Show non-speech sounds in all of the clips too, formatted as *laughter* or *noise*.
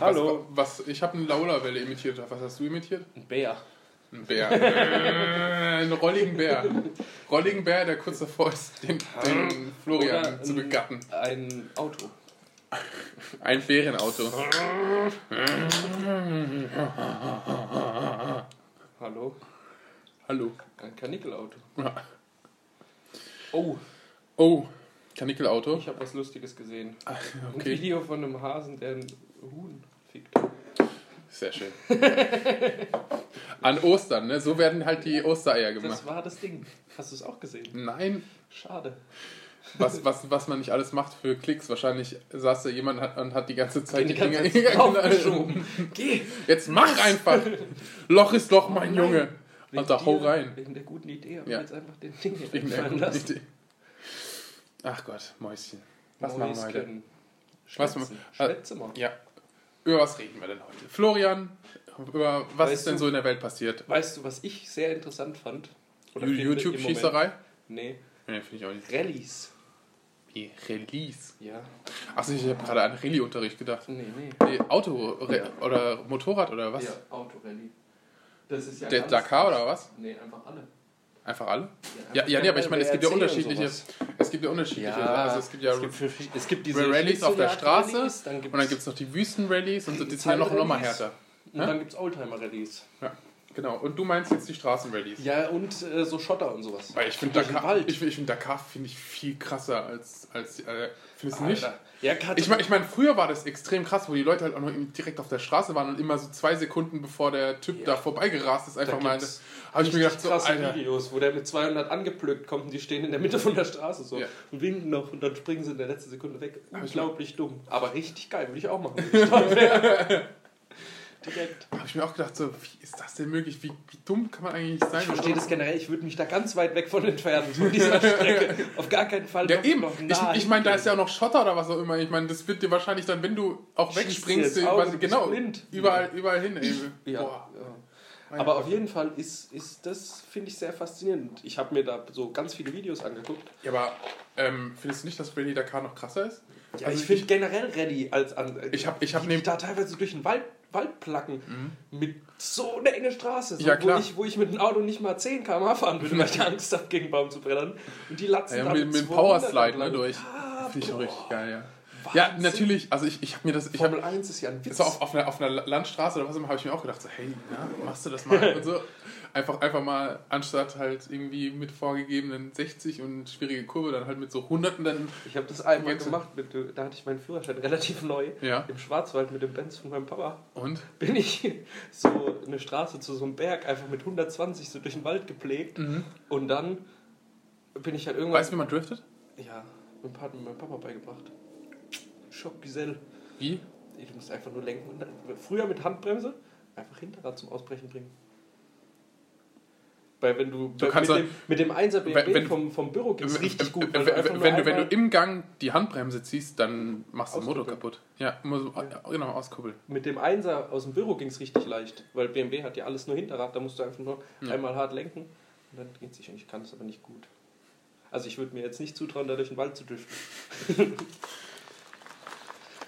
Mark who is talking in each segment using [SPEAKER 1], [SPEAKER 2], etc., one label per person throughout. [SPEAKER 1] Hallo.
[SPEAKER 2] Was, was, ich habe eine Laulawelle imitiert. Was hast du imitiert?
[SPEAKER 1] Ein Bär.
[SPEAKER 2] Ein
[SPEAKER 1] *laughs*
[SPEAKER 2] Bär. Äh, einen rolligen Bär. Rolligen Bär, der kurz davor ist, den, den Florian
[SPEAKER 1] Oder
[SPEAKER 2] zu
[SPEAKER 1] ein-
[SPEAKER 2] begatten.
[SPEAKER 1] Ein Auto.
[SPEAKER 2] Ein Ferienauto.
[SPEAKER 1] Hallo.
[SPEAKER 2] Hallo.
[SPEAKER 1] Ein Karnickelauto.
[SPEAKER 2] Ja.
[SPEAKER 1] Oh,
[SPEAKER 2] Oh, Kanickelauto.
[SPEAKER 1] ich habe was Lustiges gesehen. Ein
[SPEAKER 2] Okay,
[SPEAKER 1] Video von einem Hasen, der einen Huhn fickt.
[SPEAKER 2] sehr schön. An Ostern, ne? So werden halt die Ostereier gemacht.
[SPEAKER 1] Das war das Ding. Hast du es auch gesehen?
[SPEAKER 2] Nein,
[SPEAKER 1] Schade.
[SPEAKER 2] was, was, was man nicht alles macht für Klicks. Wahrscheinlich saß da jemand hat- und hat die ganze Zeit die, Finger *laughs* in die
[SPEAKER 1] draufgeschoben. Geh!
[SPEAKER 2] Jetzt mach einfach! Loch ist Loch, mein
[SPEAKER 1] Nein.
[SPEAKER 2] Junge!
[SPEAKER 1] Wegen
[SPEAKER 2] Alter, hau
[SPEAKER 1] dir,
[SPEAKER 2] rein!
[SPEAKER 1] Wegen der guten Idee haben
[SPEAKER 2] Ja.
[SPEAKER 1] wir jetzt einfach den Ding hier
[SPEAKER 2] Wegen der
[SPEAKER 1] reinfallen
[SPEAKER 2] guten
[SPEAKER 1] lassen.
[SPEAKER 2] Idee. Ach Gott, Mäuschen. Was machen wir heute?
[SPEAKER 1] Mäuschen.
[SPEAKER 2] Was
[SPEAKER 1] Schwätzen.
[SPEAKER 2] machen wir- Ah.
[SPEAKER 1] Schwätze mal.
[SPEAKER 2] Ja. Über was reden wir denn heute? Florian, über was
[SPEAKER 1] Weißt
[SPEAKER 2] ist denn
[SPEAKER 1] du-
[SPEAKER 2] so in der Welt passiert?
[SPEAKER 1] Weißt du, was ich sehr interessant fand? Oder finde im
[SPEAKER 2] YouTube-Schießerei?
[SPEAKER 1] Moment? Nee.
[SPEAKER 2] Nee, finde ich auch nicht.
[SPEAKER 1] Rallyes.
[SPEAKER 2] Re Release.
[SPEAKER 1] Ja.
[SPEAKER 2] Achso, ich habe gerade an Rallye-Unterricht gedacht.
[SPEAKER 1] Nee, nee.
[SPEAKER 2] Nee, Auto Re- oder Motorrad oder was?
[SPEAKER 1] Ja, Autorally. Das ist ja
[SPEAKER 2] Der
[SPEAKER 1] ganz-
[SPEAKER 2] Dakar oder was?
[SPEAKER 1] Nee, einfach alle.
[SPEAKER 2] Einfach alle?
[SPEAKER 1] einfach
[SPEAKER 2] Ja, ja, nee, aber ich meine, es gibt ja
[SPEAKER 1] WRC und
[SPEAKER 2] unterschiedliche.
[SPEAKER 1] sowas.
[SPEAKER 2] Es gibt ja unterschiedliche. Also es gibt ja
[SPEAKER 1] es gibt, für, es gibt diese
[SPEAKER 2] Rallyes auf der Straße
[SPEAKER 1] Schlitzeljagd-Rallyes, dann gibt's,
[SPEAKER 2] Und dann ne? gibt es noch die Wüstenrallies und so, die sind ja
[SPEAKER 1] Zeit-
[SPEAKER 2] noch, noch mal
[SPEAKER 1] Rallyes.
[SPEAKER 2] härter.
[SPEAKER 1] und ne? dann gibt's Oldtimer-Rallyes.
[SPEAKER 2] Ja, genau. Und du meinst jetzt die Straßenrallies.
[SPEAKER 1] Ja, und äh, so Schotter und sowas.
[SPEAKER 2] Weil ich finde
[SPEAKER 1] Durch den
[SPEAKER 2] Dakar,
[SPEAKER 1] Wald.
[SPEAKER 2] ich, find- ich find Dakar finde ich viel krasser als, als äh, findest du nicht?
[SPEAKER 1] Alter. Ja, Katze,
[SPEAKER 2] Ich meine, ich mein, früher war das extrem krass, wo die Leute halt auch noch im- direkt auf der Straße waren und immer so zwei Sekunden bevor der Typ
[SPEAKER 1] Ja.
[SPEAKER 2] da vorbeigerast ist, einfach
[SPEAKER 1] Da
[SPEAKER 2] mal.
[SPEAKER 1] gibt's
[SPEAKER 2] Habe ich mir gedacht, so,
[SPEAKER 1] krasse
[SPEAKER 2] Alter.
[SPEAKER 1] Videos, wo der mit 200 angeplöckt kommt und die stehen in der Mitte von der Straße so
[SPEAKER 2] Ja.
[SPEAKER 1] und winken noch und dann springen sie in der letzten Sekunde weg.
[SPEAKER 2] Hab ich
[SPEAKER 1] Unglaublich dumm. Aber richtig geil, würde ich auch
[SPEAKER 2] *laughs*
[SPEAKER 1] machen. wenn ich dort wär. Direkt.
[SPEAKER 2] Habe ich mir auch gedacht, so, wie ist das denn möglich? Wie, wie dumm kann man eigentlich sein?
[SPEAKER 1] Ich verstehe das generell, ich würde mich da ganz weit weg von entfernen, von
[SPEAKER 2] *laughs*
[SPEAKER 1] dieser Strecke. Auf gar keinen Fall.
[SPEAKER 2] Ja,
[SPEAKER 1] noch-
[SPEAKER 2] eben.
[SPEAKER 1] noch
[SPEAKER 2] Ich,
[SPEAKER 1] nah
[SPEAKER 2] ich meine, da ist ja auch noch Schotter oder was auch immer. Ich meine, das wird dir wahrscheinlich dann, wenn du auch
[SPEAKER 1] Schießt dir
[SPEAKER 2] wegspringst,
[SPEAKER 1] ins
[SPEAKER 2] über-
[SPEAKER 1] Auge, du bist
[SPEAKER 2] genau,
[SPEAKER 1] blind.
[SPEAKER 2] überall, überall hin. Ey.
[SPEAKER 1] Ja.
[SPEAKER 2] Boah.
[SPEAKER 1] ja. Aber auf jeden Fall ist, ist das, finde ich, sehr faszinierend. Ich habe mir da so ganz viele Videos angeguckt.
[SPEAKER 2] Ja, aber ähm, findest du nicht, dass Rally Dakar noch krasser ist?
[SPEAKER 1] Ja,
[SPEAKER 2] Also
[SPEAKER 1] ich finde generell Rallye als an.
[SPEAKER 2] Ich hab- ich hab
[SPEAKER 1] die,
[SPEAKER 2] neben- Mhm.
[SPEAKER 1] die da teilweise durch den Wald, Wald placken mit so einer engen Straße, so,
[SPEAKER 2] Ja, klar.
[SPEAKER 1] Wo, ich, wo ich mit dem Auto nicht mal 10 km fahren
[SPEAKER 2] *laughs*
[SPEAKER 1] würde, weil ich Angst habe, gegen einen Baum zu brennen. Und die latzen
[SPEAKER 2] Ja,
[SPEAKER 1] da
[SPEAKER 2] mit, mit dem
[SPEAKER 1] 200
[SPEAKER 2] Powerslide ne,
[SPEAKER 1] entlang.
[SPEAKER 2] durch.
[SPEAKER 1] Ah,
[SPEAKER 2] Finde ich auch
[SPEAKER 1] boah.
[SPEAKER 2] richtig geil, ja. Ja,
[SPEAKER 1] Wahnsinn.
[SPEAKER 2] natürlich, also ich, ich habe mir das, ich
[SPEAKER 1] Formel
[SPEAKER 2] habe
[SPEAKER 1] 1 ist ja ein Witz.
[SPEAKER 2] so auf, auf, einer, auf einer Landstraße oder was immer, habe ich mir auch gedacht, so, hey, na, machst du das mal? und so. Einfach, einfach mal, anstatt halt irgendwie mit vorgegebenen 60 und schwierige Kurve, dann halt mit so Hunderten dann,
[SPEAKER 1] Ich habe das einmal
[SPEAKER 2] Ganze-
[SPEAKER 1] gemacht, mit, da hatte ich meinen Führerschein *laughs* relativ neu.
[SPEAKER 2] Ja.
[SPEAKER 1] Im Schwarzwald mit dem Benz von meinem Papa
[SPEAKER 2] und?
[SPEAKER 1] bin ich *laughs* so eine Straße zu so einem Berg einfach mit 120 so durch den Wald gepflegt. Und dann bin ich halt irgendwann.
[SPEAKER 2] Weißt du, wie man driftet?
[SPEAKER 1] Ja, mein Papa hat mir mein Papa beigebracht. Schock Giselle.
[SPEAKER 2] Wie?
[SPEAKER 1] Du musst einfach nur lenken. Und dann, früher mit Handbremse einfach Hinterrad zum Ausbrechen bringen. Weil wenn du,
[SPEAKER 2] Du
[SPEAKER 1] bei-
[SPEAKER 2] kannst
[SPEAKER 1] mit,
[SPEAKER 2] dann-
[SPEAKER 1] dem, mit dem 1er BMW
[SPEAKER 2] wenn-
[SPEAKER 1] vom, vom Büro ging es richtig gut.
[SPEAKER 2] Wenn,
[SPEAKER 1] weil einfach
[SPEAKER 2] wenn,
[SPEAKER 1] nur
[SPEAKER 2] wenn, du, wenn
[SPEAKER 1] einmal
[SPEAKER 2] du im Gang die Handbremse ziehst, dann machst du den Motor
[SPEAKER 1] Auskuppeln.
[SPEAKER 2] kaputt. Ja, muss, genau, auskuppeln.
[SPEAKER 1] mit dem 1er aus dem Büro ging es richtig leicht. Weil BMW hat ja alles nur Hinterrad. Da musst du einfach nur
[SPEAKER 2] Ja.
[SPEAKER 1] einmal hart lenken. Und dann geht es sich. Ich kann es aber nicht gut. Also ich würde mir jetzt nicht zutrauen, da durch den Wald zu driften.
[SPEAKER 2] *laughs*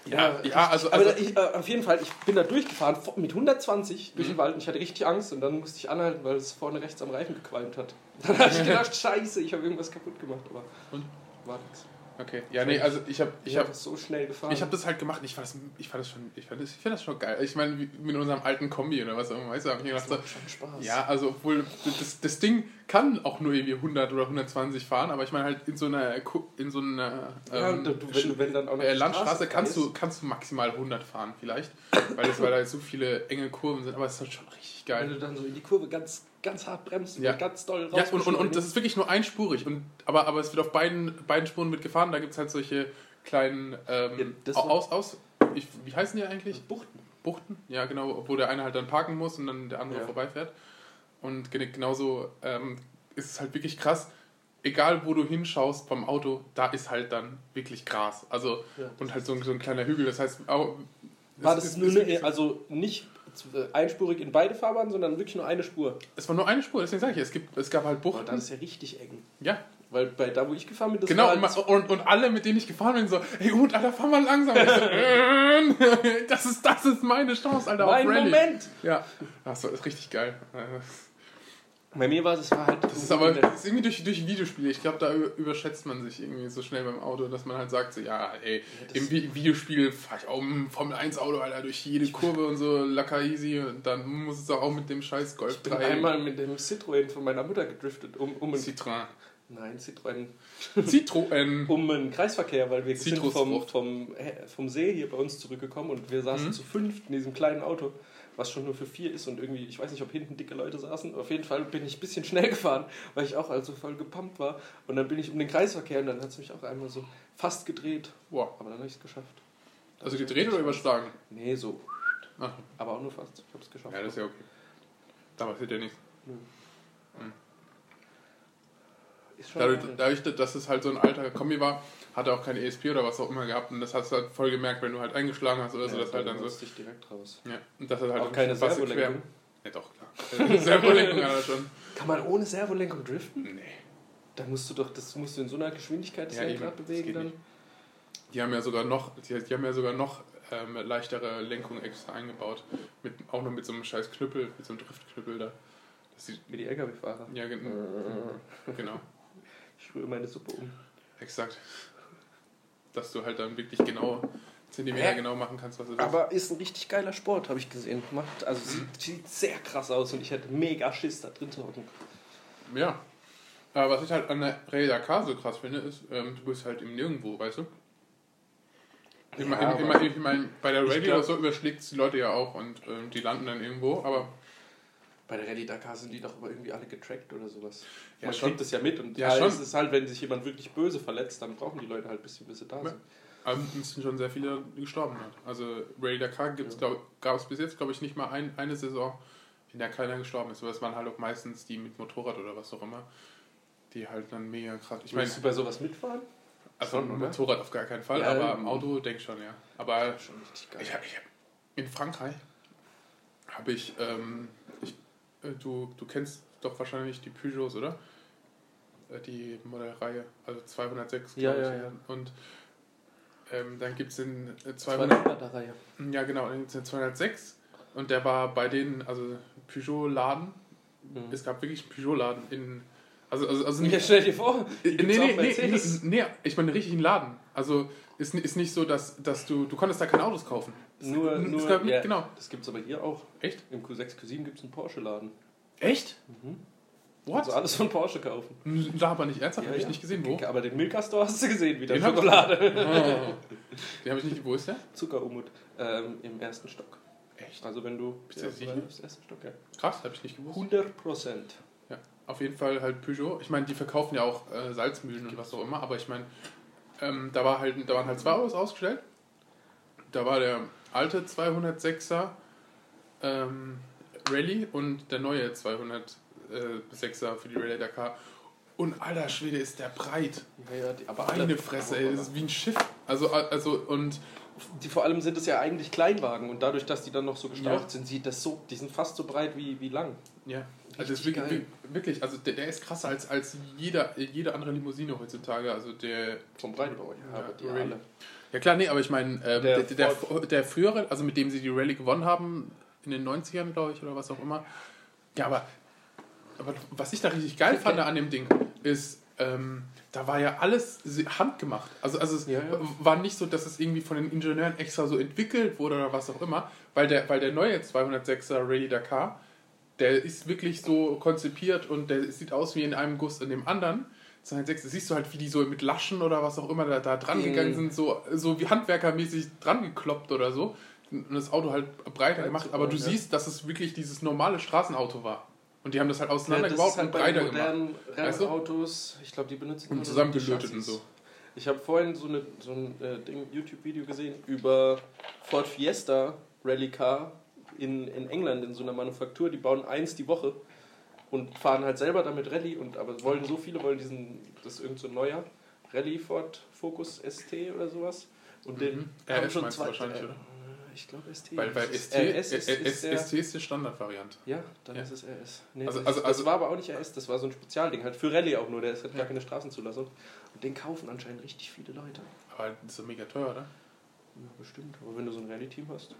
[SPEAKER 2] Ja,
[SPEAKER 1] ich-
[SPEAKER 2] ja, also,
[SPEAKER 1] Aber
[SPEAKER 2] also
[SPEAKER 1] da, ich, äh, auf jeden Fall, ich bin da durchgefahren vo- mit 120 durch den
[SPEAKER 2] Mhm.
[SPEAKER 1] Wald und ich hatte richtig Angst und dann musste ich anhalten, weil es vorne rechts am Reifen gequalmt hat. *laughs* Dann habe ich
[SPEAKER 2] *laughs*
[SPEAKER 1] gedacht, scheiße, ich habe irgendwas kaputt gemacht, aber
[SPEAKER 2] Und?
[SPEAKER 1] war nix.
[SPEAKER 2] okay. Ja, nee, also ich habe
[SPEAKER 1] Ich
[SPEAKER 2] ich hab,
[SPEAKER 1] habe so schnell gefahren.
[SPEAKER 2] ich hab das halt gemacht. Ich fand das, ich fand das schon, ich fand das, ich fand das schon geil. Ich meine, wie- mit unserem alten Kombi oder was auch immer, weißt du, hab ich mir gedacht, so,
[SPEAKER 1] das macht schon Spaß.
[SPEAKER 2] ja, also obwohl das, das Ding kann auch nur irgendwie 100 oder 120 fahren, aber ich meine halt in so einer Ku- in so einer
[SPEAKER 1] Ja,
[SPEAKER 2] ähm,
[SPEAKER 1] du- du- wenn, wenn dann auch noch
[SPEAKER 2] Äh,
[SPEAKER 1] die
[SPEAKER 2] Landstraße
[SPEAKER 1] Straße
[SPEAKER 2] kannst
[SPEAKER 1] frei
[SPEAKER 2] du, kannst du maximal 100 fahren vielleicht, weil, das, weil da jetzt so viele enge Kurven sind, aber es ist halt schon richtig
[SPEAKER 1] ist, Wenn
[SPEAKER 2] geil.
[SPEAKER 1] du dann so in die Kurve ganz, ganz hart bremst und
[SPEAKER 2] Ja.
[SPEAKER 1] ganz
[SPEAKER 2] Ja,
[SPEAKER 1] doll
[SPEAKER 2] und, und, und das
[SPEAKER 1] rausbeschleunigst.
[SPEAKER 2] ist wirklich nur einspurig, und, aber, aber es wird auf beiden, beiden Spuren mit gefahren, da gibt es halt solche kleinen ähm,
[SPEAKER 1] Ja, das war-
[SPEAKER 2] aus, aus, ich, wie heißen die eigentlich?
[SPEAKER 1] Buchten.
[SPEAKER 2] Buchten? Ja, genau, wo der eine halt dann parken muss und dann der andere
[SPEAKER 1] Ja.
[SPEAKER 2] vorbeifährt. Und gen- genauso ähm, ist es halt wirklich krass, egal wo du hinschaust vom Auto, da ist halt dann wirklich Gras. Also,
[SPEAKER 1] Ja.
[SPEAKER 2] und halt so ein, so ein kleiner Hügel. Das heißt, au-
[SPEAKER 1] War
[SPEAKER 2] es-
[SPEAKER 1] das
[SPEAKER 2] es-
[SPEAKER 1] nur
[SPEAKER 2] es-
[SPEAKER 1] eine, also nicht äh, einspurig in beide Fahrbahnen, sondern wirklich nur eine Spur.
[SPEAKER 2] Es war nur eine Spur, deswegen sage ich, es, gibt, es gab halt
[SPEAKER 1] E- Boah,
[SPEAKER 2] Buchten.
[SPEAKER 1] das ist ja richtig eng.
[SPEAKER 2] ja,
[SPEAKER 1] Weil bei da, wo ich gefahren bin, das
[SPEAKER 2] genau,
[SPEAKER 1] war
[SPEAKER 2] und,
[SPEAKER 1] halt
[SPEAKER 2] ma- und, und alle, mit denen ich gefahren bin, so, hey Hut, Alter, fahr mal langsam. Und ich so, "Ähm, das, ist, das ist meine Chance, Alter,
[SPEAKER 1] mein
[SPEAKER 2] auf Rallye.
[SPEAKER 1] Moment.
[SPEAKER 2] Ja, das ist richtig geil. Äh,
[SPEAKER 1] Bei mir war es, es war halt.
[SPEAKER 2] Das ist aber das ist irgendwie durch, durch Videospiele. Ich glaube, da ü- überschätzt man sich irgendwie so schnell beim Auto, dass man halt sagt, so, ja, ey, im Vi- Videospiel fahre ich auch mit dem Formel-1-Auto, Alter, durch jede Kurve und so, locker easy. Und dann muss es doch auch mit dem scheiß Golf
[SPEAKER 1] ich bin
[SPEAKER 2] 3
[SPEAKER 1] einmal mit dem Citroën von meiner Mutter gedriftet, um, um einen,
[SPEAKER 2] Citroën.
[SPEAKER 1] nein, Citroën, *laughs*
[SPEAKER 2] Citroën.
[SPEAKER 1] um einen Kreisverkehr, weil wir sind vom,
[SPEAKER 2] Zitrusfrucht.
[SPEAKER 1] vom, äh, vom See hier bei uns zurückgekommen und wir saßen
[SPEAKER 2] Mhm.
[SPEAKER 1] zu fünft in diesem kleinen Auto, was schon nur für vier ist und irgendwie, ich weiß nicht, ob hinten dicke Leute saßen, auf jeden Fall bin ich ein bisschen schnell *laughs* gefahren, weil ich auch also voll gepumpt war und dann bin ich um den Kreisverkehr und dann hat es mich auch einmal so fast gedreht,
[SPEAKER 2] Boah.
[SPEAKER 1] aber dann habe ich es geschafft.
[SPEAKER 2] Also gedreht oder überschlagen?
[SPEAKER 1] Nee, so,
[SPEAKER 2] Ach,
[SPEAKER 1] aber auch nur fast, ich habe es
[SPEAKER 2] ja,
[SPEAKER 1] geschafft.
[SPEAKER 2] das ist ja okay. Da passiert ja nichts.
[SPEAKER 1] Ist schon
[SPEAKER 2] Dadurch,
[SPEAKER 1] geil.
[SPEAKER 2] dadurch, dass es halt so ein alter Kombi war, hat er auch keine ESP oder was auch immer gehabt. Und das hast du halt voll gemerkt, wenn du halt eingeschlagen hast oder so,
[SPEAKER 1] Ja,
[SPEAKER 2] dass halt dann so.
[SPEAKER 1] musste ich direkt raus.
[SPEAKER 2] Ja, und das hat halt
[SPEAKER 1] Auch keine
[SPEAKER 2] fast
[SPEAKER 1] Servolenkung.
[SPEAKER 2] quer- Ja, doch, klar. *laughs* Servolenkung hat er schon.
[SPEAKER 1] Kann man ohne Servolenkung driften?
[SPEAKER 2] Nee.
[SPEAKER 1] Dann musst du doch, das musst du in so einer Geschwindigkeit das
[SPEAKER 2] Ja,
[SPEAKER 1] Lenkrad
[SPEAKER 2] eben. Das
[SPEAKER 1] bewegen
[SPEAKER 2] geht
[SPEAKER 1] dann.
[SPEAKER 2] nicht. Die haben ja sogar noch, die, die haben ja sogar noch ähm, leichtere Lenkung extra eingebaut. Mit, auch noch mit so einem scheiß Knüppel, mit so einem Driftknüppel da. Das sieht,
[SPEAKER 1] Wie die LKW-Fahrer.
[SPEAKER 2] ja, gen genau.
[SPEAKER 1] Ich rühre meine Suppe um.
[SPEAKER 2] Exakt. Dass du halt dann wirklich genau, Zentimeter
[SPEAKER 1] Hä?
[SPEAKER 2] genau machen kannst, was du willst.
[SPEAKER 1] Aber ist ein richtig geiler Sport, habe ich gesehen. Macht, also sieht, sieht sehr krass aus und ich hätte mega Schiss, da drin zu hocken.
[SPEAKER 2] Ja. Aber was ich halt an der Rallye Dakar so krass finde, ist, ähm, du bist halt im Nirgendwo, weißt du? Immer,
[SPEAKER 1] Ja,
[SPEAKER 2] im-
[SPEAKER 1] aber-
[SPEAKER 2] immer, ich meine, bei der
[SPEAKER 1] Ich
[SPEAKER 2] Rallye
[SPEAKER 1] glaub-
[SPEAKER 2] oder so überschlägt es die Leute ja auch und ähm, die landen dann irgendwo, aber
[SPEAKER 1] Bei der Rallye Dakar sind die doch aber irgendwie alle getrackt oder sowas.
[SPEAKER 2] Ja,
[SPEAKER 1] Man
[SPEAKER 2] schon.
[SPEAKER 1] kriegt das ja mit und
[SPEAKER 2] Ja,
[SPEAKER 1] ja,
[SPEAKER 2] schon.
[SPEAKER 1] es ist halt, wenn sich jemand wirklich böse verletzt, dann brauchen die Leute halt ein bisschen, bis sie da
[SPEAKER 2] Ja.
[SPEAKER 1] sind.
[SPEAKER 2] ähm, es sind schon sehr viele die gestorben. Hat. Also Rallye Dakar gibt's,
[SPEAKER 1] Ja.
[SPEAKER 2] glaub, gab es bis jetzt, glaube ich, nicht mal ein, eine Saison, in der keiner gestorben ist. Aber es waren halt auch meistens die mit Motorrad oder was auch immer, die halt dann mega krass. Ich meine,
[SPEAKER 1] Willst du bei sowas mitfahren?
[SPEAKER 2] also
[SPEAKER 1] schon, oder?
[SPEAKER 2] Motorrad auf gar keinen Fall,
[SPEAKER 1] Ja,
[SPEAKER 2] aber
[SPEAKER 1] ähm.
[SPEAKER 2] im Auto denk schon, ja. Aber
[SPEAKER 1] Schon richtig
[SPEAKER 2] Ich hab, ich hab, in Frankreich habe ich, ähm, ich äh, du, du kennst doch wahrscheinlich die Peugeots, oder? Äh, Die Modellreihe, also 206.
[SPEAKER 1] Ja,
[SPEAKER 2] glaub
[SPEAKER 1] ja, ja.
[SPEAKER 2] Und ähm, dann gibt es den äh, 200,
[SPEAKER 1] 200 er Reihe.
[SPEAKER 2] ja genau, dann gibt's den 206 und der war bei denen, also Peugeot-Laden,
[SPEAKER 1] Mhm.
[SPEAKER 2] es gab wirklich einen Peugeot-Laden in, also, also, also
[SPEAKER 1] Ja, stell dir vor,
[SPEAKER 2] Nee,
[SPEAKER 1] die gibt's
[SPEAKER 2] nee,
[SPEAKER 1] auch
[SPEAKER 2] nee, nee,
[SPEAKER 1] Mercedes.
[SPEAKER 2] nee, ich meine richtig einen Laden. Also ist, ist nicht so, dass, dass du, du konntest da keine Autos kaufen.
[SPEAKER 1] Nur,
[SPEAKER 2] Es
[SPEAKER 1] nur
[SPEAKER 2] gab-
[SPEAKER 1] ja,
[SPEAKER 2] genau.
[SPEAKER 1] Das gibt es aber hier auch.
[SPEAKER 2] Echt?
[SPEAKER 1] Im Q6, Q7 gibt es einen Porsche-Laden.
[SPEAKER 2] Echt?
[SPEAKER 1] Mhm.
[SPEAKER 2] What?
[SPEAKER 1] Also alles von Porsche kaufen.
[SPEAKER 2] Laber nicht ernsthaft,
[SPEAKER 1] Ja,
[SPEAKER 2] habe ich
[SPEAKER 1] ja.
[SPEAKER 2] nicht gesehen. *laughs* Wo?
[SPEAKER 1] Aber den Milka Store hast du gesehen, wie der
[SPEAKER 2] Den hab ich- Ah.
[SPEAKER 1] Schokolade.
[SPEAKER 2] Oh. Den habe ich nicht. Wo ist der?
[SPEAKER 1] *laughs* Zuckerumut ähm, im ersten Stock.
[SPEAKER 2] Echt?
[SPEAKER 1] Also wenn du
[SPEAKER 2] Bist du
[SPEAKER 1] Ja,
[SPEAKER 2] sicher?
[SPEAKER 1] im ersten Stock, ja.
[SPEAKER 2] Krass, habe ich nicht gewusst.
[SPEAKER 1] 100 Prozent.
[SPEAKER 2] Auf jeden Fall halt Peugeot. Ich meine, die verkaufen ja auch äh, Salzmühlen und was auch immer, aber ich meine, ähm, da, war halt, da waren halt zwei Autos ausgestellt. Da war der alte 206er ähm, Rallye und der neue 206er für die Rallye Dakar. Und alter Schwede ist der breit.
[SPEAKER 1] Ja, ja, die, aber
[SPEAKER 2] Meine Fresse, ey, das ist wie ein Schiff. Also, also und
[SPEAKER 1] Die vor allem sind es ja eigentlich Kleinwagen und dadurch, dass die dann noch so gestaucht
[SPEAKER 2] Ja.
[SPEAKER 1] sind, sieht das so, die sind fast so breit wie, wie lang.
[SPEAKER 2] Ja, also das ist
[SPEAKER 1] Richtig
[SPEAKER 2] wirklich,
[SPEAKER 1] geil.
[SPEAKER 2] wir- wirklich, also der, der ist krasser als, als jeder, jede andere Limousine heutzutage. Also der.
[SPEAKER 1] Vom Breitenbau, ja,
[SPEAKER 2] Ja,
[SPEAKER 1] aber die
[SPEAKER 2] really.
[SPEAKER 1] alle.
[SPEAKER 2] Ja klar, nee, aber ich meine, ähm,
[SPEAKER 1] Der
[SPEAKER 2] der, der, der, der frühere, also mit dem sie die Rallye gewonnen haben, in den 90ern, glaube ich, oder was auch immer. Ja, aber, aber was ich da richtig geil fand an dem Ding, ist, ähm, da war ja alles se- handgemacht. Also, also es
[SPEAKER 1] Ja, ja.
[SPEAKER 2] war nicht so, dass es irgendwie von den Ingenieuren extra so entwickelt wurde oder was auch immer, weil der, weil der neue 206er Rallye Dakar, der ist wirklich so konzipiert und der sieht aus wie in einem Guss in dem anderen. 206, das siehst du halt, wie die so mit Laschen oder was auch immer da, da dran
[SPEAKER 1] Mhm.
[SPEAKER 2] gegangen sind, so, so wie handwerkermäßig dran gekloppt oder so. Und das Auto halt breiter
[SPEAKER 1] Breit
[SPEAKER 2] gemacht,
[SPEAKER 1] zu
[SPEAKER 2] aber du
[SPEAKER 1] bauen, ja.
[SPEAKER 2] siehst, dass es wirklich dieses normale Straßenauto war. Und die haben das halt
[SPEAKER 1] Ja, das
[SPEAKER 2] auseinandergebaut
[SPEAKER 1] ist halt
[SPEAKER 2] und
[SPEAKER 1] bei
[SPEAKER 2] breiter
[SPEAKER 1] den
[SPEAKER 2] gemacht.
[SPEAKER 1] modernen
[SPEAKER 2] Weißt du?
[SPEAKER 1] Rennautos, ich glaube, die benutzen
[SPEAKER 2] Und
[SPEAKER 1] immer so
[SPEAKER 2] zusammengelötet
[SPEAKER 1] die
[SPEAKER 2] und so.
[SPEAKER 1] Ich habe vorhin so, eine, so ein äh, Ding, YouTube-Video gesehen über Ford Fiesta Rally Car in, in England in so einer Manufaktur. Die bauen eins die Woche und fahren halt selber damit Rallye und aber wollen so viele wollen diesen das ist irgend so ein neuer Rallye Ford Focus ST oder sowas und den
[SPEAKER 2] Mhm. RS
[SPEAKER 1] haben
[SPEAKER 2] Mhm.
[SPEAKER 1] schon
[SPEAKER 2] meinst du
[SPEAKER 1] zwei
[SPEAKER 2] wahrscheinlich,
[SPEAKER 1] äh,
[SPEAKER 2] oder?
[SPEAKER 1] Ich glaube ST.
[SPEAKER 2] Weil, weil
[SPEAKER 1] ist
[SPEAKER 2] ST,
[SPEAKER 1] RS
[SPEAKER 2] äh,
[SPEAKER 1] ist, ist der,
[SPEAKER 2] ST ist die Standardvariante.
[SPEAKER 1] Ja, dann
[SPEAKER 2] Ja.
[SPEAKER 1] ist es RS. Nee,
[SPEAKER 2] Also-
[SPEAKER 1] das,
[SPEAKER 2] also-
[SPEAKER 1] das
[SPEAKER 2] also-
[SPEAKER 1] war aber auch nicht RS, das war so ein Spezialding, halt für Rallye auch nur, der ist halt
[SPEAKER 2] Ja.
[SPEAKER 1] gar keine Straßenzulassung. Und den kaufen anscheinend richtig viele Leute.
[SPEAKER 2] Aber das ist doch mega teuer, oder?
[SPEAKER 1] Ja, bestimmt. Aber wenn du so ein Rallye-Team hast.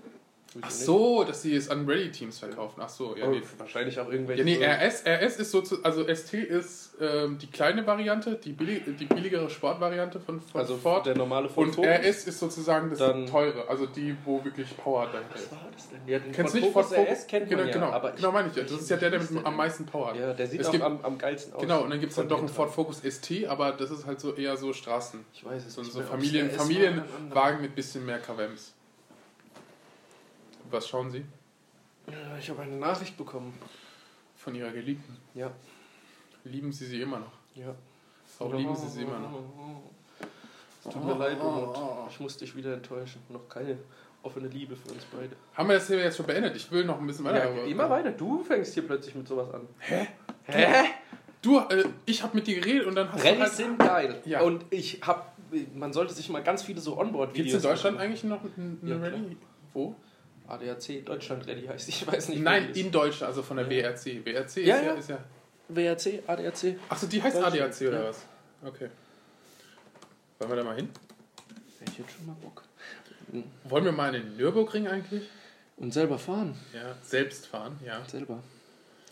[SPEAKER 1] wieso
[SPEAKER 2] Ach
[SPEAKER 1] nicht?
[SPEAKER 2] so, dass sie es an Ready-Teams verkaufen. Ach so, ja,
[SPEAKER 1] Aber
[SPEAKER 2] nee.
[SPEAKER 1] wahrscheinlich auch irgendwelche.
[SPEAKER 2] Ja, nee, RS, RS ist so zu, also ST ist ähm, die kleine Variante, die, billig, die billigere Sportvariante von, von
[SPEAKER 1] also
[SPEAKER 2] Ford.
[SPEAKER 1] der normale Ford
[SPEAKER 2] und
[SPEAKER 1] Focus.
[SPEAKER 2] RS ist sozusagen das
[SPEAKER 1] Dann-
[SPEAKER 2] teure, also die, wo wirklich Power dahinter ist.
[SPEAKER 1] Was war das denn? Ja, den
[SPEAKER 2] Kennst du
[SPEAKER 1] Ford
[SPEAKER 2] nicht Ford
[SPEAKER 1] Focus
[SPEAKER 2] Focus?
[SPEAKER 1] RS kennt
[SPEAKER 2] genau,
[SPEAKER 1] man ja,
[SPEAKER 2] genau,
[SPEAKER 1] aber ich-
[SPEAKER 2] genau meine ich ja. Das
[SPEAKER 1] welchen
[SPEAKER 2] ist ja der, der
[SPEAKER 1] hieß
[SPEAKER 2] mit, am
[SPEAKER 1] denn?
[SPEAKER 2] meisten Power hat.
[SPEAKER 1] Ja, der sieht
[SPEAKER 2] Es
[SPEAKER 1] auch
[SPEAKER 2] gibt-
[SPEAKER 1] am, am geilsten aus.
[SPEAKER 2] Genau, und dann gibt es
[SPEAKER 1] Von
[SPEAKER 2] dann doch einen
[SPEAKER 1] hinten.
[SPEAKER 2] Ford Focus ST, aber das ist halt so eher so Straßen.
[SPEAKER 1] Ich weiß es
[SPEAKER 2] So,
[SPEAKER 1] nicht
[SPEAKER 2] so
[SPEAKER 1] mehr, ob's
[SPEAKER 2] Familien,
[SPEAKER 1] RS war oder ein anderer.
[SPEAKER 2] Familienwagen mit bisschen mehr KWMs. Was schauen Sie
[SPEAKER 1] Ja, Ich habe eine Nachricht bekommen.
[SPEAKER 2] von Ihrer Geliebten?
[SPEAKER 1] Ja,
[SPEAKER 2] Lieben Sie sie immer noch?
[SPEAKER 1] ja.
[SPEAKER 2] Warum lieben Sie sie immer noch?
[SPEAKER 1] Es tut mir leid, Umut. Ich muss dich wieder enttäuschen. Noch keine offene Liebe für uns beide.
[SPEAKER 2] Haben wir das Thema jetzt schon beendet? Ich will noch ein bisschen weiter. aber-
[SPEAKER 1] immer weiter. Du fängst hier plötzlich mit sowas an.
[SPEAKER 2] Du, äh, ich habe mit dir geredet und dann hast du
[SPEAKER 1] Rallys
[SPEAKER 2] halt,
[SPEAKER 1] sind geil.
[SPEAKER 2] Ja.
[SPEAKER 1] Und ich hab, man sollte sich mal ganz viele so
[SPEAKER 2] Gibt
[SPEAKER 1] Onboard-Videos.
[SPEAKER 2] es in Deutschland eigentlich noch ein- eine
[SPEAKER 1] Ja, klar.
[SPEAKER 2] Rallye? Wo?
[SPEAKER 1] ADAC Deutschland Rally heißt. Ich weiß nicht.
[SPEAKER 2] Nein,
[SPEAKER 1] wie
[SPEAKER 2] in Deutschland, also von der
[SPEAKER 1] Ja.
[SPEAKER 2] WRC. WRC ist
[SPEAKER 1] Ja,
[SPEAKER 2] ja.
[SPEAKER 1] ja.
[SPEAKER 2] Ist ja
[SPEAKER 1] das ist. WRC, ADAC.
[SPEAKER 2] Achso, die heißt
[SPEAKER 1] Deutschland,
[SPEAKER 2] ADAC oder
[SPEAKER 1] ja.
[SPEAKER 2] was? Okay. Wollen wir da mal hin?
[SPEAKER 1] Ich hätte schon mal Bock.
[SPEAKER 2] Wollen wir mal in den Nürburgring eigentlich?
[SPEAKER 1] Und selber fahren.
[SPEAKER 2] Ja, selbst fahren, ja.
[SPEAKER 1] Selber.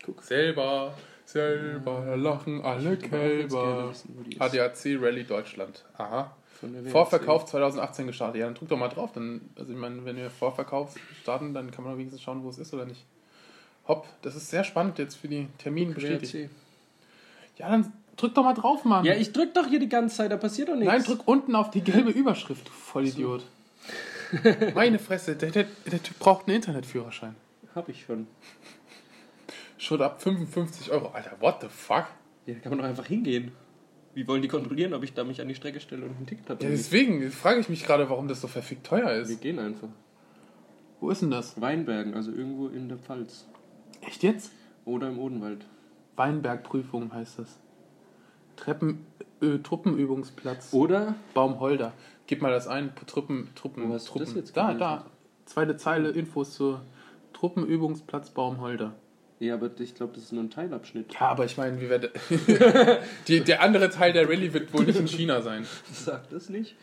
[SPEAKER 1] Guck.
[SPEAKER 2] Selber, selber lachen alle Kälber.
[SPEAKER 1] ADAC.
[SPEAKER 2] ADAC Rally Deutschland. Aha. Vorverkauf 2018 gestartet. Ja, dann drück doch mal drauf. Dann, also ich meine, wenn wir Vorverkauf starten, dann kann man doch wenigstens schauen, wo es ist oder nicht. Hopp, das ist sehr spannend jetzt für die Terminbestätigung.
[SPEAKER 1] WRC.
[SPEAKER 2] Ja, dann drück doch mal drauf, Mann.
[SPEAKER 1] Ja, ich drück doch hier die ganze Zeit, da passiert doch nichts.
[SPEAKER 2] Nein, drück unten auf die gelbe Überschrift, du Vollidiot. *laughs* Meine Fresse, der, der, der Typ braucht einen Internetführerschein.
[SPEAKER 1] Hab ich schon.
[SPEAKER 2] Schon ab 55 Euro. Alter, what the fuck?
[SPEAKER 1] Ja, da kann man doch einfach hingehen. Wie wollen die kontrollieren, ob ich da mich an die Strecke stelle und einen Ticket habe?
[SPEAKER 2] Ja, deswegen frage ich mich gerade, warum das so verfickt teuer
[SPEAKER 1] wir
[SPEAKER 2] ist.
[SPEAKER 1] gehen einfach.
[SPEAKER 2] Wo ist denn das?
[SPEAKER 1] Weinbergen, also irgendwo in der Pfalz.
[SPEAKER 2] Echt jetzt?
[SPEAKER 1] Oder im Odenwald.
[SPEAKER 2] Weinbergprüfung heißt das. Treppen, äh, Truppenübungsplatz.
[SPEAKER 1] Oder?
[SPEAKER 2] Baumholder. Gib mal das ein. Truppen, Truppen,
[SPEAKER 1] Wo hast du
[SPEAKER 2] Truppen.
[SPEAKER 1] das jetzt
[SPEAKER 2] da,
[SPEAKER 1] gelesen?
[SPEAKER 2] da. Zweite Zeile, Infos zur Truppenübungsplatz Baumholder.
[SPEAKER 1] Ja, aber ich glaube, das ist nur ein Teilabschnitt. *laughs*
[SPEAKER 2] Ja, aber ich meine, wie werde. *laughs* Die, der andere Teil der Rallye wird wohl nicht in China sein.
[SPEAKER 1] Sag das nicht.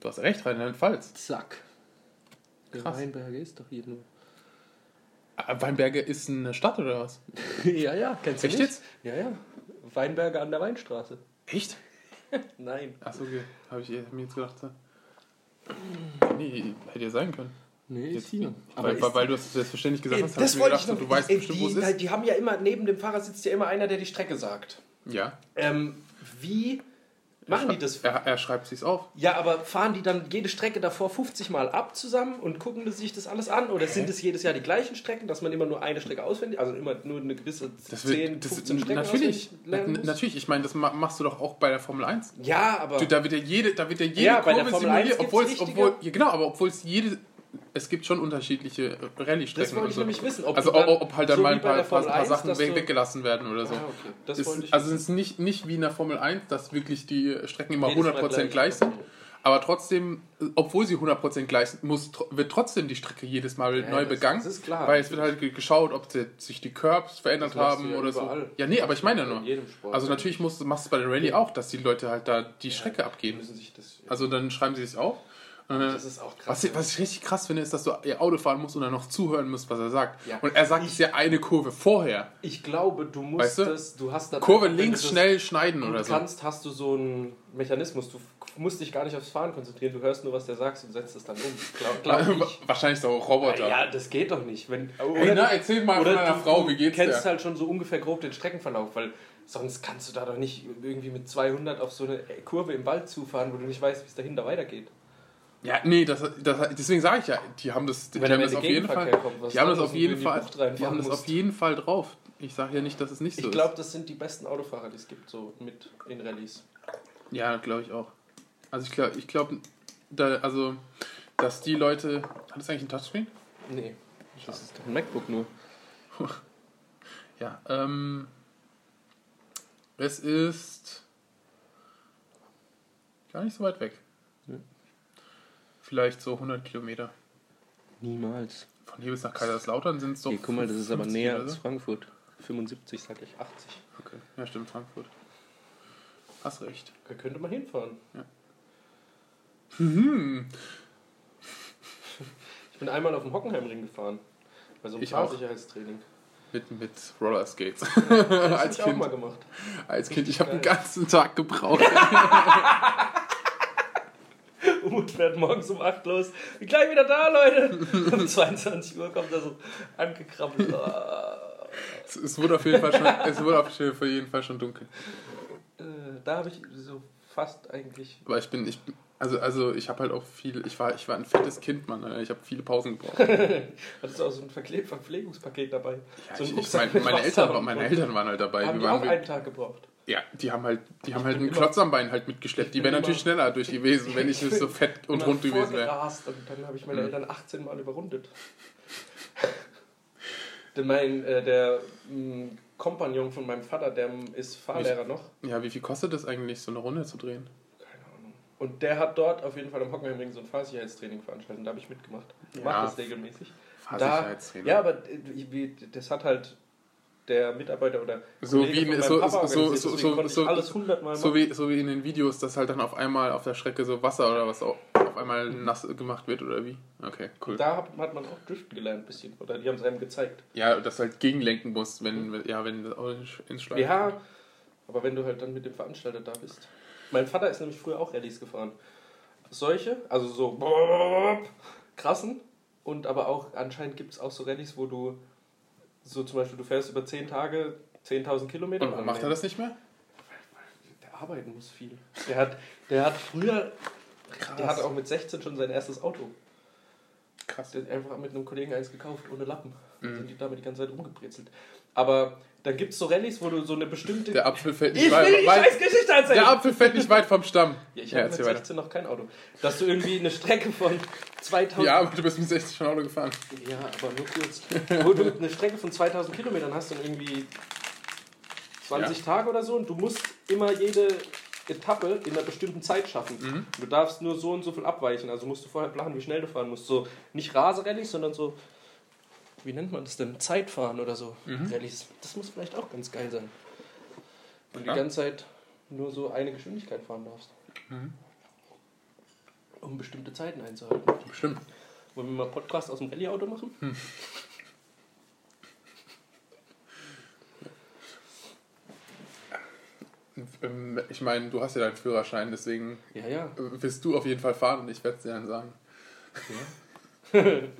[SPEAKER 2] Du hast recht, Rheinland-Pfalz.
[SPEAKER 1] Zack.
[SPEAKER 2] Krass.
[SPEAKER 1] Weinberge ist doch hier nur. *laughs*
[SPEAKER 2] Ah, Weinberge ist eine Stadt oder was?
[SPEAKER 1] ja, ja, kennst du
[SPEAKER 2] Echt
[SPEAKER 1] nicht?
[SPEAKER 2] jetzt?
[SPEAKER 1] Ja, ja. Weinberge an der Weinstraße.
[SPEAKER 2] Echt?
[SPEAKER 1] Nein.
[SPEAKER 2] Achso, okay. Habe ich eh- hab mir jetzt gedacht. so. Nee, hätte ja sein können.
[SPEAKER 1] Nee,
[SPEAKER 2] Jetzt,
[SPEAKER 1] Aber
[SPEAKER 2] weil,
[SPEAKER 1] ist
[SPEAKER 2] weil, weil du es selbstverständlich gesagt
[SPEAKER 1] Ey,
[SPEAKER 2] hast, hab
[SPEAKER 1] das
[SPEAKER 2] mir
[SPEAKER 1] wollte ich
[SPEAKER 2] gedacht,
[SPEAKER 1] noch.
[SPEAKER 2] du weißt
[SPEAKER 1] ey,
[SPEAKER 2] bestimmt, wo es
[SPEAKER 1] die, halt
[SPEAKER 2] ist.
[SPEAKER 1] die haben ja immer, neben dem Fahrer sitzt ja immer einer, der die Strecke sagt.
[SPEAKER 2] Ja.
[SPEAKER 1] Ähm, wie machen die das?
[SPEAKER 2] Er, er schreibt sich's auf.
[SPEAKER 1] Ja, aber fahren die dann jede Strecke davor 50 Mal ab zusammen und gucken sich das alles an? Oder sind es jedes Jahr die gleichen Strecken, dass man immer nur eine Strecke auswendig, also immer nur eine gewisse
[SPEAKER 2] Das
[SPEAKER 1] 10,
[SPEAKER 2] wird, das
[SPEAKER 1] 15 Strecken
[SPEAKER 2] natürlich,
[SPEAKER 1] auswendig
[SPEAKER 2] na,
[SPEAKER 1] lernen muss?
[SPEAKER 2] natürlich. Ich meine, das ma- machst du doch auch bei der Formel 1.
[SPEAKER 1] Ja, aber
[SPEAKER 2] Du, da wird ja jede, da wird ja jede
[SPEAKER 1] Ja, bei der
[SPEAKER 2] Kurve
[SPEAKER 1] Formel 1
[SPEAKER 2] simuliert,
[SPEAKER 1] gibt's
[SPEAKER 2] obwohl es,
[SPEAKER 1] richtige-
[SPEAKER 2] obwohl, ja, genau, aber obwohl es jede, es gibt schon unterschiedliche äh, Rallye-Strecken.
[SPEAKER 1] das wollte
[SPEAKER 2] und
[SPEAKER 1] ich
[SPEAKER 2] so.
[SPEAKER 1] nämlich wissen. Ob
[SPEAKER 2] also
[SPEAKER 1] du dann-
[SPEAKER 2] ob, ob halt dann
[SPEAKER 1] so
[SPEAKER 2] mal
[SPEAKER 1] wie
[SPEAKER 2] ein
[SPEAKER 1] bei
[SPEAKER 2] paar,
[SPEAKER 1] der
[SPEAKER 2] paar,
[SPEAKER 1] Formel
[SPEAKER 2] paar
[SPEAKER 1] 1,
[SPEAKER 2] Sachen
[SPEAKER 1] dass du-
[SPEAKER 2] we- weggelassen werden oder so.
[SPEAKER 1] Ah, okay. Das
[SPEAKER 2] ist,
[SPEAKER 1] wollte ich
[SPEAKER 2] also es ist nicht, nicht wie in der Formel 1, dass wirklich die Strecken immer
[SPEAKER 1] Jedes Mal
[SPEAKER 2] 100% gleich.
[SPEAKER 1] gleich
[SPEAKER 2] sind. Aber trotzdem, äh, obwohl sie 100% gleich sind, muss, tr- wird trotzdem die Strecke jedes Mal
[SPEAKER 1] Ja,
[SPEAKER 2] neu
[SPEAKER 1] das-
[SPEAKER 2] begangen.
[SPEAKER 1] das ist klar.
[SPEAKER 2] Weil es wird halt ge- geschaut, ob sie- sich die Curbs verändert
[SPEAKER 1] Das machst
[SPEAKER 2] haben
[SPEAKER 1] du ja
[SPEAKER 2] oder
[SPEAKER 1] überall.
[SPEAKER 2] so. Ja, nee, aber ich meine ja nur.
[SPEAKER 1] In jedem Sport.
[SPEAKER 2] Also natürlich musst, machst du es bei der Rallye auch, dass die Leute halt da die Strecke
[SPEAKER 1] Die
[SPEAKER 2] abgeben.
[SPEAKER 1] müssen sich das,
[SPEAKER 2] Also dann schreiben sie es auf. Und dann-
[SPEAKER 1] das ist auch krass.
[SPEAKER 2] was, ich- was ich richtig krass finde, ist, dass du ihr Auto fahren musst und dann noch zuhören musst, was er sagt.
[SPEAKER 1] Ja.
[SPEAKER 2] Und er sagt es ja eine Kurve vorher.
[SPEAKER 1] ich glaube, du musst
[SPEAKER 2] Weißt du?
[SPEAKER 1] das, du hast da
[SPEAKER 2] Kurve
[SPEAKER 1] wenn du
[SPEAKER 2] links
[SPEAKER 1] das
[SPEAKER 2] schnell schneiden
[SPEAKER 1] gut
[SPEAKER 2] oder so.
[SPEAKER 1] kannst, hast du so einen Mechanismus. Du musst dich gar nicht aufs Fahren konzentrieren, du hörst nur, was der sagt und setzt es dann um. Glaub,
[SPEAKER 2] *laughs*
[SPEAKER 1] glaub ich.
[SPEAKER 2] Wahrscheinlich so Roboter. Oh,
[SPEAKER 1] Ja, das geht doch nicht. Wenn, oder,
[SPEAKER 2] Hey, na, erzähl mal
[SPEAKER 1] oder
[SPEAKER 2] von deiner
[SPEAKER 1] du,
[SPEAKER 2] Frau,
[SPEAKER 1] du
[SPEAKER 2] wie geht's
[SPEAKER 1] kennst
[SPEAKER 2] dir?
[SPEAKER 1] halt schon so ungefähr grob den Streckenverlauf, weil sonst kannst du da doch nicht irgendwie mit 200 auf so eine Kurve im Wald zufahren, wo du nicht weißt, wie es dahin da weitergeht.
[SPEAKER 2] Ja, nee, das, das, deswegen sage ich ja, die haben das, die
[SPEAKER 1] Wenn
[SPEAKER 2] haben
[SPEAKER 1] der
[SPEAKER 2] das auf jeden
[SPEAKER 1] Gegenverkehr
[SPEAKER 2] Fall,
[SPEAKER 1] kommt, was
[SPEAKER 2] die haben das
[SPEAKER 1] anderes,
[SPEAKER 2] auf
[SPEAKER 1] wenn du in
[SPEAKER 2] jeden
[SPEAKER 1] die
[SPEAKER 2] Fall,
[SPEAKER 1] Bucht
[SPEAKER 2] die
[SPEAKER 1] reinfahren
[SPEAKER 2] haben das auf
[SPEAKER 1] musst.
[SPEAKER 2] jeden Fall drauf. Ich sage ja nicht, dass es nicht so
[SPEAKER 1] Ich glaube, das sind die besten Autofahrer, die es gibt, so mit in Rallyes.
[SPEAKER 2] ist. Ja, glaube ich auch. Also ich glaube, ich glaube, da, also, dass die Leute, hat das eigentlich ein Touchscreen?
[SPEAKER 1] Nee. Das ist doch ein MacBook nur.
[SPEAKER 2] Ja, ähm, es ist gar nicht so weit weg.
[SPEAKER 1] Nee.
[SPEAKER 2] Vielleicht so 100 Kilometer.
[SPEAKER 1] Niemals.
[SPEAKER 2] Von hier bis nach Kaiserslautern sind es doch.
[SPEAKER 1] Hier, guck mal, das ist aber
[SPEAKER 2] 50
[SPEAKER 1] näher
[SPEAKER 2] oder
[SPEAKER 1] als
[SPEAKER 2] so.
[SPEAKER 1] Frankfurt. 75, sag ich 80.
[SPEAKER 2] Okay. Ja, stimmt, Frankfurt. Hast recht.
[SPEAKER 1] Da könnte man hinfahren.
[SPEAKER 2] Mhm.
[SPEAKER 1] Ich bin einmal auf dem Hockenheimring gefahren. Bei so einem
[SPEAKER 2] Ich
[SPEAKER 1] Fahrsicherheitstraining.
[SPEAKER 2] Mit, mit Roller Skates.
[SPEAKER 1] Das hab
[SPEAKER 2] als,
[SPEAKER 1] ich auch mal
[SPEAKER 2] kind,
[SPEAKER 1] gemacht. *laughs*
[SPEAKER 2] als Kind, ich habe den
[SPEAKER 1] geil.
[SPEAKER 2] ganzen Tag gebraucht.
[SPEAKER 1] Umut fährt morgens um 8 los. Bin gleich wieder da, Leute. *laughs* Um 22 Uhr kommt er so angekrabbelt. Ah.
[SPEAKER 2] es, es wurde auf jeden Fall schon, es wurde auf jeden Fall schon dunkel.
[SPEAKER 1] Äh, da habe ich so fast eigentlich.
[SPEAKER 2] Aber ich bin, ich, bin- also, also ich habe halt auch viel, ich war, ich war ein fettes Kind, Mann. Alter. Ich habe viele Pausen gebraucht.
[SPEAKER 1] Hattest du auch so ein Verkle- Verpflegungspaket dabei? so ein
[SPEAKER 2] ich, ich,
[SPEAKER 1] Rucksack
[SPEAKER 2] mein,
[SPEAKER 1] mit
[SPEAKER 2] meine,
[SPEAKER 1] Wasser
[SPEAKER 2] Eltern,
[SPEAKER 1] und-
[SPEAKER 2] waren- meine Eltern waren halt dabei.
[SPEAKER 1] Haben
[SPEAKER 2] Wir
[SPEAKER 1] die auch
[SPEAKER 2] waren,
[SPEAKER 1] einen Tag gebraucht.
[SPEAKER 2] ja, die haben halt, die haben halt
[SPEAKER 1] bin
[SPEAKER 2] einen
[SPEAKER 1] immer-
[SPEAKER 2] Klotz am Bein halt mitgeschleppt. Die wären
[SPEAKER 1] bin
[SPEAKER 2] natürlich
[SPEAKER 1] immer-
[SPEAKER 2] schneller durch gewesen,
[SPEAKER 1] *laughs*
[SPEAKER 2] wenn ich nicht so fett und
[SPEAKER 1] Immer
[SPEAKER 2] rund gewesen wäre.
[SPEAKER 1] vorgerast Und dann habe ich meine
[SPEAKER 2] Mhm.
[SPEAKER 1] Eltern 18 Mal überrundet. *laughs* Denn mein, äh, der mh, Kompagnon von meinem Vater, der mh, ist Fahrlehrer noch.
[SPEAKER 2] Ja, wie viel kostet das eigentlich, so eine Runde zu drehen?
[SPEAKER 1] Keine Ahnung. Und der hat dort auf jeden Fall am Hockenheimring so ein Fahrsicherheitstraining veranstaltet. Da habe ich mitgemacht. Ich
[SPEAKER 2] Ja.
[SPEAKER 1] mache das regelmäßig. Da,
[SPEAKER 2] Fahrsicherheitstraining.
[SPEAKER 1] ja, aber äh, wie- das hat halt der Mitarbeiter oder
[SPEAKER 2] So
[SPEAKER 1] Kollege
[SPEAKER 2] wie-
[SPEAKER 1] von meinem
[SPEAKER 2] so-
[SPEAKER 1] Papa
[SPEAKER 2] so-
[SPEAKER 1] organisiert.
[SPEAKER 2] so- so-
[SPEAKER 1] Deswegen konnte
[SPEAKER 2] so-
[SPEAKER 1] ich alles hundertmal
[SPEAKER 2] So wie, so wie in den Videos, dass halt dann auf einmal auf der Strecke so Wasser oder was auch auf einmal nass gemacht wird oder wie? Okay, cool.
[SPEAKER 1] Da hat, hat man auch driften gelernt ein bisschen. Oder die haben es einem gezeigt.
[SPEAKER 2] Ja, dass du halt gegenlenken musst, wenn, ja, wenn das Auto ins- ins Schlag
[SPEAKER 1] Ja, aber wenn du halt dann mit dem Veranstalter da bist. Mein Vater ist nämlich früher auch Rallyes gefahren. Solche, also so krassen. Und aber auch, anscheinend gibt es auch so Rallyes, wo du so zum Beispiel, du fährst über 10 Tage 10.000 Kilometer.
[SPEAKER 2] Und warum macht er das nicht mehr?
[SPEAKER 1] Der arbeiten muss viel. Der hat, der hat früher, der hatte auch mit 16 schon sein erstes Auto.
[SPEAKER 2] krass.
[SPEAKER 1] Der hat einfach mit einem Kollegen eins gekauft, ohne Lappen.
[SPEAKER 2] Mhm.
[SPEAKER 1] Sind die damit die ganze Zeit rumgebrezelt. Aber dann gibt es so Rallyes, wo du so eine bestimmte.
[SPEAKER 2] Der Apfel fällt nicht
[SPEAKER 1] ich will die
[SPEAKER 2] weit.
[SPEAKER 1] scheiß Geschichte erzählen!
[SPEAKER 2] Der Apfel fällt nicht weit vom Stamm.
[SPEAKER 1] Ja, ich
[SPEAKER 2] Ja,
[SPEAKER 1] habe mit
[SPEAKER 2] erzähl weiter.
[SPEAKER 1] 16 noch kein Auto. Dass du irgendwie eine Strecke von 2000...
[SPEAKER 2] Ja, aber du bist mit 60 schon Auto gefahren.
[SPEAKER 1] Ja, aber nur kurz. Wo du eine Strecke von 2000 Kilometern hast und irgendwie 20 Tage oder so und du musst immer jede Etappe in einer bestimmten Zeit schaffen.
[SPEAKER 2] Mhm.
[SPEAKER 1] Du darfst nur so und so viel abweichen. Also musst du vorher planen, wie schnell du fahren musst. So nicht Raserallys, sondern so... Wie nennt man das denn? Zeitfahren oder so.
[SPEAKER 2] Mhm.
[SPEAKER 1] Rallys. Das muss vielleicht auch ganz geil sein. Und
[SPEAKER 2] Ja.
[SPEAKER 1] die ganze Zeit nur so eine Geschwindigkeit fahren darfst.
[SPEAKER 2] Mhm.
[SPEAKER 1] Um bestimmte Zeiten einzuhalten.
[SPEAKER 2] Bestimmt.
[SPEAKER 1] Wollen wir mal Podcast aus dem Rallye-Auto machen?
[SPEAKER 2] Ähm, Ich meine, du hast ja deinen Führerschein, deswegen
[SPEAKER 1] Ja, ja.
[SPEAKER 2] äh, wirst du auf jeden Fall fahren und ich werde es dir dann sagen. *laughs*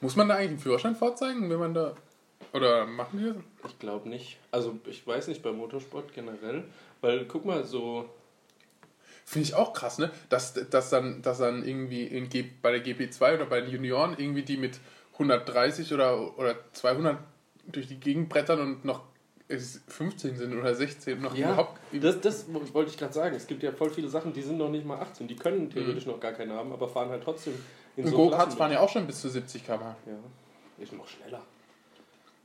[SPEAKER 2] Muss man da eigentlich einen Führerschein vorzeigen, wenn man da. Oder machen die das?
[SPEAKER 1] Ich glaube nicht. Also ich weiß nicht bei Motorsport generell, weil guck mal so.
[SPEAKER 2] Finde ich auch krass, ne? Dass, dass, dann, dass dann irgendwie in G, bei der GP2 oder bei den Junioren irgendwie die mit 130 oder, oder 200 durch die Gegend brettern und noch es 15 sind oder 16 und noch überhaupt.
[SPEAKER 1] das, das wollte ich gerade sagen. Es gibt ja voll viele Sachen, die sind noch nicht mal 18. Die können theoretisch noch gar keinen haben, aber fahren halt trotzdem in
[SPEAKER 2] Und
[SPEAKER 1] so ne?
[SPEAKER 2] Go-Karts
[SPEAKER 1] Klassen
[SPEAKER 2] fahren ja auch schon bis zu 70 km/h.
[SPEAKER 1] mit. Ja. Ist noch schneller.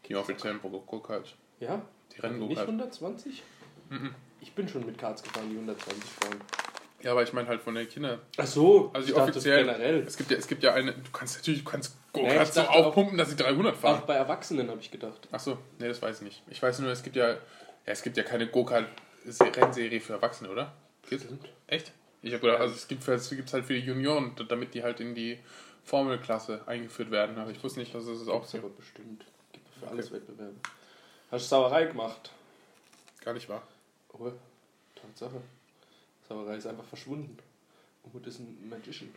[SPEAKER 2] Die offiziellen Go-Karts.
[SPEAKER 1] Ja?
[SPEAKER 2] Die rennen Mhm.
[SPEAKER 1] Nicht
[SPEAKER 2] Go-Kart.
[SPEAKER 1] 120? Ich bin schon mit Karts gefahren, die 120 fahren.
[SPEAKER 2] Ja, aber ich meine halt von den Kindern.
[SPEAKER 1] Ach so,
[SPEAKER 2] Also
[SPEAKER 1] ich
[SPEAKER 2] die
[SPEAKER 1] dachte
[SPEAKER 2] offiziellen.
[SPEAKER 1] generell.
[SPEAKER 2] Es gibt ja, es gibt ja eine. Du kannst natürlich, du kannst
[SPEAKER 1] Nee, ich
[SPEAKER 2] Go-Karts so
[SPEAKER 1] dachte auch- Ah.
[SPEAKER 2] aufpumpen, dass sie 300 fahren.
[SPEAKER 1] Auch bei Erwachsenen habe ich gedacht.
[SPEAKER 2] Ach so, nee, das weiß ich nicht. Ich weiß nur, es gibt ja, ja es gibt ja keine Go-Kart-Rennserie für Erwachsene, oder? Gibt's?
[SPEAKER 1] Stimmt.
[SPEAKER 2] Echt? Ich habe gedacht, also es gibt es gibt's halt für die Junioren, d- damit die halt in die Formelklasse eingeführt werden. Aber ich wusste nicht, dass es das auch
[SPEAKER 1] Gibt's
[SPEAKER 2] so
[SPEAKER 1] aber bestimmt. Gibt für alles Wettbewerbe. Hast du Sauerei gemacht?
[SPEAKER 2] gar nicht war.
[SPEAKER 1] Oh, Tatsache. Sauerei ist einfach verschwunden. Umut ist ein Magician.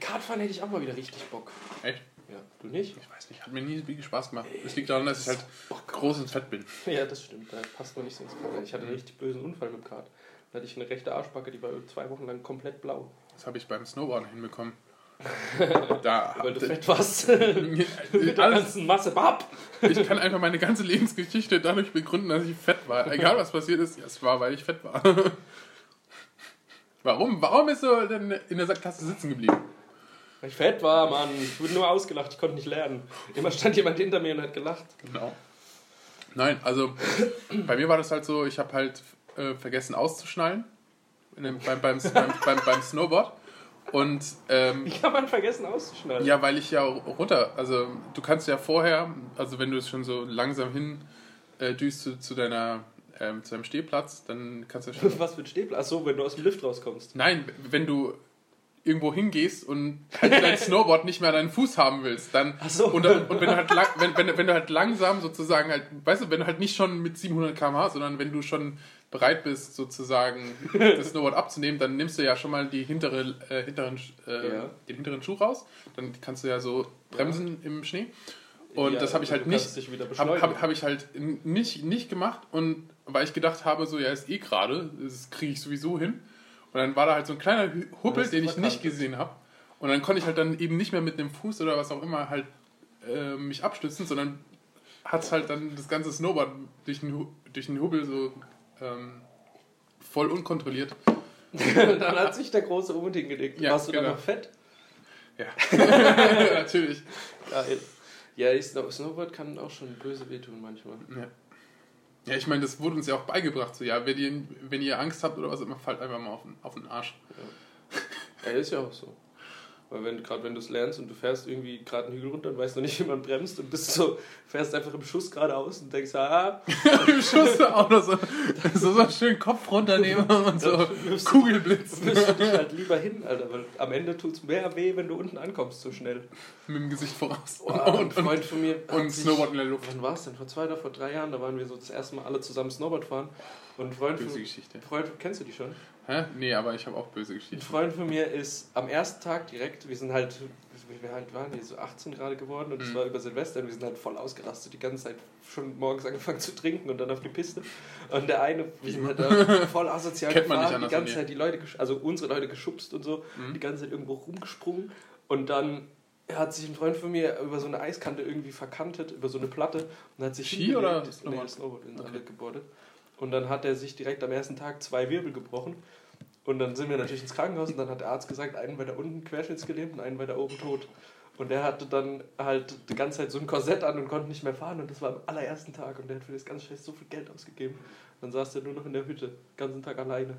[SPEAKER 1] Kartfahren hätte ich auch mal wieder richtig Bock.
[SPEAKER 2] Echt?
[SPEAKER 1] Ja, du nicht?
[SPEAKER 2] Ich weiß nicht, hat mir nie so viel Spaß gemacht. Es liegt daran, dass ich halt groß und fett bin.
[SPEAKER 1] Ja, das stimmt. Da passt man nicht so ins Kart. rein. Ich
[SPEAKER 2] Mhm.
[SPEAKER 1] hatte einen richtig bösen Unfall mit dem Kart. Da hatte ich eine rechte Arschbacke, die war zwei Wochen lang komplett blau.
[SPEAKER 2] Das habe ich beim Snowboarden
[SPEAKER 1] *laughs*
[SPEAKER 2] hinbekommen. Da.
[SPEAKER 1] Weil du fett
[SPEAKER 2] *laughs*
[SPEAKER 1] warst. Mit der
[SPEAKER 2] Ah, Alles,
[SPEAKER 1] ganzen Masse. Bap!
[SPEAKER 2] ich kann einfach meine ganze Lebensgeschichte dadurch begründen, dass ich fett war. Egal was passiert ist, es war, weil ich fett war. *laughs* Warum? Warum bist du denn in der Klasse sitzen geblieben?
[SPEAKER 1] Weil ich fett war, Mann. Ich wurde nur ausgelacht. Ich konnte nicht lernen. Immer stand jemand hinter mir und hat gelacht.
[SPEAKER 2] Genau. Nein, also bei mir war das halt so, ich habe halt äh, vergessen auszuschnallen in dem, beim, beim, beim, beim, beim Snowboard. Und ähm,
[SPEAKER 1] Die kann man halt vergessen auszuschneiden.
[SPEAKER 2] ja, weil ich ja runter, also du kannst ja vorher, also wenn du es schon so langsam hin äh, düst zu, zu deiner ähm, zu deinem Stehplatz, dann kannst du ja schon
[SPEAKER 1] *laughs* Was für ein Stehplatz? Achso, wenn du aus dem Lift rauskommst.
[SPEAKER 2] Nein, wenn du irgendwo hingehst und halt dein
[SPEAKER 1] *laughs*
[SPEAKER 2] Snowboard nicht mehr an deinen Fuß haben willst, dann
[SPEAKER 1] Ach so.
[SPEAKER 2] und, und wenn, du halt lang, wenn, wenn, wenn du halt langsam sozusagen halt, weißt du, wenn du halt nicht schon mit 700 km/h, sondern wenn du schon bereit bist sozusagen
[SPEAKER 1] *laughs*
[SPEAKER 2] das Snowboard abzunehmen, dann nimmst du ja schon mal die hintere, äh, hinteren, äh,
[SPEAKER 1] Ja.
[SPEAKER 2] den hinteren Schuh raus, dann kannst du ja so bremsen im Schnee und
[SPEAKER 1] Ja, also
[SPEAKER 2] das habe ich halt
[SPEAKER 1] du
[SPEAKER 2] nicht
[SPEAKER 1] kannst dich wieder
[SPEAKER 2] habe
[SPEAKER 1] beschleunigen.
[SPEAKER 2] hab,
[SPEAKER 1] *laughs*
[SPEAKER 2] hab ich halt n- nicht, nicht gemacht und weil ich gedacht habe, so ja, ist eh gerade, das kriege ich sowieso hin. Und dann war da halt so ein kleiner Hü-
[SPEAKER 1] Das
[SPEAKER 2] Huppel,
[SPEAKER 1] ist
[SPEAKER 2] den ich nicht
[SPEAKER 1] verkantet.
[SPEAKER 2] gesehen habe. Und dann konnte ich halt dann eben nicht mehr mit einem Fuß oder was auch immer halt äh, mich abstützen, sondern hat es halt dann das ganze Snowboard durch den, Hu- durch den Hubbel so ähm, voll
[SPEAKER 1] *laughs*
[SPEAKER 2] unkontrolliert. *laughs*
[SPEAKER 1] dann hat sich der Große unbedingt hingelegt.
[SPEAKER 2] Ja,
[SPEAKER 1] Warst du
[SPEAKER 2] genau.
[SPEAKER 1] dann noch fett?
[SPEAKER 2] Ja, natürlich.
[SPEAKER 1] Geil. Ja, ich, Snow- Snowboard kann auch schon böse wehtun manchmal.
[SPEAKER 2] Ja. Ja, ich meine, das wurde uns ja auch beigebracht. So, ja, wenn ihr, wenn ihr Angst habt oder was immer, fallt einfach mal auf den, auf den Arsch.
[SPEAKER 1] Ja, ist ja auch so. Weil wenn, gerade wenn du es lernst und du fährst irgendwie gerade einen Hügel runter und weißt noch nicht, wie man bremst und bist so, fährst einfach im Schuss geradeaus und denkst, ah,
[SPEAKER 2] *laughs* Im Schuss auch noch so, so, so schön Kopf runternehmen *laughs* und so Kugelblitz mit
[SPEAKER 1] wirst du dich halt lieber hin, Alter. Weil am Ende tut es mehr weh, wenn du unten ankommst so schnell.
[SPEAKER 2] dem Gesicht voraus.
[SPEAKER 1] Boah, ein
[SPEAKER 2] und, und,
[SPEAKER 1] Freund von mir hat
[SPEAKER 2] und
[SPEAKER 1] sich-
[SPEAKER 2] Snowboard in der Luft.
[SPEAKER 1] Wann war es denn? Vor zwei oder vor drei Jahren, da waren wir so das erste Mal alle zusammen Snowboard fahren. Und ein Freund
[SPEAKER 2] Böse
[SPEAKER 1] von,
[SPEAKER 2] Geschichte.
[SPEAKER 1] Freund, kennst du die schon?
[SPEAKER 2] Hä? Nee, aber ich habe auch böse
[SPEAKER 1] Ein
[SPEAKER 2] Geschichten.
[SPEAKER 1] Freund von mir ist am ersten Tag direkt, wir sind halt, wir halt waren hier so 18 gerade geworden und es
[SPEAKER 2] Mhm.
[SPEAKER 1] war über Silvester und wir sind halt voll ausgerastet, die ganze Zeit schon morgens angefangen zu trinken und dann auf die Piste. Und der eine, wir sind halt da voll asozial
[SPEAKER 2] Kennt man nicht
[SPEAKER 1] gefahren,
[SPEAKER 2] anders
[SPEAKER 1] die ganze
[SPEAKER 2] von dir.
[SPEAKER 1] Zeit die Leute, gesch- also unsere Leute geschubst und so,
[SPEAKER 2] Mhm.
[SPEAKER 1] die ganze Zeit irgendwo rumgesprungen und dann hat sich ein Freund von mir über so eine Eiskante irgendwie verkantet, über so eine Platte und hat sich
[SPEAKER 2] Ski
[SPEAKER 1] hingelegt.
[SPEAKER 2] oder
[SPEAKER 1] Nee,
[SPEAKER 2] Snowboard?
[SPEAKER 1] Snowboard in
[SPEAKER 2] Okay.
[SPEAKER 1] alle gebordet. Und dann hat er sich direkt am ersten Tag zwei Wirbel gebrochen. Und dann sind wir natürlich ins Krankenhaus und dann hat der Arzt gesagt, einen weiter unten querschnittsgelähmt und einen weiter oben tot. Und der hatte dann halt die ganze Zeit so ein Korsett an und konnte nicht mehr fahren. Und das war am allerersten Tag. Und der hat für das ganze Scheiß so viel Geld ausgegeben. Und dann saß der nur noch in der Hütte, den ganzen Tag alleine.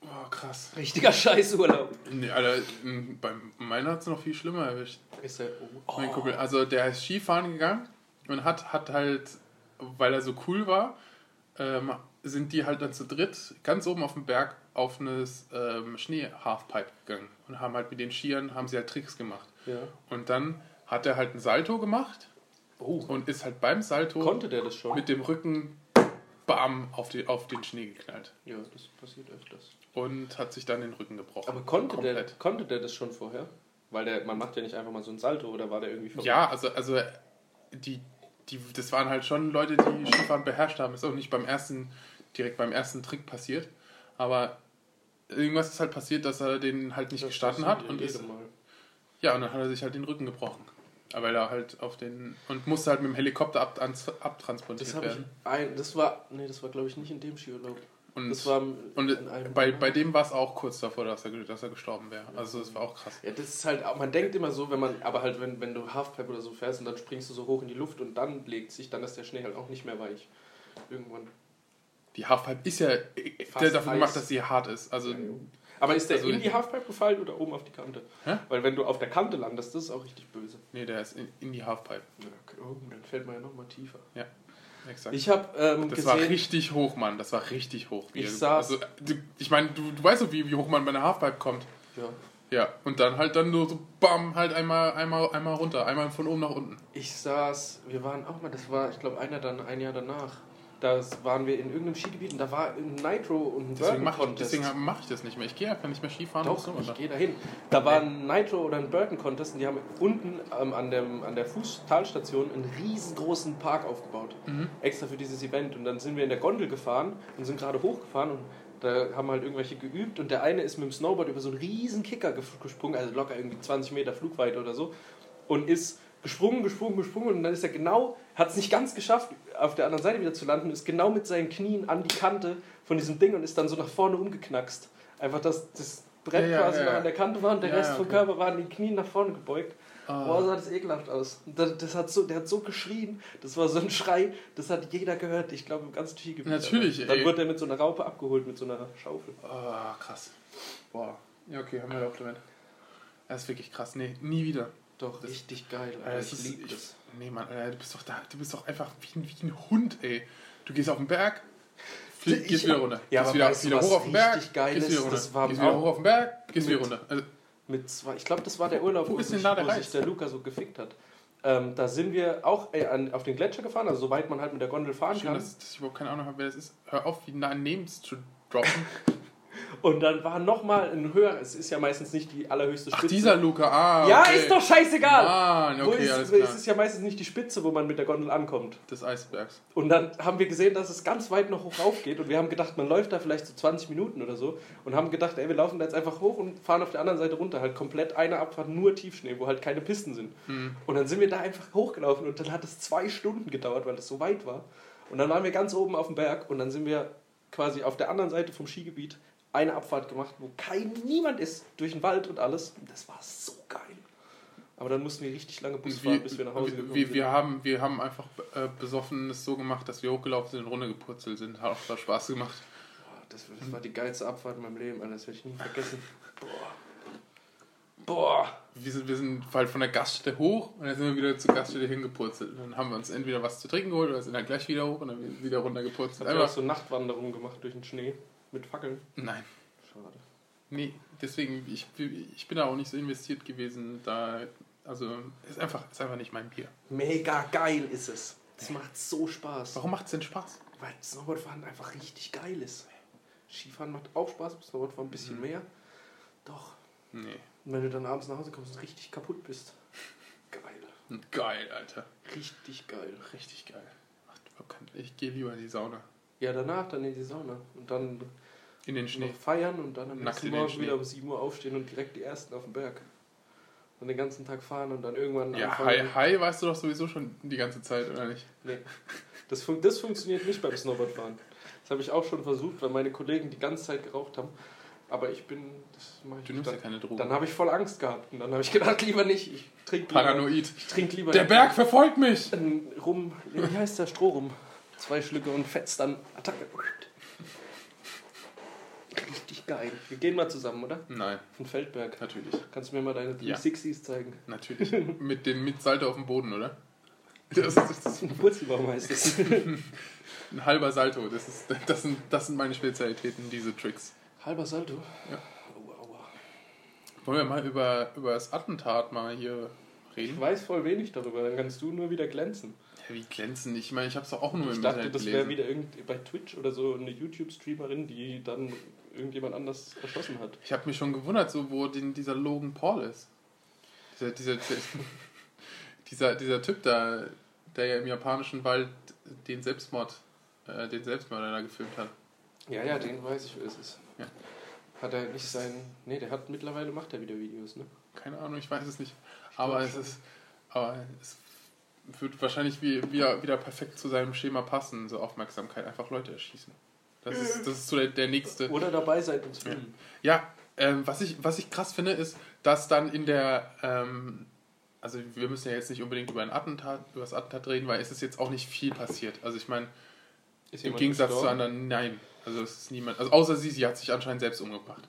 [SPEAKER 2] Boah, krass.
[SPEAKER 1] Richtiger Scheißurlaub.
[SPEAKER 2] Nee, Alter, m, bei meiner hat es noch viel schlimmer erwischt.
[SPEAKER 1] Ist der, oh.
[SPEAKER 2] Mein Kumpel, also der ist Skifahren gegangen und hat, hat halt, weil er so cool war, ähm, sind die halt dann zu dritt ganz oben auf dem Berg auf eine ähm, Schnee-Halfpipe gegangen und haben halt mit den Skiern, haben sie halt Tricks gemacht.
[SPEAKER 1] Ja.
[SPEAKER 2] Und dann hat er halt einen Salto gemacht
[SPEAKER 1] Oh.
[SPEAKER 2] und ist halt beim Salto
[SPEAKER 1] Konnte der das schon?
[SPEAKER 2] mit dem Rücken bam auf, die, auf den Schnee geknallt
[SPEAKER 1] ja, das passiert öfters.
[SPEAKER 2] und hat sich dann den Rücken gebrochen.
[SPEAKER 1] Aber konnte der,
[SPEAKER 2] Komplett.
[SPEAKER 1] konnte der das schon vorher? Weil der, man macht ja nicht einfach mal so ein Salto oder war der irgendwie verrückt?
[SPEAKER 2] Ja, also, also die, die, das waren halt schon Leute, die Skifahren beherrscht haben. Ist auch nicht beim ersten, direkt beim ersten Trick passiert. Aber irgendwas ist halt passiert, dass er den halt nicht
[SPEAKER 1] Das
[SPEAKER 2] gestanden
[SPEAKER 1] passiert
[SPEAKER 2] hat.
[SPEAKER 1] ja
[SPEAKER 2] Und
[SPEAKER 1] jedem
[SPEAKER 2] ist,
[SPEAKER 1] Mal.
[SPEAKER 2] ja, und dann hat er sich halt den Rücken gebrochen. Aber er halt auf den. Und musste halt mit dem Helikopter ab, ans, abtransportiert
[SPEAKER 1] Das habe ich.
[SPEAKER 2] werden.
[SPEAKER 1] Ein, das war. Nee, das war glaube ich nicht in dem Skiurlaub.
[SPEAKER 2] Und,
[SPEAKER 1] Das war. in
[SPEAKER 2] und
[SPEAKER 1] einem-
[SPEAKER 2] bei, bei dem war es auch kurz davor, dass er, ge- dass er gestorben wäre. Also das war auch krass.
[SPEAKER 1] Ja, das ist halt. auch- Man denkt immer so, wenn man. Aber halt, wenn, wenn du Halfpipe oder so fährst und dann springst du so hoch in die Luft und dann legt sich, dann ist der Schnee halt auch nicht mehr weich. Irgendwann.
[SPEAKER 2] Die Halfpipe ist ja äh,
[SPEAKER 1] Fast
[SPEAKER 2] der dafür
[SPEAKER 1] heiß.
[SPEAKER 2] gemacht, dass sie hart ist. Also
[SPEAKER 1] Aber ist der
[SPEAKER 2] Also
[SPEAKER 1] in
[SPEAKER 2] ich-
[SPEAKER 1] die Halfpipe gefallen oder oben auf die Kante?
[SPEAKER 2] Hä?
[SPEAKER 1] Weil wenn du auf der Kante landest, das ist auch richtig böse.
[SPEAKER 2] nee, der ist in, in die Halfpipe.
[SPEAKER 1] Ja, okay. Oh, dann fällt man ja nochmal tiefer.
[SPEAKER 2] Exakt.
[SPEAKER 1] Ich habe ähm,
[SPEAKER 2] Das war
[SPEAKER 1] gesehen.
[SPEAKER 2] richtig hoch, Mann. Das war richtig hoch.
[SPEAKER 1] Ich
[SPEAKER 2] er-
[SPEAKER 1] saß-
[SPEAKER 2] also, du, ich meine, du, du weißt doch, wie, wie hoch man bei einer Halfpipe kommt.
[SPEAKER 1] Ja.
[SPEAKER 2] Ja, und dann halt dann nur so, bam, halt einmal, einmal, einmal runter. Einmal von oben nach unten.
[SPEAKER 1] Ich saß, wir waren auch mal, das war, ich glaube, einer dann ein Jahr danach. Da waren wir in irgendeinem Skigebiet und da war ein Nitro und ein
[SPEAKER 2] Deswegen
[SPEAKER 1] Bourbon
[SPEAKER 2] mache ich,
[SPEAKER 1] Contest.
[SPEAKER 2] deswegen mach ich das nicht mehr. Ich gehe einfach nicht mehr Skifahren.
[SPEAKER 1] Doch,
[SPEAKER 2] und so
[SPEAKER 1] ich
[SPEAKER 2] weiter.
[SPEAKER 1] gehe dahin. Da war ein Nitro oder ein Burton Contest und die haben unten ähm, an, dem, an der Fußtalstation einen riesengroßen Park aufgebaut.
[SPEAKER 2] Mhm.
[SPEAKER 1] Extra für dieses Event. Und dann sind wir in der Gondel gefahren und sind gerade hochgefahren und da haben halt irgendwelche geübt und der eine ist mit dem Snowboard über so einen riesen Kicker gef- gesprungen, also locker irgendwie 20 Meter Flugweite oder so und ist gesprungen, gesprungen, gesprungen und dann ist er genau, hat es nicht ganz geschafft, auf der anderen Seite wieder zu landen, ist genau mit seinen Knien an die Kante von diesem Ding und ist dann so nach vorne umgeknackst. Einfach, dass das Brett
[SPEAKER 2] Ja, ja,
[SPEAKER 1] quasi
[SPEAKER 2] ja,
[SPEAKER 1] noch
[SPEAKER 2] ja.
[SPEAKER 1] an der Kante war und der
[SPEAKER 2] Ja,
[SPEAKER 1] Rest
[SPEAKER 2] ja,
[SPEAKER 1] vom
[SPEAKER 2] okay.
[SPEAKER 1] Körper war an den Knien nach vorne gebeugt.
[SPEAKER 2] Ah.
[SPEAKER 1] Boah, sah das ekelhaft aus. Und Das, das hat so, der hat so geschrien, das war so ein Schrei, das hat jeder gehört, ich glaube im ganzen Skigebiet.
[SPEAKER 2] Natürlich,
[SPEAKER 1] Dann
[SPEAKER 2] ey.
[SPEAKER 1] wird er mit so einer Raupe abgeholt, mit so einer Schaufel.
[SPEAKER 2] Ah, krass. Boah. Ja, okay, haben wir doch damit. Das ist wirklich krass. Nee, nie wieder.
[SPEAKER 1] Doch, richtig geil.
[SPEAKER 2] Alter, das ist- ich- Nee, Mann, Alter, du bist doch da, du bist doch einfach wie ein, wie ein Hund, ey. Du gehst auf den Berg, flieg,
[SPEAKER 1] Ich-
[SPEAKER 2] gehst wieder runter.
[SPEAKER 1] Ja,
[SPEAKER 2] gehst
[SPEAKER 1] aber
[SPEAKER 2] wieder,
[SPEAKER 1] weißt du,
[SPEAKER 2] wieder
[SPEAKER 1] was
[SPEAKER 2] hoch auf den Berg,
[SPEAKER 1] richtig geil
[SPEAKER 2] gehst wieder
[SPEAKER 1] ist?
[SPEAKER 2] runter.
[SPEAKER 1] Das war
[SPEAKER 2] gehst wieder
[SPEAKER 1] auch
[SPEAKER 2] hoch auf den Berg, gehst wieder
[SPEAKER 1] mit-
[SPEAKER 2] runter. Also,
[SPEAKER 1] Mit zwei, ich glaube, das war der Urlaub,
[SPEAKER 2] Wo ist denn da der
[SPEAKER 1] sich- wo sich
[SPEAKER 2] Reiz?
[SPEAKER 1] der Luca so gefickt hat. Ähm, da sind wir auch äh, an, auf den Gletscher gefahren, also soweit man halt mit der Gondel fahren
[SPEAKER 2] schön,
[SPEAKER 1] kann.
[SPEAKER 2] dass, dass ich überhaupt keine Ahnung habe, wer das ist. Hör auf, die Na- Names zu droppen.
[SPEAKER 1] Und dann war nochmal ein höherer, es ist ja meistens nicht die allerhöchste
[SPEAKER 2] Ach,
[SPEAKER 1] Spitze.
[SPEAKER 2] dieser Luca, ah,
[SPEAKER 1] Ja,
[SPEAKER 2] okay.
[SPEAKER 1] ist doch scheißegal!
[SPEAKER 2] Mann,
[SPEAKER 1] Wo
[SPEAKER 2] okay,
[SPEAKER 1] ist,
[SPEAKER 2] alles
[SPEAKER 1] es
[SPEAKER 2] klar.
[SPEAKER 1] ist ja meistens nicht die Spitze, wo man mit der Gondel ankommt.
[SPEAKER 2] Des Eisbergs.
[SPEAKER 1] Und dann haben wir gesehen, dass es ganz weit noch hoch rauf geht. Und wir haben gedacht, man läuft da vielleicht so 20 Minuten oder so. Und haben gedacht, ey, wir laufen da jetzt einfach hoch und fahren auf der anderen Seite runter. Halt komplett eine Abfahrt, nur Tiefschnee, wo halt keine Pisten sind. Und dann sind wir da einfach hochgelaufen. Und dann hat es zwei Stunden gedauert, weil das so weit war. Und dann waren wir ganz oben auf dem Berg. Und dann sind wir quasi auf der anderen Seite vom Skigebiet eine Abfahrt gemacht, wo kein, niemand ist, durch den Wald und alles. Und das war so geil. Aber dann mussten wir richtig lange Bus
[SPEAKER 2] Und
[SPEAKER 1] fahren,
[SPEAKER 2] wir,
[SPEAKER 1] bis wir nach Hause gekommen
[SPEAKER 2] wir,
[SPEAKER 1] sind.
[SPEAKER 2] wir, haben, wir haben einfach äh, besoffen es so gemacht, dass wir hochgelaufen sind und runtergepurzelt sind. Hat auch voll Spaß gemacht.
[SPEAKER 1] Das, das war die geilste Abfahrt in meinem Leben, Alter. Das werde ich nie vergessen. Boah. Boah.
[SPEAKER 2] Wir sind, wir sind halt von der Gaststätte hoch und dann sind wir wieder zur Gaststätte hingepurzelt. Und dann haben wir uns entweder was zu trinken geholt oder sind dann gleich wieder hoch und dann wieder runtergepurzelt.
[SPEAKER 1] Habt ihr auch
[SPEAKER 2] Einfach,
[SPEAKER 1] so Nachtwanderungen gemacht durch den Schnee mit Fackeln?
[SPEAKER 2] nein,
[SPEAKER 1] Schade.
[SPEAKER 2] nee, deswegen, ich, ich bin da auch nicht so investiert gewesen. Da, also, ist einfach, ist einfach nicht mein Bier.
[SPEAKER 1] Mega geil ist es. Das macht so Spaß.
[SPEAKER 2] Warum macht es denn Spaß?
[SPEAKER 1] Weil Snowboardfahren einfach richtig geil ist. Skifahren macht auch Spaß, Snowboardfahren ein bisschen mehr. Doch.
[SPEAKER 2] Nee.
[SPEAKER 1] Und wenn du dann abends nach Hause kommst und richtig kaputt bist. Geil.
[SPEAKER 2] Geil, Alter.
[SPEAKER 1] Richtig geil.
[SPEAKER 2] Richtig geil. Macht überhaupt keinen- Ich gehe lieber in die Sauna.
[SPEAKER 1] Ja, danach dann in die Sauna. Und dann
[SPEAKER 2] In den Schnee.
[SPEAKER 1] noch feiern und dann am
[SPEAKER 2] Nackt
[SPEAKER 1] nächsten
[SPEAKER 2] in den
[SPEAKER 1] Morgen
[SPEAKER 2] Schnee.
[SPEAKER 1] wieder um 7 Uhr aufstehen und direkt die ersten auf den Berg. Und den ganzen Tag fahren und dann irgendwann
[SPEAKER 2] Ja, hi,
[SPEAKER 1] anfangen.
[SPEAKER 2] hi warst du doch sowieso schon die ganze Zeit, oder nicht?
[SPEAKER 1] Nee. Das, fun das funktioniert nicht beim Snowboardfahren. Das habe ich auch schon versucht, weil meine Kollegen die ganze Zeit geraucht haben. Aber ich bin. Das mache ich
[SPEAKER 2] Du
[SPEAKER 1] nicht.
[SPEAKER 2] nimmst ja
[SPEAKER 1] Dann,
[SPEAKER 2] keine Drogen.
[SPEAKER 1] dann habe ich voll Angst gehabt. Und dann habe ich gedacht, lieber nicht. Ich trinke lieber,
[SPEAKER 2] Paranoid.
[SPEAKER 1] ich trink lieber
[SPEAKER 2] Der Berg verfolgt mich!
[SPEAKER 1] einen Rum. Wie heißt der Stroh rum? Zwei Schlücke und fetzt dann. Attacke. Richtig geil. Wir gehen mal zusammen, oder?
[SPEAKER 2] Nein,
[SPEAKER 1] Von Feldberg.
[SPEAKER 2] natürlich.
[SPEAKER 1] Kannst du mir mal deine
[SPEAKER 2] Ja.
[SPEAKER 1] 360s zeigen? *laughs*
[SPEAKER 2] Natürlich. Mit den mit Salto auf dem Boden, oder? Das ist, das ist
[SPEAKER 1] Ein Wurzelbaum heißt es. *laughs*
[SPEAKER 2] ein halber Salto. Das, ist, das, sind, das sind meine Spezialitäten, diese Tricks.
[SPEAKER 1] Halber Salto?
[SPEAKER 2] Ja.
[SPEAKER 1] Aua, aua.
[SPEAKER 2] Wollen wir mal über, über das Attentat mal hier
[SPEAKER 1] Ich
[SPEAKER 2] reden?
[SPEAKER 1] weiß voll wenig darüber, dann kannst du nur wieder glänzen.
[SPEAKER 2] Ja, wie glänzen? Ich meine, ich hab's doch auch nur
[SPEAKER 1] Ich
[SPEAKER 2] im
[SPEAKER 1] dachte,
[SPEAKER 2] Internet
[SPEAKER 1] das wäre
[SPEAKER 2] gelesen.
[SPEAKER 1] wieder irgend bei Twitch oder so eine YouTube-Streamerin, die dann irgendjemand anders erschossen hat.
[SPEAKER 2] Ich habe mich schon gewundert, so wo denn dieser Logan Paul ist. Dieser, dieser, *laughs* dieser, dieser Typ da, der ja im japanischen Wald den Selbstmord, äh, den Selbstmörder da gefilmt hat.
[SPEAKER 1] Ja, ja, den weiß ich, wer es ist.
[SPEAKER 2] Ja.
[SPEAKER 1] Hat er nicht sein. Ne, der hat mittlerweile macht er wieder Videos, ne?
[SPEAKER 2] Keine Ahnung, ich weiß es nicht. Aber es ist, aber es wird wahrscheinlich wie, wieder, wieder perfekt zu seinem Schema passen, so Aufmerksamkeit, einfach Leute erschießen. Das ist, das ist so der, der nächste.
[SPEAKER 1] Oder dabei seid und streamen.
[SPEAKER 2] Ja, ähm, was, ich, was ich krass finde, ist, dass dann in der, ähm, also wir müssen ja jetzt nicht unbedingt über ein Attentat, über das Attentat reden, weil es ist jetzt auch nicht viel passiert. Also ich meine,
[SPEAKER 1] Ist
[SPEAKER 2] im
[SPEAKER 1] jemand
[SPEAKER 2] Gegensatz zu
[SPEAKER 1] gestorben?
[SPEAKER 2] anderen, nein. Also es ist niemand, also außer sie, sie hat sich anscheinend selbst umgebracht.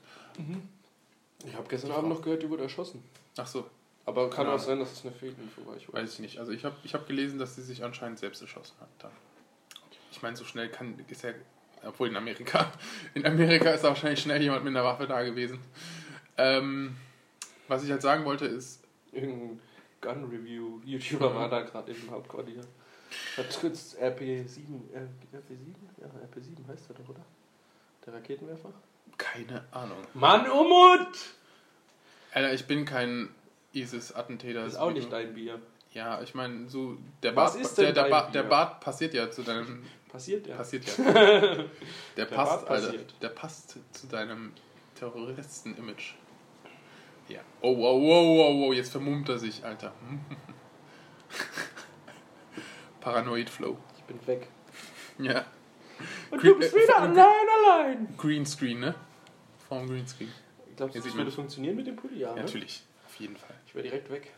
[SPEAKER 1] Ich habe gestern Abend noch gehört, die wurde erschossen.
[SPEAKER 2] Ach so,
[SPEAKER 1] Aber kann
[SPEAKER 2] Genau.
[SPEAKER 1] auch sein, dass es eine Fake-Info war. Ich weiß.
[SPEAKER 2] weiß ich nicht. Also ich habe ich hab gelesen, dass sie sich anscheinend selbst erschossen hat. Dann. Ich meine, so schnell kann, ist ja, obwohl in Amerika, *laughs* in Amerika ist da wahrscheinlich schnell jemand mit einer Waffe da gewesen. Ähm, was ich halt sagen wollte ist,
[SPEAKER 1] Irgendein Gun-Review-YouTuber war da gerade im Hauptquartier. Vertrittst RP7, äh, RP7? Ja, RP7 heißt er doch, oder? Der Raketenwerfer?
[SPEAKER 2] Keine Ahnung.
[SPEAKER 1] Mann, Umut!
[SPEAKER 2] Alter, ich bin kein ISIS-Attentäter.
[SPEAKER 1] Das ist auch nicht dein Bier.
[SPEAKER 2] Ja, ich meine, so der
[SPEAKER 1] Was
[SPEAKER 2] Bart,
[SPEAKER 1] ist
[SPEAKER 2] der,
[SPEAKER 1] denn
[SPEAKER 2] der,
[SPEAKER 1] dein
[SPEAKER 2] Bart, der
[SPEAKER 1] Bier?
[SPEAKER 2] Bart passiert ja zu deinem
[SPEAKER 1] Passiert *laughs* ja.
[SPEAKER 2] passiert
[SPEAKER 1] *laughs*
[SPEAKER 2] ja. Der, passt,
[SPEAKER 1] Bart
[SPEAKER 2] Alter.
[SPEAKER 1] passiert.
[SPEAKER 2] Der passt zu deinem Terroristen-Image. Ja. Oh, wow, wow, wow, wow, jetzt vermummt er sich, Alter. *laughs* Paranoid Flow.
[SPEAKER 1] Ich bin weg.
[SPEAKER 2] Ja.
[SPEAKER 1] Und
[SPEAKER 2] Creep-
[SPEAKER 1] du bist
[SPEAKER 2] äh,
[SPEAKER 1] wieder
[SPEAKER 2] fuck-
[SPEAKER 1] allein, allein!
[SPEAKER 2] Greenscreen, ne? Vom Greenscreen.
[SPEAKER 1] Glaubst du,
[SPEAKER 2] Ja, sieht
[SPEAKER 1] das
[SPEAKER 2] man.
[SPEAKER 1] würde funktionieren mit dem Pulli? Ja,
[SPEAKER 2] Ja,
[SPEAKER 1] ne?
[SPEAKER 2] natürlich. Auf jeden Fall.
[SPEAKER 1] Ich wäre direkt weg.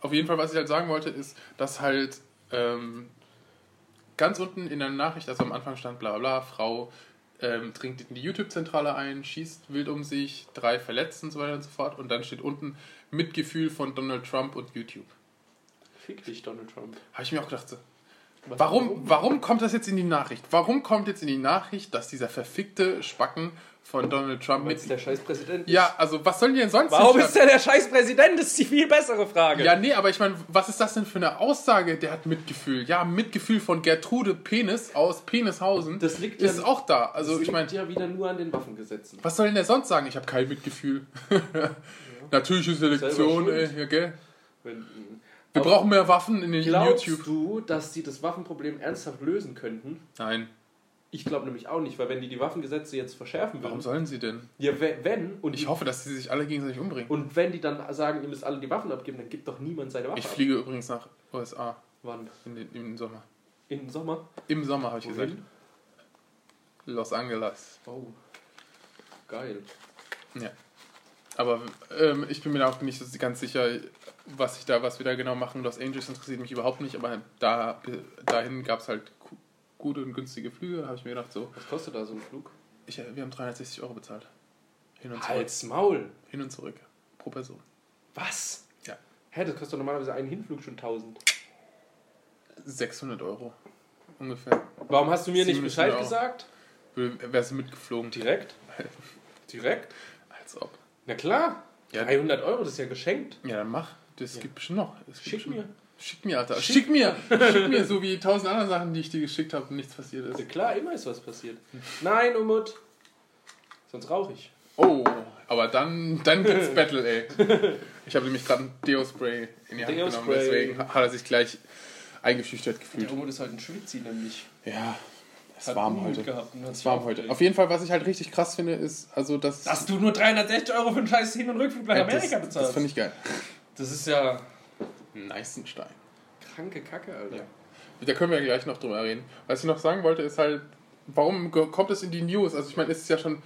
[SPEAKER 2] Auf jeden Fall, was ich halt sagen wollte, ist, dass halt ähm, ganz unten in der Nachricht, also am Anfang stand bla bla, Frau äh, ähm, dringt in die YouTube-Zentrale ein, schießt wild um sich, drei verletzt und so weiter und so fort. Und dann steht unten Mitgefühl von Donald Trump und YouTube.
[SPEAKER 1] Fick dich, Donald Trump.
[SPEAKER 2] Habe ich mir auch gedacht, so,
[SPEAKER 1] Was-
[SPEAKER 2] warum, warum kommt das jetzt in die Nachricht? Warum kommt jetzt in die Nachricht, dass dieser verfickte Spacken von Donald Trump
[SPEAKER 1] Weil es
[SPEAKER 2] mit.
[SPEAKER 1] der scheiß Präsident ist.
[SPEAKER 2] Ja, also was sollen die denn sonst
[SPEAKER 1] Warum
[SPEAKER 2] hinschreiben?
[SPEAKER 1] ist der der scheiß Präsident? Das ist die viel bessere Frage.
[SPEAKER 2] Ja, nee, aber ich meine, was ist das denn für eine Aussage? Der hat Mitgefühl. Ja, Mitgefühl von Gertrude Penis aus Penishausen
[SPEAKER 1] Das liegt ja-
[SPEAKER 2] ist auch da. Also
[SPEAKER 1] das
[SPEAKER 2] ich meine,
[SPEAKER 1] liegt ja wieder nur an den Waffengesetzen.
[SPEAKER 2] was soll denn der sonst sagen? Ich habe kein Mitgefühl. *laughs* Natürliche Selektion,
[SPEAKER 1] Selber
[SPEAKER 2] ey,
[SPEAKER 1] schuld.
[SPEAKER 2] ja, gell?
[SPEAKER 1] Wenn, äh,
[SPEAKER 2] Wir
[SPEAKER 1] Aber
[SPEAKER 2] brauchen mehr Waffen in den
[SPEAKER 1] glaubst
[SPEAKER 2] YouTube.
[SPEAKER 1] du, dass die das Waffenproblem ernsthaft lösen könnten?
[SPEAKER 2] Nein,
[SPEAKER 1] Ich glaube nämlich auch nicht, weil wenn die die Waffengesetze jetzt verschärfen
[SPEAKER 2] warum
[SPEAKER 1] würden,
[SPEAKER 2] sollen sie denn?
[SPEAKER 1] ja, we- wenn und
[SPEAKER 2] Ich hoffe, dass sie sich alle gegenseitig umbringen.
[SPEAKER 1] und wenn die dann sagen, ihr müsst alle die Waffen abgeben, dann gibt doch niemand seine Waffe
[SPEAKER 2] Ich
[SPEAKER 1] ab.
[SPEAKER 2] fliege übrigens nach USA
[SPEAKER 1] Wann?
[SPEAKER 2] in den, im Sommer.
[SPEAKER 1] Im Sommer?
[SPEAKER 2] Im Sommer habe ich gesagt.
[SPEAKER 1] Wohin?
[SPEAKER 2] Los Angeles.
[SPEAKER 1] Oh. Geil.
[SPEAKER 2] Ja. Aber ähm, ich bin mir da auch nicht so ganz sicher, was ich da, was wir da genau machen. Los Angeles interessiert mich überhaupt nicht, aber da, dahin gab es halt gu- gute und günstige Flüge. Da habe ich mir gedacht, so,
[SPEAKER 1] Was kostet da so ein Flug?
[SPEAKER 2] ich, wir haben 360 Euro bezahlt. Hin und zurück.
[SPEAKER 1] Hals, Maul.
[SPEAKER 2] Hin und zurück. Pro Person.
[SPEAKER 1] Was?
[SPEAKER 2] Ja.
[SPEAKER 1] Hä, das kostet doch normalerweise einen Hinflug schon 1000.
[SPEAKER 2] 600 Euro ungefähr.
[SPEAKER 1] Warum hast du mir nicht
[SPEAKER 2] Ziemlich
[SPEAKER 1] Bescheid
[SPEAKER 2] genau.
[SPEAKER 1] gesagt?
[SPEAKER 2] Wärst du mitgeflogen? *laughs*
[SPEAKER 1] Direkt? Direkt?
[SPEAKER 2] Als ob.
[SPEAKER 1] Na klar.
[SPEAKER 2] Ja.
[SPEAKER 1] 300 Euro, das ist ja geschenkt.
[SPEAKER 2] Ja, dann mach. Das
[SPEAKER 1] Ja.
[SPEAKER 2] gibt bestimmt noch. Es gibt
[SPEAKER 1] Schick
[SPEAKER 2] bestimmt-
[SPEAKER 1] mir.
[SPEAKER 2] Schick mir, Alter. Schick mir. Schick mir, so wie tausend andere Sachen, die ich dir geschickt habe und nichts passiert ist.
[SPEAKER 1] Also klar, immer ist was passiert. Nein, Umut. Sonst rauche ich.
[SPEAKER 2] Oh, aber dann, dann
[SPEAKER 1] *laughs*
[SPEAKER 2] gibt's Battle, ey. Ich habe nämlich gerade ein Deo-Spray in die Hand genommen,
[SPEAKER 1] Deo-Spray.
[SPEAKER 2] deswegen hat er sich gleich eingeschüchtert
[SPEAKER 1] Der
[SPEAKER 2] gefühlt.
[SPEAKER 1] Umut ist halt ein Schwitzi, nämlich.
[SPEAKER 2] Ja, es
[SPEAKER 1] Hat
[SPEAKER 2] ist warm
[SPEAKER 1] Unmut
[SPEAKER 2] heute.
[SPEAKER 1] Gehabt und hat
[SPEAKER 2] Es
[SPEAKER 1] sich
[SPEAKER 2] ist warm heute.
[SPEAKER 1] aufgeregt.
[SPEAKER 2] Auf jeden Fall, was ich halt richtig krass finde, ist, also dass
[SPEAKER 1] Dass du nur 360 Euro für einen scheiß Hin- und Rückflug nach
[SPEAKER 2] ja,
[SPEAKER 1] Amerika
[SPEAKER 2] das,
[SPEAKER 1] bezahlst.
[SPEAKER 2] das finde ich geil.
[SPEAKER 1] das ist ja
[SPEAKER 2] Neißenstein.
[SPEAKER 1] kranke Kacke, Alter.
[SPEAKER 2] Ja. Da können wir ja gleich noch drüber reden. Was ich noch sagen wollte, ist halt, warum ge- kommt es in die News? Also ich meine, es ist ja schon,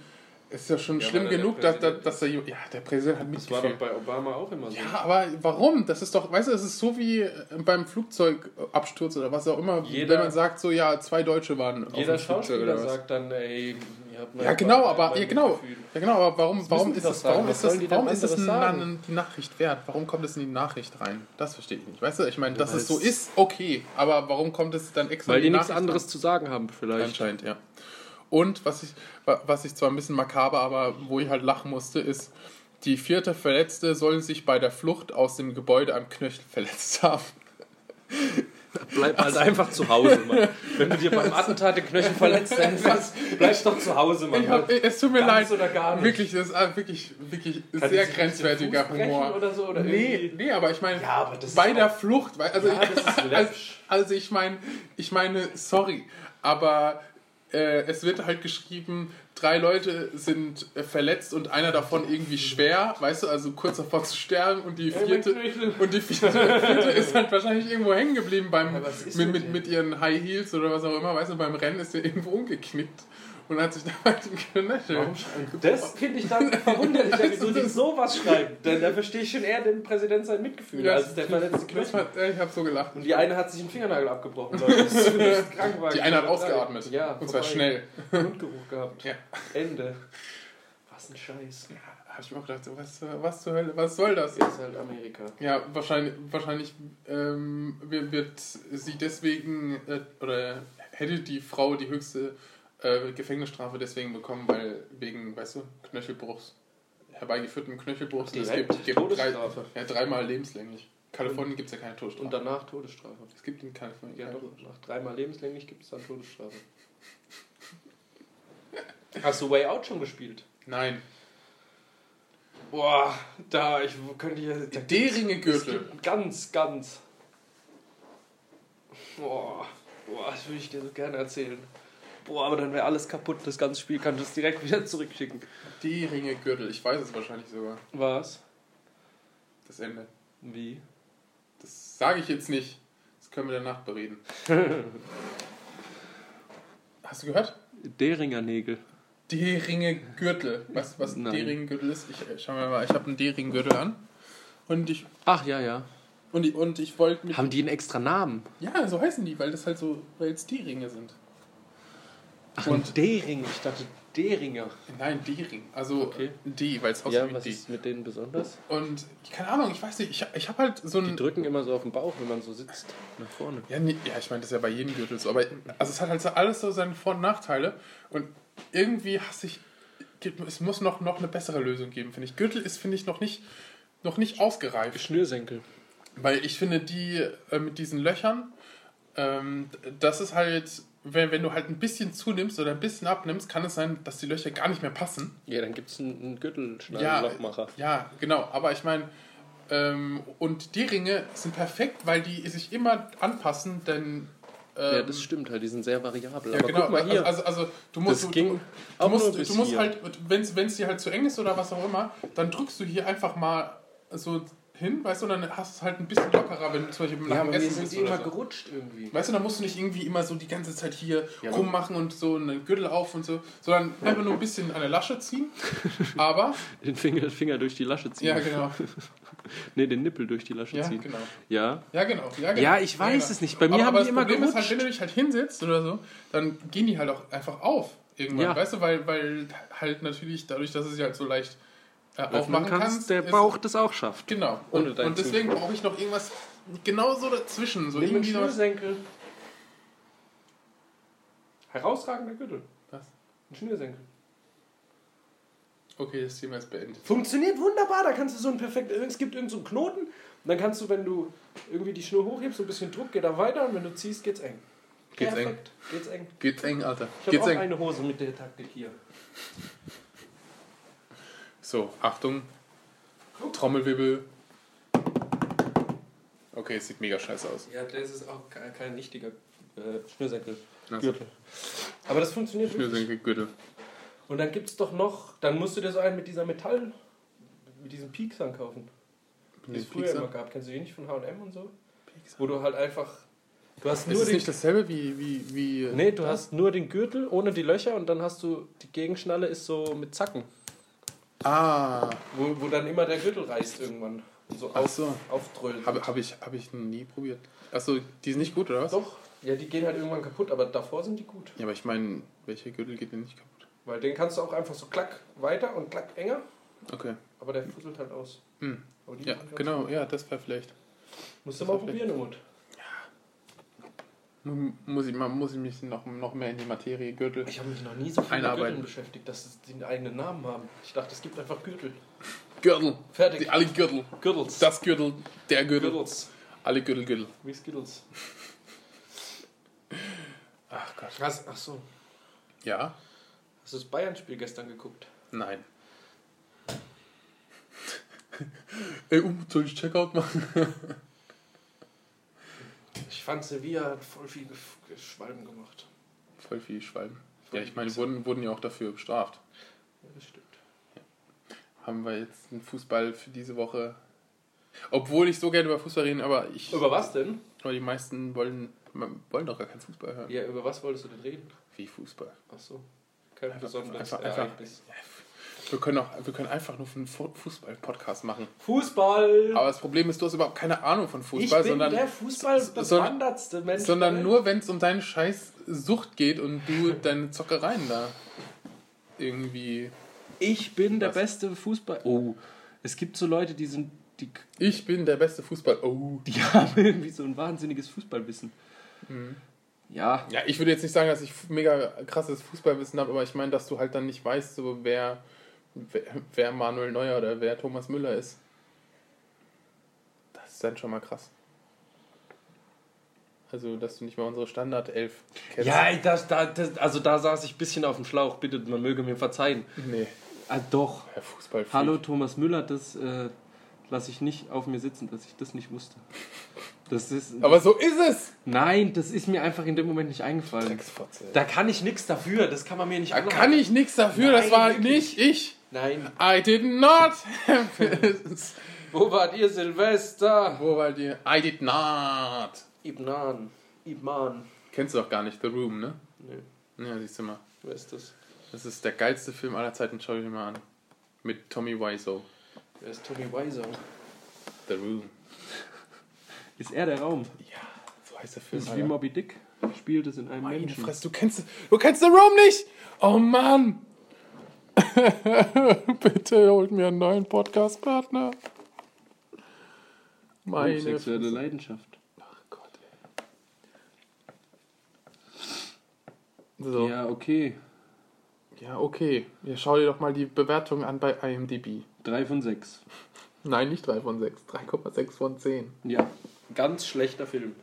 [SPEAKER 2] es ist ja schon
[SPEAKER 1] Ja,
[SPEAKER 2] schlimm
[SPEAKER 1] weil der
[SPEAKER 2] genug, dass, dass,
[SPEAKER 1] Präsident-
[SPEAKER 2] dass der, Ju- ja, der Präsident hat
[SPEAKER 1] Das war doch
[SPEAKER 2] mitgefühlt.
[SPEAKER 1] bei Obama auch immer so.
[SPEAKER 2] Ja, aber warum? Das ist doch, weißt du, es ist so wie äh, beim Flugzeugabsturz oder was auch immer,
[SPEAKER 1] Jeder-
[SPEAKER 2] wenn man sagt, so ja, zwei Deutsche waren auf
[SPEAKER 1] Jeder
[SPEAKER 2] dem Flugzeug
[SPEAKER 1] Schauspieler
[SPEAKER 2] oder was.
[SPEAKER 1] sagt äh, dann, ey, ihr habt mal-
[SPEAKER 2] Ja, genau,
[SPEAKER 1] mal-
[SPEAKER 2] aber
[SPEAKER 1] mal
[SPEAKER 2] ja, genau.
[SPEAKER 1] Mitgefühl.
[SPEAKER 2] Ja, genau, aber warum, warum
[SPEAKER 1] müssen die
[SPEAKER 2] ist
[SPEAKER 1] doch
[SPEAKER 2] das,
[SPEAKER 1] sagen.
[SPEAKER 2] warum
[SPEAKER 1] Was
[SPEAKER 2] ist das,
[SPEAKER 1] sollen die denn
[SPEAKER 2] warum ist das
[SPEAKER 1] anderes
[SPEAKER 2] na-
[SPEAKER 1] sagen?
[SPEAKER 2] die Nachricht wert? Warum kommt es in die Nachricht rein? Das verstehe ich nicht. Weißt du, ich meine, dass
[SPEAKER 1] weil
[SPEAKER 2] es so
[SPEAKER 1] es-
[SPEAKER 2] ist, okay, aber warum kommt es dann extra
[SPEAKER 1] Weil
[SPEAKER 2] in
[SPEAKER 1] die nichts
[SPEAKER 2] Nachricht
[SPEAKER 1] anderes zu sagen haben,
[SPEAKER 2] rein?
[SPEAKER 1] vielleicht.
[SPEAKER 2] Anscheinend, ja. Und was ich, wa- was ich zwar ein bisschen makaber, aber wo ich halt lachen musste, ist, die vierte Verletzte soll sich bei der Flucht aus dem Gebäude am Knöchel verletzt haben.
[SPEAKER 1] Bleib halt
[SPEAKER 2] Also-
[SPEAKER 1] einfach zu Hause, Mann. Wenn du
[SPEAKER 2] *laughs*
[SPEAKER 1] dir beim Attentat den Knöchel verletzt hast, bleib doch zu Hause, Mann.
[SPEAKER 2] Ich hab, *laughs* es tut mir
[SPEAKER 1] Ganz
[SPEAKER 2] leid.
[SPEAKER 1] oder gar nicht.
[SPEAKER 2] Wirklich, das ist ah, wirklich, wirklich sehr
[SPEAKER 1] Kann die sich
[SPEAKER 2] grenzwertiger
[SPEAKER 1] mit dem Fuß
[SPEAKER 2] Humor.
[SPEAKER 1] brechen oder so, oder
[SPEAKER 2] nee,
[SPEAKER 1] irgendwie?
[SPEAKER 2] nee, aber ich meine,
[SPEAKER 1] Ja, aber das
[SPEAKER 2] bei
[SPEAKER 1] ist
[SPEAKER 2] der Flucht, weil, also, *laughs*
[SPEAKER 1] Ja, das ist
[SPEAKER 2] also,
[SPEAKER 1] läppisch.
[SPEAKER 2] also ich meine, ich meine, sorry, aber äh, es wird halt geschrieben, drei Leute sind äh, verletzt und einer davon irgendwie schwer, weißt du, also kurz davor zu sterben und die
[SPEAKER 1] Ey, mein
[SPEAKER 2] vierte,
[SPEAKER 1] Knöchel.
[SPEAKER 2] und die vierte, vierte ist halt wahrscheinlich irgendwo hängen geblieben beim,
[SPEAKER 1] Ja, was ist
[SPEAKER 2] mit,
[SPEAKER 1] mit
[SPEAKER 2] mit,
[SPEAKER 1] dem?
[SPEAKER 2] mit ihren High Heels oder was auch immer, weißt du, beim Rennen ist der irgendwo umgeknickt und hat sich da halt *laughs* den Knöchel.
[SPEAKER 1] Warum schreiben- Das finde ich
[SPEAKER 2] *laughs*
[SPEAKER 1] dann verwunderlich, wieso die sowas schreiben. Denn da verstehe ich schon eher den Präsident sein Mitgefühl
[SPEAKER 2] Ja,
[SPEAKER 1] als der verletzte
[SPEAKER 2] Das
[SPEAKER 1] Knöchel.
[SPEAKER 2] war, ich habe so gelacht.
[SPEAKER 1] Und die eine hat sich einen Fingernagel abgebrochen, Leute. Das
[SPEAKER 2] *laughs*
[SPEAKER 1] ist echt krank, war
[SPEAKER 2] Die
[SPEAKER 1] ich
[SPEAKER 2] eine hat
[SPEAKER 1] gerade sagen.
[SPEAKER 2] ausgeatmet.
[SPEAKER 1] Ja,
[SPEAKER 2] und zwar
[SPEAKER 1] vorbei. *laughs*
[SPEAKER 2] schnell.
[SPEAKER 1] Mundgeruch gehabt.
[SPEAKER 2] Ja.
[SPEAKER 1] Ende. Was ein Scheiß.
[SPEAKER 2] Habe ich mir auch gedacht, so, was, was zur Hölle, was soll das?
[SPEAKER 1] Das ist halt Amerika.
[SPEAKER 2] Ja, wahrscheinlich, wahrscheinlich ähm, wird wird sie deswegen, äh, oder hätte die Frau die höchste äh, Gefängnisstrafe deswegen bekommen, weil wegen, weißt du, Knöchelbruchs, herbeigeführtem Knöchelbruchs. Es
[SPEAKER 1] Direkt
[SPEAKER 2] drei,
[SPEAKER 1] Todesstrafe.
[SPEAKER 2] ja, dreimal lebenslänglich. Kalifornien gibt es ja keine Todesstrafe.
[SPEAKER 1] Und danach Todesstrafe.
[SPEAKER 2] es gibt in Kalifornien
[SPEAKER 1] Ja,
[SPEAKER 2] keine
[SPEAKER 1] doch. Nach dreimal lebenslänglich gibt es dann Todesstrafe. Hast du Way Out schon gespielt?
[SPEAKER 2] Nein,
[SPEAKER 1] Boah, da, ich könnte hier. Da
[SPEAKER 2] D-Ringe
[SPEAKER 1] es
[SPEAKER 2] Gürtel.
[SPEAKER 1] gibt ganz, ganz. Boah, boah, das würde ich dir so gerne erzählen. Boah, aber dann wäre alles kaputt, das ganze Spiel kann das direkt *laughs* wieder zurückschicken.
[SPEAKER 2] D-Ringe Gürtel, ich weiß es wahrscheinlich sogar,
[SPEAKER 1] Was?
[SPEAKER 2] das Ende.
[SPEAKER 1] Wie?
[SPEAKER 2] Das sage ich jetzt nicht. Das können wir danach bereden. *laughs* Hast du gehört?
[SPEAKER 1] Deringer Nägel.
[SPEAKER 2] D-Ringe-Gürtel. Weißt du, was ein
[SPEAKER 1] Nein.
[SPEAKER 2] D-Ring-Gürtel ist? Ich, äh, schau mir mal, ich habe einen D-Ring-Gürtel an. Und ich,
[SPEAKER 1] Ach ja, ja.
[SPEAKER 2] und, ich- und ich wollte mit.
[SPEAKER 1] Haben die einen extra Namen?
[SPEAKER 2] Ja, so heißen die, weil das halt so, weil es D-Ringe sind.
[SPEAKER 1] Und Dering, ich dachte Deringer.
[SPEAKER 2] Nein, D-Ring. Also
[SPEAKER 1] Okay.
[SPEAKER 2] D, weil es aussieht
[SPEAKER 1] Ja,
[SPEAKER 2] wie
[SPEAKER 1] was
[SPEAKER 2] D.
[SPEAKER 1] ist mit denen besonders?
[SPEAKER 2] Und keine Ahnung, ich weiß nicht, ich, ich habe halt so
[SPEAKER 1] Die
[SPEAKER 2] ein.
[SPEAKER 1] drücken immer so auf den Bauch, wenn man so sitzt, nach vorne.
[SPEAKER 2] Ja, nee, ja, ich meine, das ist ja bei jedem Gürtel so. Aber also es hat halt so alles so seine Vor- und Nachteile. Und irgendwie hasse ich. gibt- Es muss noch, noch eine bessere Lösung geben, finde ich. Gürtel ist, finde ich, noch nicht, noch nicht ausgereift.
[SPEAKER 1] Schnürsenkel.
[SPEAKER 2] Weil ich finde, die äh, mit diesen Löchern, ähm, das ist halt. Wenn, wenn du halt ein bisschen zunimmst oder ein bisschen abnimmst, kann es sein, dass die Löcher gar nicht mehr passen.
[SPEAKER 1] Ja, dann gibt es einen, einen
[SPEAKER 2] Ja,
[SPEAKER 1] Gürtelschnallenlochmacher.
[SPEAKER 2] ja, genau. Aber ich meine, ähm, und die Ringe sind perfekt, weil die sich immer anpassen, denn.
[SPEAKER 1] Ja,
[SPEAKER 2] Ähm,
[SPEAKER 1] das stimmt halt, die sind sehr variabel.
[SPEAKER 2] Ja,
[SPEAKER 1] Aber
[SPEAKER 2] genau.
[SPEAKER 1] guck mal hier.
[SPEAKER 2] Also, also, also du musst,
[SPEAKER 1] Das
[SPEAKER 2] du,
[SPEAKER 1] ging
[SPEAKER 2] du,
[SPEAKER 1] auch nur
[SPEAKER 2] musst,
[SPEAKER 1] bis
[SPEAKER 2] du musst
[SPEAKER 1] hier.
[SPEAKER 2] halt, wenn es dir halt zu eng ist oder was auch immer, dann drückst du hier einfach mal so hin, weißt du, und dann hast du es halt ein bisschen lockerer, wenn du zum Beispiel nach dem Essen
[SPEAKER 1] eh
[SPEAKER 2] bist oder so.
[SPEAKER 1] gerutscht irgendwie.
[SPEAKER 2] Weißt du, dann musst du nicht irgendwie immer so die ganze Zeit hier
[SPEAKER 1] Ja, aber-
[SPEAKER 2] rummachen und so einen Gürtel auf und so, sondern einfach nur ein bisschen an der Lasche
[SPEAKER 1] *laughs*
[SPEAKER 2] ziehen, aber,
[SPEAKER 1] Den Finger, Finger durch die Lasche ziehen.
[SPEAKER 2] ja genau,
[SPEAKER 1] *laughs* Nee, den Nippel durch die Lasche
[SPEAKER 2] ja
[SPEAKER 1] ziehen.
[SPEAKER 2] genau.
[SPEAKER 1] Ja.
[SPEAKER 2] Ja, genau. Ja, genau.
[SPEAKER 1] Ja, ich weiß es nicht. Bei mir haben die immer
[SPEAKER 2] Das Problem ist halt,
[SPEAKER 1] gerutscht.
[SPEAKER 2] wenn du dich halt hinsetzt oder so, dann gehen die halt auch einfach auf irgendwann.
[SPEAKER 1] Ja.
[SPEAKER 2] Weißt du, weil, weil halt natürlich dadurch, dass es sich halt so leicht äh,
[SPEAKER 1] Öffnen
[SPEAKER 2] aufmachen
[SPEAKER 1] kannst,
[SPEAKER 2] kannst.
[SPEAKER 1] der
[SPEAKER 2] ist-
[SPEAKER 1] Bauch das auch schafft.
[SPEAKER 2] Genau.
[SPEAKER 1] Ohne
[SPEAKER 2] Und,
[SPEAKER 1] dein
[SPEAKER 2] und deswegen brauche ich noch irgendwas genauso dazwischen. So irgendwie noch was.
[SPEAKER 1] Schnürsenkel. Herausragender Gürtel.
[SPEAKER 2] Was?
[SPEAKER 1] Ein Schnürsenkel.
[SPEAKER 2] Okay, das Thema ist beendet.
[SPEAKER 1] Funktioniert wunderbar, da kannst du so einen perfekten, es gibt irgendeinen so einen Knoten und dann kannst du, wenn du irgendwie die Schnur hochhebst, so ein bisschen Druck, geht da weiter und wenn du ziehst, geht's eng.
[SPEAKER 2] Geht's eng.
[SPEAKER 1] Perfekt. Geht's eng.
[SPEAKER 2] Geht's eng, Alter.
[SPEAKER 1] Ich habe
[SPEAKER 2] Geht's
[SPEAKER 1] auch
[SPEAKER 2] eng.
[SPEAKER 1] eine Hose mit der Taktik hier.
[SPEAKER 2] So, Achtung. Trommelwirbel. Okay, es sieht mega scheiße aus.
[SPEAKER 1] Ja, das ist auch kein, kein richtiger äh, Schnürsenkel.
[SPEAKER 2] Also,
[SPEAKER 1] Gürtel. Aber das funktioniert wirklich.
[SPEAKER 2] Schnürsenkelgürtel.
[SPEAKER 1] Und dann gibt's doch noch, dann musst du dir so einen mit dieser Metall, mit diesen Peaks ankaufen, die es früher immer gab. Kennst du die nicht von H&M und so? Wo du halt einfach, du hast
[SPEAKER 2] Ist
[SPEAKER 1] nur
[SPEAKER 2] es
[SPEAKER 1] den
[SPEAKER 2] nicht dasselbe wie. wie, wie äh,
[SPEAKER 1] Nee, du hast nur den Gürtel ohne die Löcher und dann hast du die Gegenschnalle ist so mit Zacken,
[SPEAKER 2] Ah,
[SPEAKER 1] wo, wo dann immer der Gürtel reißt irgendwann. Und so,
[SPEAKER 2] Ach
[SPEAKER 1] auf,
[SPEAKER 2] so.
[SPEAKER 1] aufdrölt.
[SPEAKER 2] habe hab ich, hab ich nie probiert. Achso, die ist nicht gut, oder was?
[SPEAKER 1] Doch, ja, die gehen halt irgendwann kaputt, aber davor sind die gut.
[SPEAKER 2] Ja, aber ich meine, welcher Gürtel geht denn nicht kaputt?
[SPEAKER 1] Weil den kannst du auch einfach so klack weiter und klack enger,
[SPEAKER 2] Okay.
[SPEAKER 1] aber der fusselt halt aus.
[SPEAKER 2] Hm.
[SPEAKER 1] Aber die
[SPEAKER 2] Ja,
[SPEAKER 1] sind ganz-
[SPEAKER 2] genau, ja, das wäre vielleicht.
[SPEAKER 1] Musst du mal probieren, Umut.
[SPEAKER 2] Mu- Muss ich, mal, muss ich mich noch, noch mehr in die Materie Gürtel.
[SPEAKER 1] Ich habe mich noch nie so viel mit
[SPEAKER 2] Einarbeiten.
[SPEAKER 1] Gürteln beschäftigt, dass sie einen eigenen Namen haben. Ich dachte, es gibt einfach Gürtel.
[SPEAKER 2] Gürtel!
[SPEAKER 1] Fertig.
[SPEAKER 2] Die, alle Gürtel.
[SPEAKER 1] Gürtels.
[SPEAKER 2] Das Gürtel, der Gürtel.
[SPEAKER 1] Gürtels.
[SPEAKER 2] Alle Gürtel, Gürtel.
[SPEAKER 1] Wie Skittles.
[SPEAKER 2] Ach Gott.
[SPEAKER 1] Hast, ach so.
[SPEAKER 2] Ja?
[SPEAKER 1] Hast du das Bayern-Spiel gestern geguckt?
[SPEAKER 2] Nein. *laughs* Ey, um, soll ich Checkout machen?
[SPEAKER 1] Ich fand Sevilla hat voll viel Gef- Schwalben gemacht.
[SPEAKER 2] Voll viel Schwalben.
[SPEAKER 1] Voll
[SPEAKER 2] Ja, ich
[SPEAKER 1] viel
[SPEAKER 2] meine,
[SPEAKER 1] Pisse.
[SPEAKER 2] wurden, wurden ja auch dafür bestraft.
[SPEAKER 1] Ja, das stimmt.
[SPEAKER 2] haben wir jetzt einen Fußball für diese Woche. Obwohl ich so gerne über Fußball reden, aber ich.
[SPEAKER 1] Über was denn?
[SPEAKER 2] Aber die meisten wollen, wollen doch gar keinen Fußball hören.
[SPEAKER 1] Ja, über was wolltest du denn reden?
[SPEAKER 2] Wie Fußball.
[SPEAKER 1] Ach so. Kein
[SPEAKER 2] Einfach-
[SPEAKER 1] besonderes
[SPEAKER 2] einfach- einfach-
[SPEAKER 1] Ereignis.
[SPEAKER 2] Wir können, auch, wir können einfach nur einen Fu- Fußball-Podcast machen.
[SPEAKER 1] Fußball!
[SPEAKER 2] Aber das Problem ist, du hast überhaupt keine Ahnung von
[SPEAKER 1] ich
[SPEAKER 2] Fußball,
[SPEAKER 1] bin
[SPEAKER 2] sondern,
[SPEAKER 1] der fußballbewandertste Mensch.
[SPEAKER 2] sondern
[SPEAKER 1] der
[SPEAKER 2] nur, wenn es um deine scheiß Sucht geht und du deine Zockereien da irgendwie.
[SPEAKER 1] Welt. Ich bin der
[SPEAKER 2] Was?
[SPEAKER 1] beste Fußball. Oh, es gibt so Leute, die sind. Die,
[SPEAKER 2] Ich bin der beste Fußball. Oh.
[SPEAKER 1] die *laughs* haben irgendwie so ein wahnsinniges Fußballwissen. Mhm. Ja,
[SPEAKER 2] Ja, ich würde jetzt nicht sagen, dass ich mega krasses Fußballwissen habe, aber ich meine, dass du halt dann nicht weißt, so wer, wer, wer Manuel Neuer oder wer Thomas Müller ist. Das ist dann schon mal krass. Also, dass du nicht mal unsere Standardelf kennst.
[SPEAKER 1] ja ich- das, da, das, also da saß ich ein bisschen auf dem Schlauch. Bitte, man möge mir verzeihen.
[SPEAKER 2] Nee,
[SPEAKER 1] Ah, doch.
[SPEAKER 2] Herr Fußball.
[SPEAKER 1] Hallo Thomas Müller, das äh, lasse ich nicht auf mir sitzen, dass ich das nicht wusste. Das ist.
[SPEAKER 2] Aber so ist es!
[SPEAKER 1] Nein, das ist mir einfach in dem Moment nicht eingefallen.
[SPEAKER 2] Drecksfotze. Da,
[SPEAKER 1] Da kann ich nichts dafür, das kann man mir nicht
[SPEAKER 2] kann ich nichts dafür, das
[SPEAKER 1] Nein,
[SPEAKER 2] war
[SPEAKER 1] wirklich.
[SPEAKER 2] nicht ich.
[SPEAKER 1] Nein.
[SPEAKER 2] I did not
[SPEAKER 1] Wo wart ihr Silvester?
[SPEAKER 2] *laughs* Wo war die? I did not.
[SPEAKER 1] Ibnan. Ibman.
[SPEAKER 2] Kennst du doch gar nicht, The Room, ne?
[SPEAKER 1] Nee,
[SPEAKER 2] Ja, siehst du mal.
[SPEAKER 1] wer ist das?
[SPEAKER 2] Das ist der geilste Film aller Zeiten, schau dir mal an. Mit Tommy Wiseau,
[SPEAKER 1] Wer ist Tommy Wiseau?
[SPEAKER 2] The Room.
[SPEAKER 1] Ist er der Raum?
[SPEAKER 2] Ja, so heißt der
[SPEAKER 1] Das
[SPEAKER 2] Film.
[SPEAKER 1] ist wie Moby Dick. spielt es in einem
[SPEAKER 2] Meine
[SPEAKER 1] Menschen.
[SPEAKER 2] Fresse, du kennst, du kennst The Room nicht! Oh Mann! *laughs* Bitte holt mir einen neuen Podcast-Partner. Meine
[SPEAKER 1] Sexuelle
[SPEAKER 2] Fresse.
[SPEAKER 1] Leidenschaft.
[SPEAKER 2] Ach Gott, ey. So. Ja.
[SPEAKER 1] Ja, okay.
[SPEAKER 2] okay. Ja, schau dir doch mal die Bewertung an bei IMDb.
[SPEAKER 1] Drei von sechs.
[SPEAKER 2] Nein, nicht 3 von 6. 3,6 von 10.
[SPEAKER 1] Ja, ganz schlechter Film.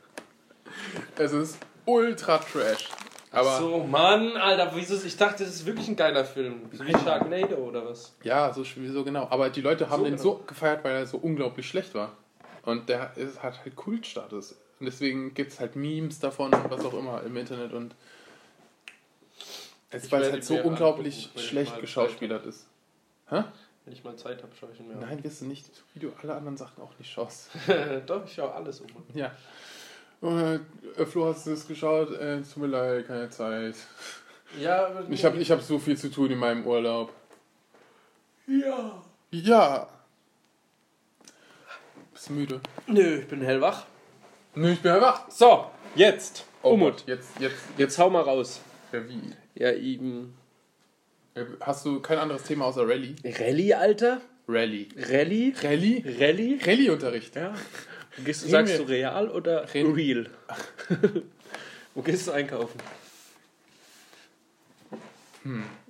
[SPEAKER 2] Es ist ultra trash.
[SPEAKER 1] Ach so, Mann, Alter, wieso? ist- Ich dachte, das ist wirklich ein geiler Film. So wie Sharknado oder was?
[SPEAKER 2] Ja, so, sch- so genau. Aber die Leute haben
[SPEAKER 1] So
[SPEAKER 2] den
[SPEAKER 1] genau.
[SPEAKER 2] so gefeiert, weil er so unglaublich schlecht war. Und der ist, hat halt Kultstatus. Und deswegen gibt es halt Memes davon und was auch immer im Internet. Und es,
[SPEAKER 1] Ich
[SPEAKER 2] weil es
[SPEAKER 1] werde
[SPEAKER 2] halt
[SPEAKER 1] ihn
[SPEAKER 2] so
[SPEAKER 1] mir
[SPEAKER 2] unglaublich
[SPEAKER 1] angucken, wenn ich
[SPEAKER 2] schlecht
[SPEAKER 1] mal
[SPEAKER 2] geschauspielert ist. Hä?
[SPEAKER 1] Wenn ich mal Zeit habe, schaue ich ihn mir
[SPEAKER 2] Nein, wirst du nicht, wie du alle anderen Sachen auch nicht schaust. *laughs*
[SPEAKER 1] an. *laughs* Doch, ich schaue alles um.
[SPEAKER 2] ja. Äh, äh, Flo, hast du es geschaut? Äh, es tut mir leid, keine Zeit.
[SPEAKER 1] Ja, aber
[SPEAKER 2] Ich habe ich hab so viel zu tun in meinem Urlaub.
[SPEAKER 1] Ja.
[SPEAKER 2] Ja. Bist du müde?
[SPEAKER 1] Nö, ich bin hellwach.
[SPEAKER 2] Nö, ich bin erwacht.
[SPEAKER 1] So, jetzt. Umut.
[SPEAKER 2] Oh Gott, Jetzt, jetzt,
[SPEAKER 1] Jetzt hau mal raus.
[SPEAKER 2] ja, wie? Äh,
[SPEAKER 1] Ja, eben.
[SPEAKER 2] Hast du kein anderes Thema außer Rallye?
[SPEAKER 1] Rallye, Alter?
[SPEAKER 2] Rallye.
[SPEAKER 1] Rallye?
[SPEAKER 2] Rallye?
[SPEAKER 1] Rallye?
[SPEAKER 2] Rallye-Unterricht.
[SPEAKER 1] Ja. Gehst du,
[SPEAKER 2] Reden
[SPEAKER 1] sagst
[SPEAKER 2] wir-
[SPEAKER 1] du real oder
[SPEAKER 2] Reden-
[SPEAKER 1] real? *laughs* Wo gehst du einkaufen?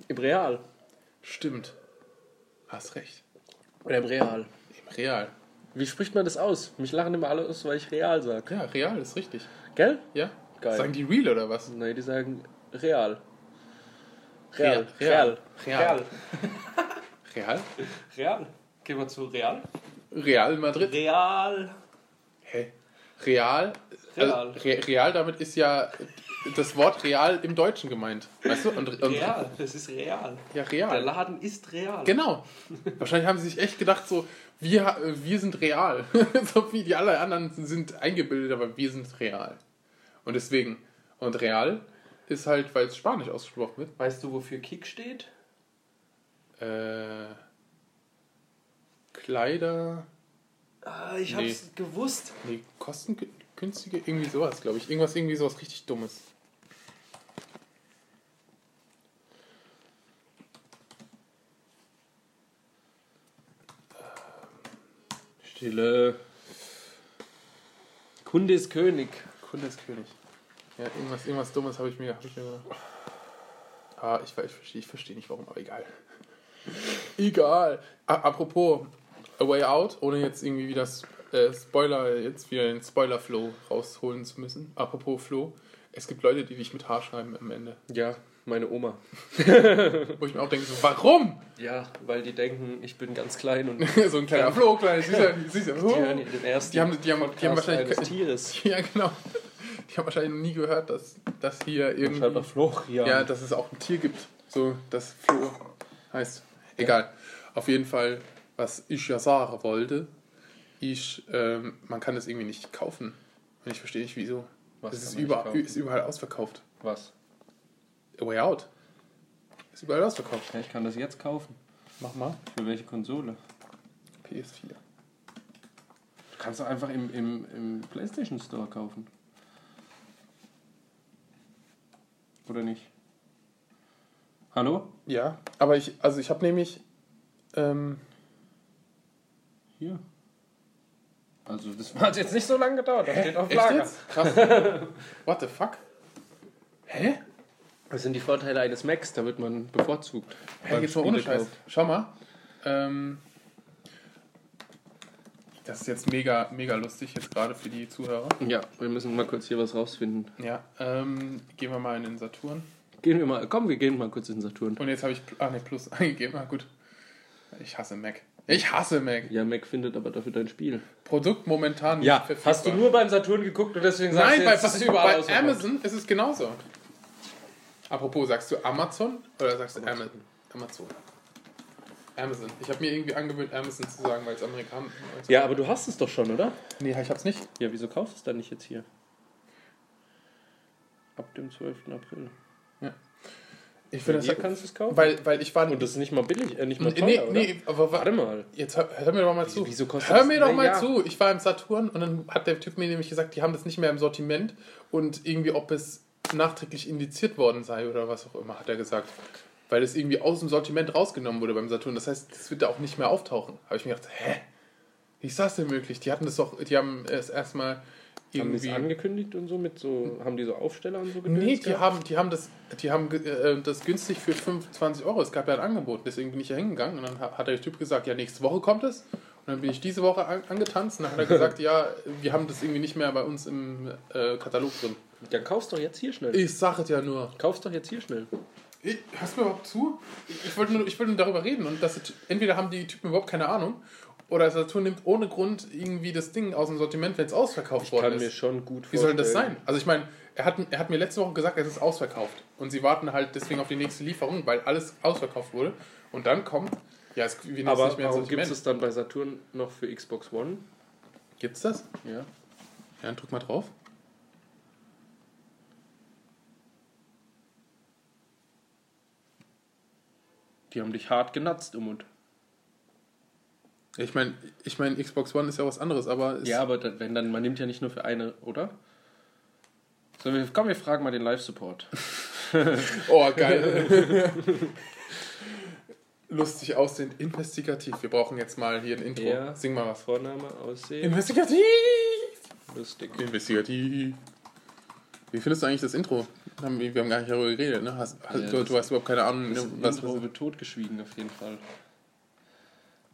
[SPEAKER 1] Im Real.
[SPEAKER 2] Stimmt. Hast recht.
[SPEAKER 1] Oder im Real.
[SPEAKER 2] Im Real.
[SPEAKER 1] Wie spricht man das aus? Mich lachen immer alle aus, weil ich real sage.
[SPEAKER 2] Ja, Real ist richtig.
[SPEAKER 1] Gell?
[SPEAKER 2] Ja?
[SPEAKER 1] Geil.
[SPEAKER 2] Sagen die Real oder was?
[SPEAKER 1] Nein, die sagen real.
[SPEAKER 2] Real.
[SPEAKER 1] Real.
[SPEAKER 2] Real. Real.
[SPEAKER 1] Real.
[SPEAKER 2] Real?
[SPEAKER 1] Real. Gehen wir zu Real.
[SPEAKER 2] Real Madrid.
[SPEAKER 1] Real.
[SPEAKER 2] Hä? Real?
[SPEAKER 1] Real.
[SPEAKER 2] Also, Re Real, damit ist ja das Wort Real im Deutschen gemeint. Weißt du? Und, und,
[SPEAKER 1] Real. Das ist real.
[SPEAKER 2] Ja, Real.
[SPEAKER 1] Der Laden ist real.
[SPEAKER 2] Genau. Wahrscheinlich haben sie sich echt gedacht, so, wir, ha- äh, wir sind real. *laughs* so wie die alle anderen sind eingebildet, aber wir sind real. Und deswegen, und real ist halt, weil es Spanisch ausgesprochen wird.
[SPEAKER 1] Weißt du, wofür Kick steht?
[SPEAKER 2] Äh, Kleider,
[SPEAKER 1] Ah, ich
[SPEAKER 2] Nee.
[SPEAKER 1] hab's gewusst.
[SPEAKER 2] nee, kostengünstige, irgendwie sowas, glaube ich. Irgendwas, irgendwie sowas richtig Dummes.
[SPEAKER 1] Stille. Kunde ist König.
[SPEAKER 2] Kunde ist König. Ja, irgendwas, irgendwas Dummes habe ich mir, hab ich mir gedacht. Ah, ich, weiß- ich verstehe ich versteh nicht warum, aber egal. *laughs* Egal. A apropos A Way Out, ohne jetzt irgendwie wieder S- äh, Spoiler, jetzt wieder den Spoiler-Flow rausholen zu müssen. Apropos Flow, es gibt Leute, die dich mit H schreiben am Ende.
[SPEAKER 1] Ja, meine Oma.
[SPEAKER 2] Wo ich mir auch denke, so, warum? *laughs*
[SPEAKER 1] Ja, weil die denken, ich bin ganz klein und
[SPEAKER 2] so ein kleiner Flow, kleiner süßer, süßer.
[SPEAKER 1] die hören den ersten
[SPEAKER 2] Die haben- die haben- die haben
[SPEAKER 1] Podcast
[SPEAKER 2] wahrscheinlich-
[SPEAKER 1] eines
[SPEAKER 2] *laughs*
[SPEAKER 1] Tieres.
[SPEAKER 2] Ja, genau. Ich habe wahrscheinlich noch nie gehört, dass, dass hier irgendwie...
[SPEAKER 1] Schreibt auf Florian.
[SPEAKER 2] Ja, dass es auch ein Tier gibt, so das Floh heißt. Egal. Auf jeden Fall, was ich ja sagen wollte, ich, ähm, man kann das irgendwie nicht kaufen. Und ich verstehe nicht, wieso.
[SPEAKER 1] Was
[SPEAKER 2] es
[SPEAKER 1] kann
[SPEAKER 2] ist,
[SPEAKER 1] man nicht
[SPEAKER 2] überall,
[SPEAKER 1] kaufen?
[SPEAKER 2] ist überall ausverkauft.
[SPEAKER 1] Was?
[SPEAKER 2] A Way Out. Ist überall ausverkauft.
[SPEAKER 1] Ja, ich kann das jetzt kaufen.
[SPEAKER 2] Mach mal.
[SPEAKER 1] Für welche Konsole?
[SPEAKER 2] PS4.
[SPEAKER 1] Du kannst doch einfach im, im, im PlayStation Store kaufen. Oder nicht? Hallo?
[SPEAKER 2] Ja, aber ich, also ich habe nämlich, ähm,
[SPEAKER 1] Hier. Also, das *laughs* hat jetzt nicht so lange gedauert. Das steht auf
[SPEAKER 2] echt
[SPEAKER 1] Lager.
[SPEAKER 2] jetzt? Krass.
[SPEAKER 1] *laughs*
[SPEAKER 2] What the fuck? Hä?
[SPEAKER 1] Das sind die Vorteile eines Macs, da wird man bevorzugt.
[SPEAKER 2] Hey,
[SPEAKER 1] beim
[SPEAKER 2] jetzt mal ohne Scheiß.
[SPEAKER 1] Spielekauf.
[SPEAKER 2] Schau mal. Ähm, das ist jetzt mega, mega lustig, jetzt gerade für die Zuhörer.
[SPEAKER 1] Ja, wir müssen mal kurz hier was rausfinden.
[SPEAKER 2] Ja, ähm, gehen wir mal in den Saturn.
[SPEAKER 1] Gehen wir mal, komm, wir gehen mal kurz in Saturn.
[SPEAKER 2] Und jetzt habe ich, ah ne, Plus *laughs* eingegeben. Ah, gut. Ich hasse Mac. Ich hasse Mac.
[SPEAKER 1] Ja, Mac findet aber dafür dein Spiel.
[SPEAKER 2] Produkt momentan
[SPEAKER 1] Ja,
[SPEAKER 2] nicht verfügbar.
[SPEAKER 1] hast du nur beim Saturn geguckt und deswegen sagst
[SPEAKER 2] Nein,
[SPEAKER 1] du
[SPEAKER 2] bei,
[SPEAKER 1] jetzt, es ist überall
[SPEAKER 2] bei
[SPEAKER 1] ausverkauft.
[SPEAKER 2] Amazon ist es genauso. Apropos, sagst du Amazon oder sagst du Amazon? Amazon. Amazon. Ich habe mir irgendwie angewöhnt, Amazon zu sagen, weil es Amerikaner
[SPEAKER 1] Ja, aber du hast es doch schon, oder?
[SPEAKER 2] Nee, ich hab's nicht.
[SPEAKER 1] Ja, wieso kaufst du es dann nicht jetzt hier? Ab dem 12. April.
[SPEAKER 2] Ich
[SPEAKER 1] Bei
[SPEAKER 2] finde das halt
[SPEAKER 1] dir
[SPEAKER 2] ja
[SPEAKER 1] kannst du es kaufen.
[SPEAKER 2] weil, weil ich war.
[SPEAKER 1] Und das ist nicht mal billig, äh, nicht mal
[SPEAKER 2] nee,
[SPEAKER 1] teuer,
[SPEAKER 2] nee,
[SPEAKER 1] oder?
[SPEAKER 2] nee, aber wa-
[SPEAKER 1] Warte mal.
[SPEAKER 2] Jetzt hör, hör mir doch mal zu.
[SPEAKER 1] wieso kostet
[SPEAKER 2] hör
[SPEAKER 1] das-
[SPEAKER 2] mir doch
[SPEAKER 1] Na
[SPEAKER 2] mal
[SPEAKER 1] ja.
[SPEAKER 2] zu. Ich war im Saturn und dann hat der Typ mir nämlich gesagt, die haben das nicht mehr im Sortiment und irgendwie, ob es nachträglich indiziert worden sei oder was auch immer, hat er gesagt. Weil es irgendwie aus dem Sortiment rausgenommen wurde beim Saturn. Das heißt, das wird da auch nicht mehr auftauchen. Habe ich mir gedacht, hä? Wie ist das denn möglich? Die hatten das doch, die haben es erstmal
[SPEAKER 1] Haben die
[SPEAKER 2] irgendwie. Hm.
[SPEAKER 1] es angekündigt und so mit so, haben die so Aufsteller und so gedöns
[SPEAKER 2] Nee, die
[SPEAKER 1] gehabt?
[SPEAKER 2] haben, die haben, das, die haben äh, das günstig für 25 Euro. Es gab ja ein Angebot, deswegen bin ich ja hingegangen. Und dann ha- hat der Typ gesagt, ja, nächste Woche kommt es. Und dann bin ich diese Woche an, angetanzt und dann hat er
[SPEAKER 1] *laughs*
[SPEAKER 2] gesagt, ja, wir haben das irgendwie nicht mehr bei uns im äh, Katalog drin.
[SPEAKER 1] Dann kaufst doch jetzt hier schnell.
[SPEAKER 2] Ich sage es ja nur.
[SPEAKER 1] Kaufst doch jetzt hier schnell.
[SPEAKER 2] Ich, hörst du mir überhaupt zu? Ich ich wollte nur, ich wollte nur darüber reden. Und das, entweder haben die Typen überhaupt keine Ahnung oder Saturn nimmt ohne Grund irgendwie das Ding aus dem Sortiment, wenn es ausverkauft
[SPEAKER 1] Ich
[SPEAKER 2] worden
[SPEAKER 1] kann
[SPEAKER 2] ist.
[SPEAKER 1] mir schon gut vorstellen.
[SPEAKER 2] Wie soll das sein? Also ich meine, er hat, er hat mir letzte Woche gesagt, es ist ausverkauft. Und sie warten halt deswegen auf die nächste Lieferung, weil alles ausverkauft wurde. Und dann kommt, ja, es wir nehmen es
[SPEAKER 1] Aber
[SPEAKER 2] nicht mehr ins
[SPEAKER 1] warum gibt
[SPEAKER 2] Sortiment.
[SPEAKER 1] es dann bei Saturn noch für Xbox One?
[SPEAKER 2] Gibt's das?
[SPEAKER 1] Ja.
[SPEAKER 2] Ja, dann drück mal drauf.
[SPEAKER 1] Die haben dich hart genatzt, Umut.
[SPEAKER 2] Ich meine, ich mein, Xbox One ist ja was anderes, aber es-
[SPEAKER 1] Ja, aber dann, wenn dann, man nimmt ja nicht nur für eine, oder? Sollen wir, komm, wir fragen mal den Live-Support.
[SPEAKER 2] *laughs* oh geil. *laughs* Lustig aussehend, investigativ. Wir brauchen jetzt mal hier ein Intro.
[SPEAKER 1] Ja.
[SPEAKER 2] Sing mal was.
[SPEAKER 1] Vorname, Aussehen,
[SPEAKER 2] Investigativ!
[SPEAKER 1] lustig.
[SPEAKER 2] Investigativ. Wie findest du eigentlich das Intro? Haben Wir wir haben gar nicht darüber geredet, ne? Hast, hast,
[SPEAKER 1] Ja,
[SPEAKER 2] du,
[SPEAKER 1] das-
[SPEAKER 2] du hast überhaupt keine Ahnung,
[SPEAKER 1] Das
[SPEAKER 2] ne, was,
[SPEAKER 1] Intro
[SPEAKER 2] was
[SPEAKER 1] wird totgeschwiegen auf jeden Fall.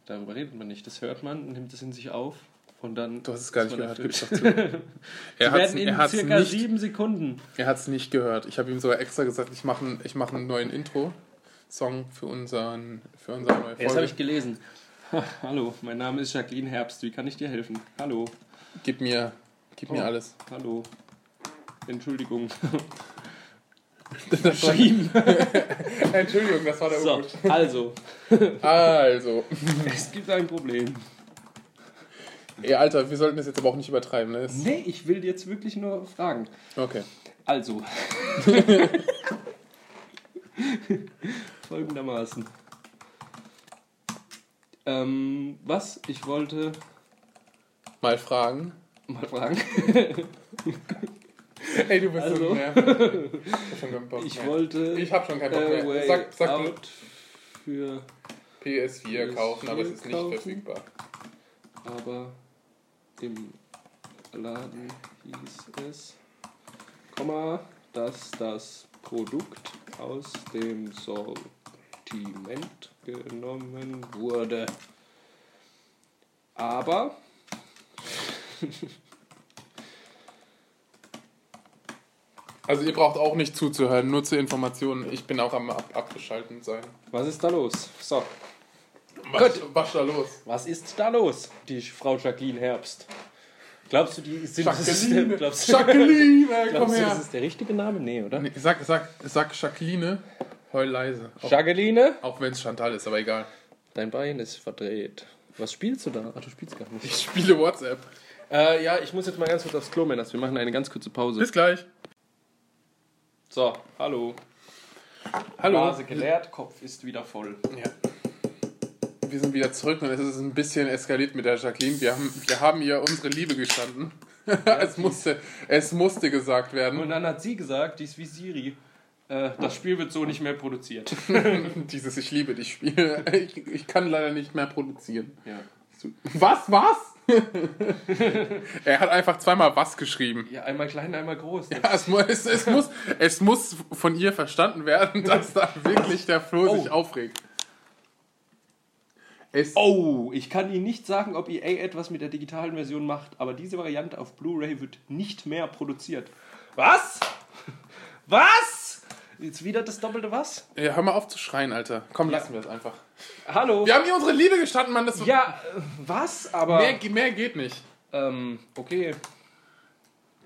[SPEAKER 1] Darüber redet man nicht. Das hört man, nimmt es in sich auf und dann...
[SPEAKER 2] Du hast es gar
[SPEAKER 1] ist
[SPEAKER 2] nicht
[SPEAKER 1] man
[SPEAKER 2] gehört,
[SPEAKER 1] erfüllt.
[SPEAKER 2] gib's doch zu. Er
[SPEAKER 1] Die
[SPEAKER 2] hat es
[SPEAKER 1] werden in
[SPEAKER 2] er hat's
[SPEAKER 1] circa
[SPEAKER 2] nicht,
[SPEAKER 1] sieben Sekunden.
[SPEAKER 2] er hat's nicht gehört. Ich habe ihm sogar extra gesagt, ich mache einen, ich mach einen neuen Intro-Song für, unseren, für unsere neue
[SPEAKER 1] Jetzt habe
[SPEAKER 2] Folge.
[SPEAKER 1] ich gelesen. *laughs* Hallo, mein Name ist Jacqueline Herbst. Wie kann ich dir helfen? Hallo,
[SPEAKER 2] Gib mir, gib mir
[SPEAKER 1] Oh.
[SPEAKER 2] *laughs* alles.
[SPEAKER 1] hallo. *laughs* Entschuldigung.
[SPEAKER 2] Das war,
[SPEAKER 1] Schieben.
[SPEAKER 2] Entschuldigung, das war der
[SPEAKER 1] So,
[SPEAKER 2] Unmut.
[SPEAKER 1] also, *laughs*
[SPEAKER 2] Also,
[SPEAKER 1] es gibt ein Problem.
[SPEAKER 2] ey, Alter, wir sollten das jetzt aber auch nicht übertreiben. Ne? Das-
[SPEAKER 1] Nee, ich will jetzt wirklich nur fragen.
[SPEAKER 2] Okay.
[SPEAKER 1] Also. *laughs* Folgendermaßen. Ähm, was? Ich wollte
[SPEAKER 2] Mal fragen.
[SPEAKER 1] mal fragen.
[SPEAKER 2] Ey, du bist *laughs*
[SPEAKER 1] Also.
[SPEAKER 2] so nervig. Ich hab schon keinen Bock
[SPEAKER 1] Ich
[SPEAKER 2] mehr.
[SPEAKER 1] wollte
[SPEAKER 2] Ich hab schon keinen Bock
[SPEAKER 1] äh,
[SPEAKER 2] mehr. Sag, sag nur
[SPEAKER 1] out für
[SPEAKER 2] PS4 kaufen, aber es
[SPEAKER 1] PS4
[SPEAKER 2] ist nicht
[SPEAKER 1] kaufen.
[SPEAKER 2] verfügbar.
[SPEAKER 1] aber im Laden hieß es, Komma, dass das Produkt aus dem Sortiment genommen wurde. Aber
[SPEAKER 2] Also ihr braucht auch nicht zuzuhören, nur zur Information. Ich bin auch am ab abgeschalten sein.
[SPEAKER 1] was ist da los? So,
[SPEAKER 2] Was, was ist da los?
[SPEAKER 1] was ist da los, die Frau Jacqueline Herbst? Glaubst du, die sind *laughs* das ist der,
[SPEAKER 2] Jacqueline,
[SPEAKER 1] *laughs* glaubst, du-
[SPEAKER 2] Jacqueline, komm
[SPEAKER 1] glaubst du, das
[SPEAKER 2] her.
[SPEAKER 1] ist der richtige Name? Nee, oder?
[SPEAKER 2] Nee, sag, sag, sag Jacqueline, heul leise. Auch,
[SPEAKER 1] Jacqueline?
[SPEAKER 2] auch wenn es Chantal ist, aber egal.
[SPEAKER 1] Dein Bein ist verdreht. Was spielst du da? Ach, du spielst gar nicht.
[SPEAKER 2] Ich spiele WhatsApp.
[SPEAKER 1] Äh, ja, ich muss jetzt mal ganz kurz aufs Klo, Männers. Wir machen eine ganz kurze
[SPEAKER 2] *laughs*
[SPEAKER 1] Pause.
[SPEAKER 2] Bis gleich.
[SPEAKER 1] So, hallo.
[SPEAKER 2] Hallo.
[SPEAKER 1] geleert, Kopf ist wieder voll.
[SPEAKER 2] Ja. Wir sind wieder zurück und es ist ein bisschen eskaliert mit der Jacqueline. Wir haben, wir haben ihr unsere Liebe gestanden. *laughs* es, musste, es musste gesagt werden.
[SPEAKER 1] Und dann hat sie gesagt, die ist wie Siri. Äh, das Spiel wird so nicht mehr produziert.
[SPEAKER 2] *laughs* Dieses Ich liebe dich Spiel. Ich, ich kann leider nicht mehr produzieren.
[SPEAKER 1] Ja.
[SPEAKER 2] Was? *laughs* Was? er hat einfach zweimal was geschrieben.
[SPEAKER 1] ja, einmal klein, einmal groß.
[SPEAKER 2] Ja, Es, mu- es, es, muss, es muss von ihr verstanden werden, *laughs* dass da wirklich der Flo sich
[SPEAKER 1] Oh.
[SPEAKER 2] aufregt. Es,
[SPEAKER 1] Oh, ich kann Ihnen nicht sagen, ob EA etwas mit der digitalen Version macht, aber diese Variante auf Blu-ray wird nicht mehr produziert. Was? Was? Jetzt wieder das doppelte Was?
[SPEAKER 2] Ja, äh, hör mal auf zu schreien, Alter. Komm, lassen wir es einfach.
[SPEAKER 1] Hallo?
[SPEAKER 2] Wir haben ihr unsere Liebe gestanden, Mann. Das
[SPEAKER 1] Ja, äh, was? Aber.
[SPEAKER 2] mehr, ge- mehr geht nicht.
[SPEAKER 1] Ähm, okay.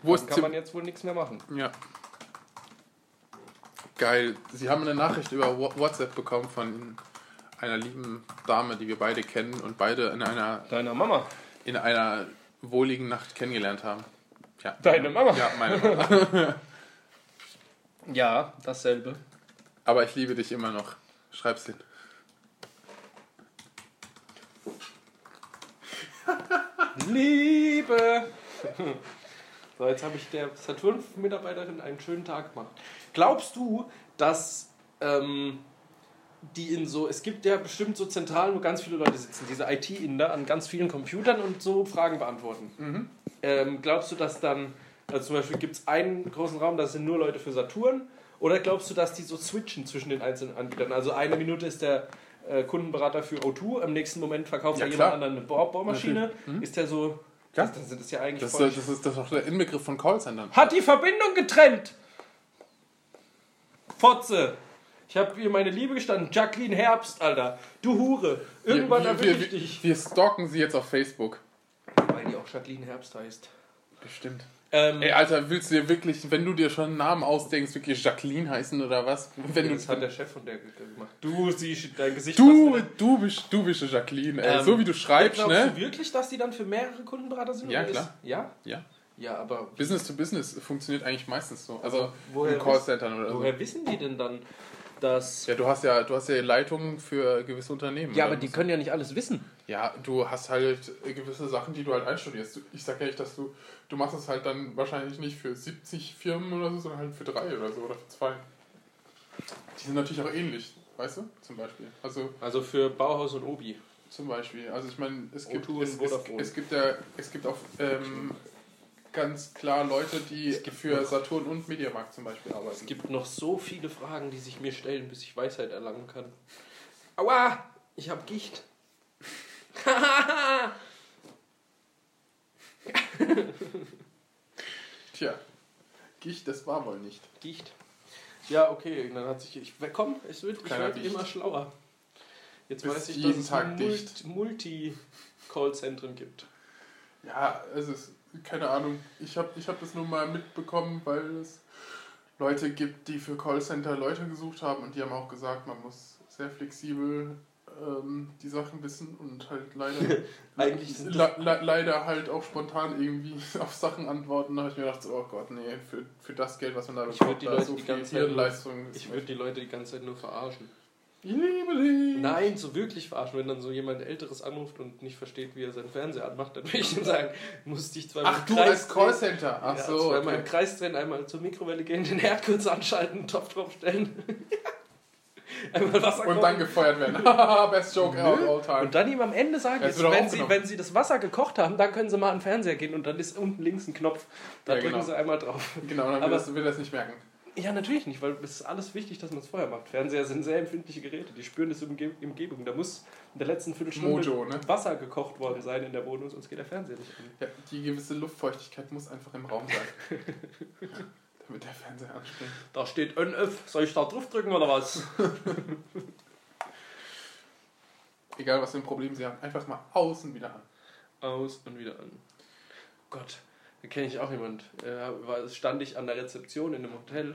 [SPEAKER 2] Wo
[SPEAKER 1] Dann
[SPEAKER 2] ist
[SPEAKER 1] kann man
[SPEAKER 2] Tim?
[SPEAKER 1] jetzt wohl nichts mehr machen.
[SPEAKER 2] Ja. Geil. Sie haben eine Nachricht über Wha- WhatsApp bekommen von einer lieben Dame, die wir beide kennen und beide in einer
[SPEAKER 1] Deiner Mama.
[SPEAKER 2] in einer wohligen Nacht kennengelernt haben. Ja.
[SPEAKER 1] Deine Mama.
[SPEAKER 2] Ja, meine Mama.
[SPEAKER 1] Ja, dasselbe.
[SPEAKER 2] Aber ich liebe dich immer noch. Schreib's hin.
[SPEAKER 1] Liebe! *laughs* So, jetzt habe ich der Saturn-Mitarbeiterin einen schönen Tag gemacht. Glaubst du, dass ähm, die in so, es gibt ja bestimmt so Zentralen, wo ganz viele Leute sitzen, diese IT-Inder an ganz vielen Computern und so Fragen beantworten.
[SPEAKER 2] Mhm.
[SPEAKER 1] Ähm, glaubst du, dass dann, also zum Beispiel gibt es einen großen Raum, da sind nur Leute für Saturn? Oder glaubst du, dass die so switchen zwischen den einzelnen Anbietern? Also eine Minute ist der äh, Kundenberater für O2, im nächsten Moment verkauft
[SPEAKER 2] Ja,
[SPEAKER 1] er
[SPEAKER 2] klar.
[SPEAKER 1] jemand anderen eine Bohr Bohrmaschine. Ist der so,
[SPEAKER 2] Klar.
[SPEAKER 1] das, Mhm. das ist ja eigentlich
[SPEAKER 2] Das,
[SPEAKER 1] voll-
[SPEAKER 2] das, das ist das ist doch der Inbegriff von Callcentern.
[SPEAKER 1] hat die Verbindung getrennt. Fotze. Ich habe ihr meine Liebe gestanden. Jacqueline Herbst, Alter. Du Hure. Irgendwann
[SPEAKER 2] wir,
[SPEAKER 1] erwische
[SPEAKER 2] wir,
[SPEAKER 1] ich
[SPEAKER 2] wir,
[SPEAKER 1] dich.
[SPEAKER 2] wir stalken sie jetzt auf Facebook.
[SPEAKER 1] Weil die auch Jacqueline Herbst heißt.
[SPEAKER 2] Bestimmt.
[SPEAKER 1] Ähm,
[SPEAKER 2] Ey, Alter, willst du dir wirklich, wenn du dir schon einen Namen ausdenkst, wirklich Jacqueline heißen oder was? Wenn
[SPEAKER 1] das hat
[SPEAKER 2] du,
[SPEAKER 1] der Chef von der gemacht. Du, sie, dein Gesicht.
[SPEAKER 2] du,
[SPEAKER 1] passt nicht.
[SPEAKER 2] du, bist, du bist eine Jacqueline, ey.
[SPEAKER 1] Ähm,
[SPEAKER 2] so wie du schreibst,
[SPEAKER 1] Glaubst du
[SPEAKER 2] ne?
[SPEAKER 1] wirklich, dass die dann für mehrere Kundenberater sind?
[SPEAKER 2] Ja,
[SPEAKER 1] Oder
[SPEAKER 2] klar.
[SPEAKER 1] Ist, ja?
[SPEAKER 2] Ja.
[SPEAKER 1] Ja, aber
[SPEAKER 2] Business to Business funktioniert eigentlich meistens so. Also
[SPEAKER 1] Woher
[SPEAKER 2] in Callcentern oder so.
[SPEAKER 1] woher wissen die denn dann, dass...
[SPEAKER 2] Ja, du hast ja, du hast ja Leitungen für gewisse Unternehmen.
[SPEAKER 1] Ja,
[SPEAKER 2] oder?
[SPEAKER 1] aber die können ja nicht alles wissen.
[SPEAKER 2] Ja, du hast halt gewisse Sachen, die du halt einstudierst. Du- Ich sag ja nicht, dass du, du machst es halt dann wahrscheinlich nicht für 70 Firmen oder so, sondern halt für drei oder so oder für zwei. Die sind natürlich auch ähnlich, weißt du? Zum Beispiel. Also
[SPEAKER 1] Also für Bauhaus und Obi.
[SPEAKER 2] zum Beispiel. Also ich meine, es gibt
[SPEAKER 1] O2 und
[SPEAKER 2] es, es,
[SPEAKER 1] Vodafone.
[SPEAKER 2] es gibt ja, es gibt auch ähm, ganz klar Leute, die für Saturn und Mediamarkt zum Beispiel arbeiten.
[SPEAKER 1] Es gibt noch so viele Fragen, die sich mir stellen, bis ich Weisheit erlangen kann. Aua! Ich hab Gicht. *laughs*
[SPEAKER 2] Tja, ich das war wohl nicht.
[SPEAKER 1] Gicht. Ja, okay, dann hat sich. Ich, komm, es wird, ich
[SPEAKER 2] Kleiner
[SPEAKER 1] werde
[SPEAKER 2] Gicht.
[SPEAKER 1] immer schlauer. Jetzt
[SPEAKER 2] Bist
[SPEAKER 1] weiß ich, dass
[SPEAKER 2] jeden
[SPEAKER 1] es
[SPEAKER 2] Tag
[SPEAKER 1] Mul-
[SPEAKER 2] dicht.
[SPEAKER 1] Multi-Call-Zentren gibt.
[SPEAKER 2] Ja, es ist, keine Ahnung. Ich habe ich hab das nur mal mitbekommen, weil es Leute gibt, die für Callcenter Leute gesucht haben und die haben auch gesagt, man muss sehr flexibel ähm, die Sachen wissen und halt leider,
[SPEAKER 1] Eigentlich sind
[SPEAKER 2] le le leider halt auch spontan irgendwie *laughs* auf Sachen antworten. Da habe ich mir gedacht, so, oh Gott, nee, für, für das Geld, was man da
[SPEAKER 1] Ich würd die
[SPEAKER 2] da
[SPEAKER 1] Leute
[SPEAKER 2] so
[SPEAKER 1] die
[SPEAKER 2] viel
[SPEAKER 1] ganze Zeit nur-
[SPEAKER 2] Hirnleistung.
[SPEAKER 1] Ich würde die Leute die ganze Zeit nur verarschen.
[SPEAKER 2] ich liebe dich.
[SPEAKER 1] Nein, so wirklich verarschen. Wenn dann so jemand Älteres anruft und nicht versteht, wie er seinen Fernseher anmacht, dann würde ich ihm sagen, musst dich zweimal
[SPEAKER 2] Ach,
[SPEAKER 1] im
[SPEAKER 2] du
[SPEAKER 1] Kreis
[SPEAKER 2] als
[SPEAKER 1] drehen.
[SPEAKER 2] Callcenter. Ach
[SPEAKER 1] ja,
[SPEAKER 2] so.
[SPEAKER 1] Zweimal
[SPEAKER 2] Okay.
[SPEAKER 1] im Kreis drehen, einmal zur Mikrowelle gehen, den Herd kurz anschalten, einen Topf draufstellen. *laughs* einmal Wasser
[SPEAKER 2] Und dann
[SPEAKER 1] kochen.
[SPEAKER 2] gefeuert werden. *laughs* Haha, Best Joke of all time.
[SPEAKER 1] und dann ihm am Ende sagen,
[SPEAKER 2] Hättest
[SPEAKER 1] jetzt,
[SPEAKER 2] du doch
[SPEAKER 1] wenn, sie,
[SPEAKER 2] aufgenommen.
[SPEAKER 1] wenn sie das Wasser gekocht haben, dann können sie mal an den Fernseher gehen und dann ist unten links ein Knopf. Da
[SPEAKER 2] Ja,
[SPEAKER 1] drücken
[SPEAKER 2] genau.
[SPEAKER 1] sie einmal drauf. *laughs*
[SPEAKER 2] Genau, dann will
[SPEAKER 1] Aber-
[SPEAKER 2] das, will das nicht merken.
[SPEAKER 1] Ja, natürlich nicht, weil es ist alles wichtig, dass man es vorher macht. Fernseher sind sehr empfindliche Geräte, die spüren das Umge Umgebung. Da muss in der letzten Viertelstunde
[SPEAKER 2] Mojo, ne?
[SPEAKER 1] Wasser gekocht worden sein in der Wohnung, sonst geht der Fernseher nicht an.
[SPEAKER 2] Ja, die gewisse Luftfeuchtigkeit muss einfach im Raum sein.
[SPEAKER 1] *laughs*
[SPEAKER 2] Damit der Fernseher anspringt.
[SPEAKER 1] Da steht NF, soll ich da drauf drücken oder was?
[SPEAKER 2] Egal, was für ein Problem sie haben, einfach mal außen wieder an.
[SPEAKER 1] aus und wieder an. Oh Gott, da kenne ich auch jemand. Äh, war- stand ich an der Rezeption in einem Hotel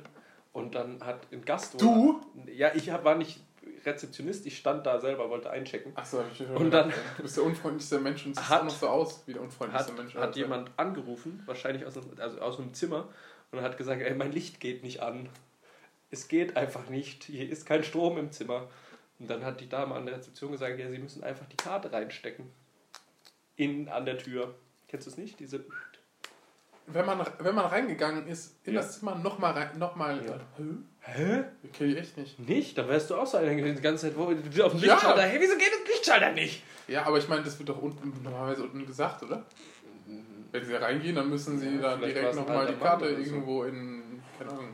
[SPEAKER 1] und dann hat ein Gast.
[SPEAKER 2] Du?
[SPEAKER 1] Ja, ich hab, war nicht Rezeptionist, ich stand da selber, wollte einchecken.
[SPEAKER 2] Achso, hab ich schon
[SPEAKER 1] Und
[SPEAKER 2] gedacht,
[SPEAKER 1] dann-
[SPEAKER 2] Du bist der unfreundlichste Mensch und siehst
[SPEAKER 1] Hat-
[SPEAKER 2] auch noch so aus wie der unfreundlichste
[SPEAKER 1] Hat,
[SPEAKER 2] Mensch. Also,
[SPEAKER 1] hat jemand angerufen, wahrscheinlich aus einem, also aus einem Zimmer, und hat gesagt: Ey, mein Licht geht nicht an. Es geht einfach nicht. Hier ist kein Strom im Zimmer. Und dann hat die Dame an der Rezeption gesagt: Ja, sie müssen einfach die Karte reinstecken. Innen an der Tür. Kennst du es nicht? Diese.
[SPEAKER 2] Wenn man, wenn man reingegangen ist, in
[SPEAKER 1] Ja.
[SPEAKER 2] das Zimmer nochmal rein. Nochmal.
[SPEAKER 1] Ja.
[SPEAKER 2] Hä?
[SPEAKER 1] Hä?
[SPEAKER 2] Okay, ich echt nicht.
[SPEAKER 1] Nicht? Da wärst du auch so einer gewesen, die ganze Zeit wo, auf dem
[SPEAKER 2] Ja.
[SPEAKER 1] Lichtschalter. Hey, wieso geht das Lichtschalter nicht?
[SPEAKER 2] Ja, aber ich meine, das wird doch unten normalerweise unten gesagt, oder? Wenn sie reingehen, dann müssen sie
[SPEAKER 1] Mhm. Ja,
[SPEAKER 2] dann
[SPEAKER 1] vielleicht
[SPEAKER 2] direkt
[SPEAKER 1] war's ein
[SPEAKER 2] nochmal die
[SPEAKER 1] alter Mann
[SPEAKER 2] Karte
[SPEAKER 1] oder so.
[SPEAKER 2] irgendwo in. Keine Ahnung.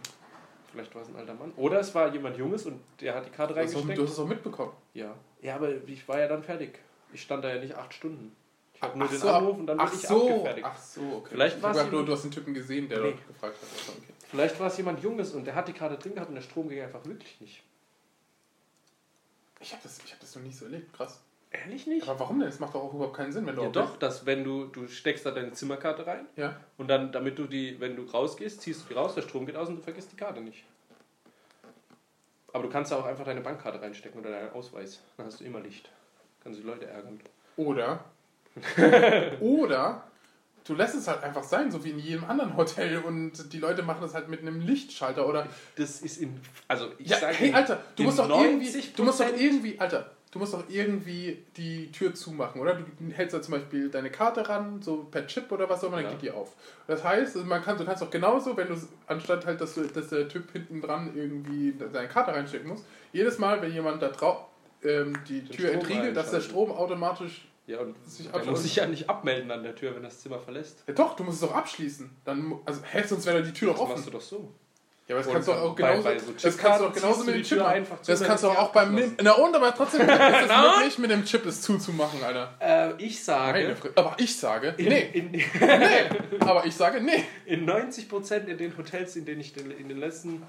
[SPEAKER 1] Vielleicht war es ein alter Mann. Oder es war jemand Junges und der hat die Karte
[SPEAKER 2] Du hast doch-
[SPEAKER 1] reingesteckt.
[SPEAKER 2] du hast es auch mitbekommen.
[SPEAKER 1] ja. ja, aber ich war ja dann fertig. Ich stand da ja nicht acht Stunden. Ich habe nur
[SPEAKER 2] Ach
[SPEAKER 1] den
[SPEAKER 2] so,
[SPEAKER 1] Anruf und dann
[SPEAKER 2] ach
[SPEAKER 1] bin ich
[SPEAKER 2] so,
[SPEAKER 1] abgefertigt.
[SPEAKER 2] Ach so, okay.
[SPEAKER 1] Vielleicht
[SPEAKER 2] ich
[SPEAKER 1] war's
[SPEAKER 2] hab gedacht,
[SPEAKER 1] jemand-
[SPEAKER 2] du, du hast einen Typen gesehen, der
[SPEAKER 1] Nee.
[SPEAKER 2] dort gefragt hat. Also, okay.
[SPEAKER 1] Vielleicht war es jemand Junges und der hat die Karte drin gehabt und der Strom ging einfach wirklich nicht.
[SPEAKER 2] Ich habe das, ich hab das noch nie so erlebt, krass.
[SPEAKER 1] Ehrlich nicht? Ja,
[SPEAKER 2] Aber warum denn? Das macht doch auch überhaupt keinen Sinn, wenn du auch-
[SPEAKER 1] doch, dass wenn du, du steckst da deine Zimmerkarte rein
[SPEAKER 2] Ja,
[SPEAKER 1] und dann, damit du die, wenn du rausgehst, ziehst du die raus, der Strom geht aus und du vergisst die Karte nicht. Aber du kannst da auch einfach deine Bankkarte reinstecken oder deinen Ausweis. Dann hast du *laughs* immer Licht. Kannst die Leute ärgern.
[SPEAKER 2] oder. oder du lässt es halt einfach sein, so wie in jedem anderen Hotel und die Leute machen das halt mit einem Lichtschalter oder
[SPEAKER 1] Das ist in. Also, ich
[SPEAKER 2] ja,
[SPEAKER 1] sage.
[SPEAKER 2] hey, Alter, du
[SPEAKER 1] in
[SPEAKER 2] musst doch irgendwie,
[SPEAKER 1] 90%
[SPEAKER 2] du musst doch irgendwie, Alter, du musst doch irgendwie die Tür zumachen, oder? Du hältst da zum Beispiel deine Karte ran, so per Chip oder was auch immer, dann
[SPEAKER 1] Ja.
[SPEAKER 2] geht die auf. Das heißt, also man kann, du kannst doch genauso, wenn du, anstatt halt, dass, du, dass der Typ hinten dran irgendwie seine Karte reinstecken muss, jedes Mal, wenn jemand da drauf ähm, die Tür
[SPEAKER 1] Strom
[SPEAKER 2] entriegelt, dass der
[SPEAKER 1] einschalten.
[SPEAKER 2] Strom automatisch.
[SPEAKER 1] Ja, und
[SPEAKER 2] eh- Sich
[SPEAKER 1] der
[SPEAKER 2] abschalten.
[SPEAKER 1] muss sich ja nicht abmelden an der Tür, wenn das Zimmer verlässt.
[SPEAKER 2] Ja doch, du musst es doch abschließen. Dann, mu- also, hä, sonst wäre doch die Tür doch
[SPEAKER 1] Das
[SPEAKER 2] offen.
[SPEAKER 1] machst du doch so.
[SPEAKER 2] Ja, aber das
[SPEAKER 1] Und
[SPEAKER 2] kannst du auch
[SPEAKER 1] bei-
[SPEAKER 2] genauso,
[SPEAKER 1] bei so
[SPEAKER 2] das kannst du auch
[SPEAKER 1] Chipkarten
[SPEAKER 2] genauso
[SPEAKER 1] ziehst
[SPEAKER 2] mit
[SPEAKER 1] du
[SPEAKER 2] dem
[SPEAKER 1] die
[SPEAKER 2] Chip
[SPEAKER 1] Tür
[SPEAKER 2] machen.
[SPEAKER 1] einfach zu,
[SPEAKER 2] Das
[SPEAKER 1] wenn
[SPEAKER 2] kannst du
[SPEAKER 1] du sie
[SPEAKER 2] auch beim
[SPEAKER 1] abgeschlossen
[SPEAKER 2] Nim- Na und, aber trotzdem ist es möglich, mit dem Chip es zuzumachen, Alter.
[SPEAKER 1] Äh, ich sage.
[SPEAKER 2] Meine Fri- aber ich sage,
[SPEAKER 1] In,
[SPEAKER 2] nee.
[SPEAKER 1] in,
[SPEAKER 2] Aber ich sage, nee.
[SPEAKER 1] in 90 Prozent in den Hotels, in denen ich den- in den letzten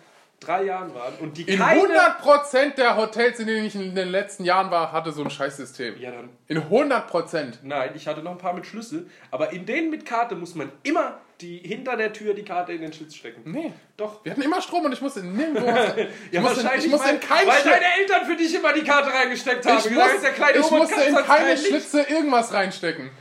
[SPEAKER 1] drei Jahren war und die
[SPEAKER 2] In
[SPEAKER 1] keine.
[SPEAKER 2] 100% der Hotels, in denen ich in den letzten Jahren war, hatte so ein Scheißsystem.
[SPEAKER 1] ja, dann.
[SPEAKER 2] In 100%.
[SPEAKER 1] Nein, ich hatte noch ein paar mit Schlüssel, aber in denen mit Karte muss man immer die hinter der Tür die Karte in den Schlitz stecken.
[SPEAKER 2] Nee.
[SPEAKER 1] Doch.
[SPEAKER 2] Wir hatten immer Strom und ich musste
[SPEAKER 1] *laughs*
[SPEAKER 2] nirgendwo was. Ich
[SPEAKER 1] Ja,
[SPEAKER 2] musste,
[SPEAKER 1] wahrscheinlich,
[SPEAKER 2] ich musste
[SPEAKER 1] weil,
[SPEAKER 2] in keinen
[SPEAKER 1] weil
[SPEAKER 2] Schlitz-
[SPEAKER 1] deine Eltern für dich immer die Karte reingesteckt haben.
[SPEAKER 2] ich,
[SPEAKER 1] Gesagt,
[SPEAKER 2] muss,
[SPEAKER 1] der kleine
[SPEAKER 2] ich
[SPEAKER 1] Obert
[SPEAKER 2] musste
[SPEAKER 1] kann
[SPEAKER 2] in
[SPEAKER 1] sonst kein
[SPEAKER 2] keine
[SPEAKER 1] Licht.
[SPEAKER 2] Schlitze irgendwas reinstecken.
[SPEAKER 1] *laughs*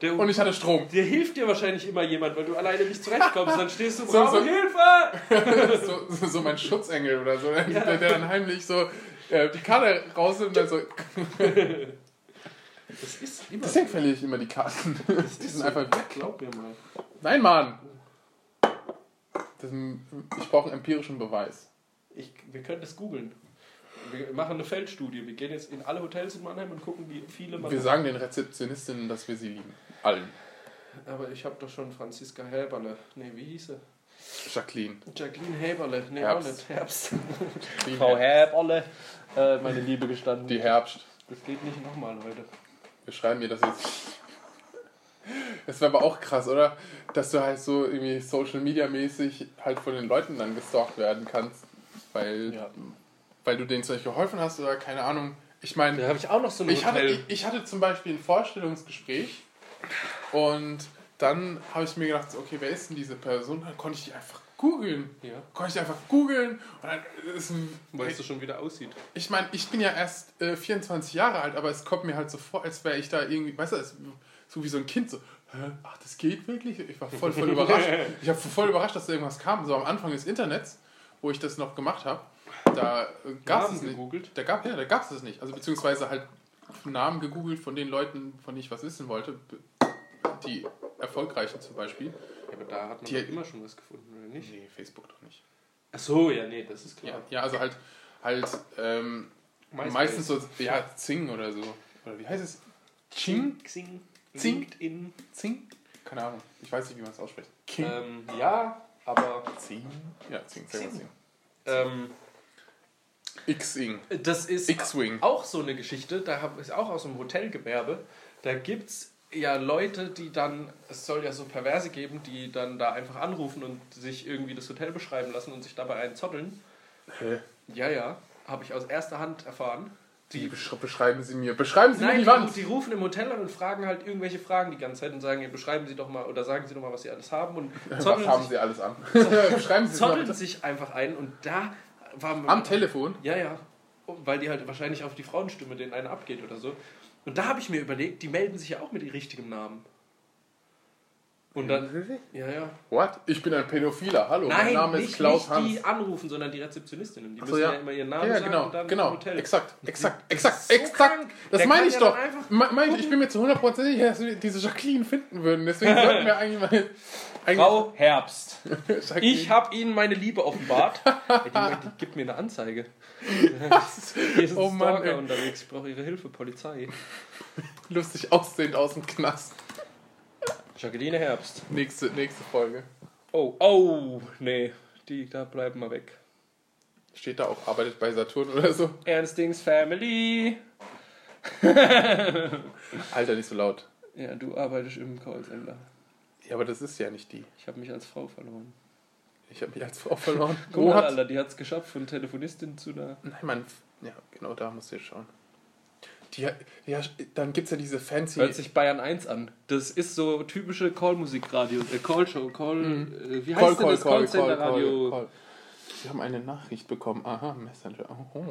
[SPEAKER 1] Der,
[SPEAKER 2] Und ich hatte Strom.
[SPEAKER 1] dir hilft dir wahrscheinlich immer jemand, weil du alleine nicht zurechtkommst. Dann stehst
[SPEAKER 2] *laughs*
[SPEAKER 1] du
[SPEAKER 2] So,
[SPEAKER 1] brauche
[SPEAKER 2] so.
[SPEAKER 1] Hilfe!
[SPEAKER 2] *laughs* so, so, so mein Schutzengel oder so, der, der dann heimlich so äh, die Karte raus und dann so.
[SPEAKER 1] Das ist immer.
[SPEAKER 2] Deswegen verliere ich immer die Karten. *laughs* Die sind einfach weg.
[SPEAKER 1] Glaub mir mal.
[SPEAKER 2] Nein, Mann! Das, ist ein- ich brauche einen empirischen Beweis.
[SPEAKER 1] Ich, wir können das googeln. Wir machen eine Feldstudie. Wir gehen jetzt in alle Hotels in Mannheim und gucken, wie viele man.
[SPEAKER 2] Wir sagen den Rezeptionistinnen, dass wir sie lieben. Allen.
[SPEAKER 1] Aber ich habe doch schon Franziska Häberle. Nee, wie hieß sie?
[SPEAKER 2] Jacqueline.
[SPEAKER 1] Jacqueline Häberle. Nee,
[SPEAKER 2] Herbst.
[SPEAKER 1] auch nicht. Herbst.
[SPEAKER 2] Jacqueline,
[SPEAKER 1] Häberle. Äh, meine Liebe gestanden.
[SPEAKER 2] Die Herbst.
[SPEAKER 1] Das geht nicht nochmal, Leute.
[SPEAKER 2] Wir schreiben ihr das jetzt. Das wäre aber auch krass, oder? Dass du halt so irgendwie Social Media mäßig halt von den Leuten dann gestalkt werden kannst. Weil
[SPEAKER 1] Ja.
[SPEAKER 2] weil du denen vielleicht geholfen hast oder keine Ahnung. Ich meine,
[SPEAKER 1] Da habe ich auch noch so eine
[SPEAKER 2] ich, hatte, ich, ich hatte zum Beispiel ein Vorstellungsgespräch und dann habe ich mir gedacht, so, okay, wer ist denn diese Person? Dann konnte ich die einfach googeln.
[SPEAKER 1] Ja.
[SPEAKER 2] Konnte ich die einfach googeln und dann ist ein,
[SPEAKER 1] Weißt du schon, wie der aussieht?
[SPEAKER 2] ich meine, ich bin ja erst äh, 24 Jahre alt, aber es kommt mir halt so vor, als wäre ich da irgendwie, weißt du, als, so wie so ein Kind, so, hä, ach, das geht wirklich? Ich war voll,
[SPEAKER 1] *laughs*
[SPEAKER 2] voll überrascht. Ich habe voll überrascht, dass da irgendwas kam. So am Anfang des Internets, wo ich das noch gemacht habe, da äh, gab
[SPEAKER 1] Namen
[SPEAKER 2] es nicht.
[SPEAKER 1] gegoogelt?
[SPEAKER 2] Da gab ja, da gab es nicht. Also beziehungsweise halt Namen gegoogelt von den Leuten, von denen ich was wissen wollte, die erfolgreichen zum Beispiel.
[SPEAKER 1] Ja, aber da hat man
[SPEAKER 2] Die-
[SPEAKER 1] doch immer schon was gefunden, oder nicht?
[SPEAKER 2] Nee, Facebook doch nicht.
[SPEAKER 1] Ach so, ja, nee, das ist
[SPEAKER 2] Ja,
[SPEAKER 1] klar.
[SPEAKER 2] ja also halt, halt ähm,
[SPEAKER 1] MySpace.
[SPEAKER 2] meistens so, ja, Zing oder so. Oder wie heißt es? Ching?
[SPEAKER 1] Xing.
[SPEAKER 2] Xing.
[SPEAKER 1] LinkedIn.
[SPEAKER 2] Zing? Keine Ahnung. Ich weiß nicht, wie man es ausspricht. King.
[SPEAKER 1] Ähm, ja, aber
[SPEAKER 2] Zing? Ja, Zing. Zing.
[SPEAKER 1] Zing.
[SPEAKER 2] Zing.
[SPEAKER 1] ähm,
[SPEAKER 2] X-Ing.
[SPEAKER 1] das ist
[SPEAKER 2] X-Wing.
[SPEAKER 1] auch so eine Geschichte, da hab- ist auch aus dem Hotelgewerbe, da gibt es ja Leute, die dann, es soll ja so Perverse geben, die dann da einfach anrufen und sich irgendwie das Hotel beschreiben lassen und sich dabei einen zotteln.
[SPEAKER 2] Hä?
[SPEAKER 1] Ja, ja, habe ich aus erster Hand erfahren.
[SPEAKER 2] Die besch beschreiben sie mir. Beschreiben sie
[SPEAKER 1] Nein,
[SPEAKER 2] mir die
[SPEAKER 1] die,
[SPEAKER 2] Wand.
[SPEAKER 1] die rufen im Hotel an und fragen halt irgendwelche Fragen die ganze Zeit und sagen, ja, beschreiben Sie doch mal oder sagen Sie doch mal, was Sie alles haben und
[SPEAKER 2] *laughs* Was
[SPEAKER 1] zotteln,
[SPEAKER 2] haben
[SPEAKER 1] sich,
[SPEAKER 2] sie alles an? *laughs* Beschreiben sie es mal
[SPEAKER 1] zotteln
[SPEAKER 2] bitte.
[SPEAKER 1] sich einfach ein und da waren
[SPEAKER 2] Am Telefon?
[SPEAKER 1] Ja, ja. Weil die halt wahrscheinlich auf die Frauenstimme denen eine abgeht oder so. Und da habe ich mir überlegt, die melden sich ja auch mit richtigem Namen. Und dann. Ja, ja.
[SPEAKER 2] What? Ich bin ein Pädophiler. Hallo, mein
[SPEAKER 1] Nein,
[SPEAKER 2] Name
[SPEAKER 1] nicht,
[SPEAKER 2] ist Klaus
[SPEAKER 1] nicht
[SPEAKER 2] Hans.
[SPEAKER 1] die anrufen, sondern die Rezeptionistinnen. Die
[SPEAKER 2] Ach
[SPEAKER 1] müssen
[SPEAKER 2] so,
[SPEAKER 1] ja.
[SPEAKER 2] ja.
[SPEAKER 1] immer ihren Namen
[SPEAKER 2] Ja, ja,
[SPEAKER 1] sagen
[SPEAKER 2] genau,
[SPEAKER 1] und dann
[SPEAKER 2] genau,
[SPEAKER 1] im Hotel.
[SPEAKER 2] exakt, exakt, exakt,
[SPEAKER 1] so
[SPEAKER 2] exakt.
[SPEAKER 1] krank.
[SPEAKER 2] Das
[SPEAKER 1] Der
[SPEAKER 2] meine
[SPEAKER 1] kann
[SPEAKER 2] ich
[SPEAKER 1] ja
[SPEAKER 2] doch.
[SPEAKER 1] dann einfach
[SPEAKER 2] Me- Meine ich, ich bin mir zu 100% sicher, dass wir diese Jacqueline finden würden. Deswegen sollten wir eigentlich mal... *laughs* Eigentlich
[SPEAKER 1] Frau
[SPEAKER 2] *laughs*
[SPEAKER 1] Herbst.
[SPEAKER 2] Jacqueline-
[SPEAKER 1] Ich habe Ihnen meine Liebe
[SPEAKER 2] *laughs*
[SPEAKER 1] offenbart. Ja, die, die gibt mir eine Anzeige. Hier ist ein
[SPEAKER 2] Oh
[SPEAKER 1] oh
[SPEAKER 2] Mann,
[SPEAKER 1] Stalker
[SPEAKER 2] ey.
[SPEAKER 1] unterwegs. Ich brauche Ihre Hilfe, Polizei.
[SPEAKER 2] lustig aussehend aus dem Knast.
[SPEAKER 1] Jacqueline Herbst.
[SPEAKER 2] Nächste, nächste Folge.
[SPEAKER 1] Oh, oh, nee. Die, da bleiben wir weg.
[SPEAKER 2] Steht da auch, arbeitet bei Saturn oder so.
[SPEAKER 1] Ernstings Family.
[SPEAKER 2] Alter, nicht so laut.
[SPEAKER 1] Ja, du arbeitest im Callcenter.
[SPEAKER 2] Ja, aber das ist ja nicht die.
[SPEAKER 1] Ich habe mich als Frau verloren.
[SPEAKER 2] Ich habe mich als Frau verloren.
[SPEAKER 1] *laughs* Guck mal,
[SPEAKER 2] What?
[SPEAKER 1] Alter, die hat es geschafft von Telefonistin zu einer.
[SPEAKER 2] Nein, man. Ja, genau da musst du jetzt schauen. Die, ja, dann gibt es ja diese fancy.
[SPEAKER 1] Hört sich Bayern 1 an. Das ist so typische Call-Musik-Radio, äh, Call-Show, Call.
[SPEAKER 2] Hm.
[SPEAKER 1] Äh, wie heißt denn das Callcenter-Radio?
[SPEAKER 2] Sie haben eine Nachricht bekommen. Aha, Messenger. Oh.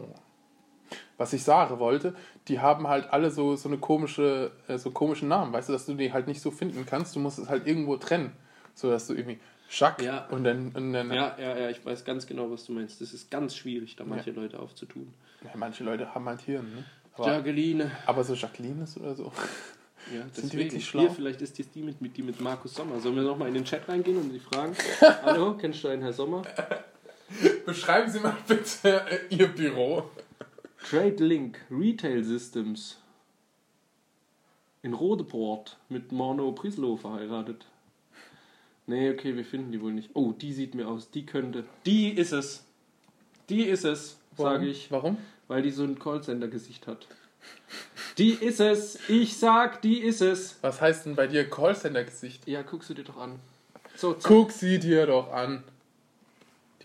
[SPEAKER 2] Was ich sagen wollte, die haben halt alle so, so eine komische, äh, so komischen Namen, weißt du, dass du die halt nicht so finden kannst. Du musst es halt irgendwo trennen, so dass du irgendwie Schack
[SPEAKER 1] Ja.
[SPEAKER 2] und dann, und dann
[SPEAKER 1] Ja, ja, ja, ich weiß ganz genau, was du meinst. Das ist ganz schwierig, da manche Leute aufzutun.
[SPEAKER 2] Ja, manche Leute haben halt Hirn, ne? Aber,
[SPEAKER 1] Jacqueline.
[SPEAKER 2] aber so Jacqueline ist oder so.
[SPEAKER 1] Ja,
[SPEAKER 2] Sind die
[SPEAKER 1] deswegen.
[SPEAKER 2] wirklich schlau?
[SPEAKER 1] Hier, vielleicht ist das die mit, mit, die mit Markus Sommer. Sollen wir nochmal in den Chat reingehen und
[SPEAKER 2] *laughs*
[SPEAKER 1] die fragen? Hallo, kennst du einen Herr Sommer?
[SPEAKER 2] *laughs* Beschreiben Sie mal bitte äh, Ihr Büro.
[SPEAKER 1] Trade Link Retail Systems in Rodeport mit Morno Prislow verheiratet. Nee, okay, wir finden die wohl nicht. Oh, die sieht mir aus. Die könnte. Die ist es. Die ist es, sage ich,
[SPEAKER 2] Warum?
[SPEAKER 1] weil die so ein Callcenter-Gesicht hat. Die ist es. Ich sag, die ist es.
[SPEAKER 2] Was heißt denn bei dir Callcenter-Gesicht?
[SPEAKER 1] Ja, guckst du dir doch an. So, zack.
[SPEAKER 2] Guck sie dir doch an.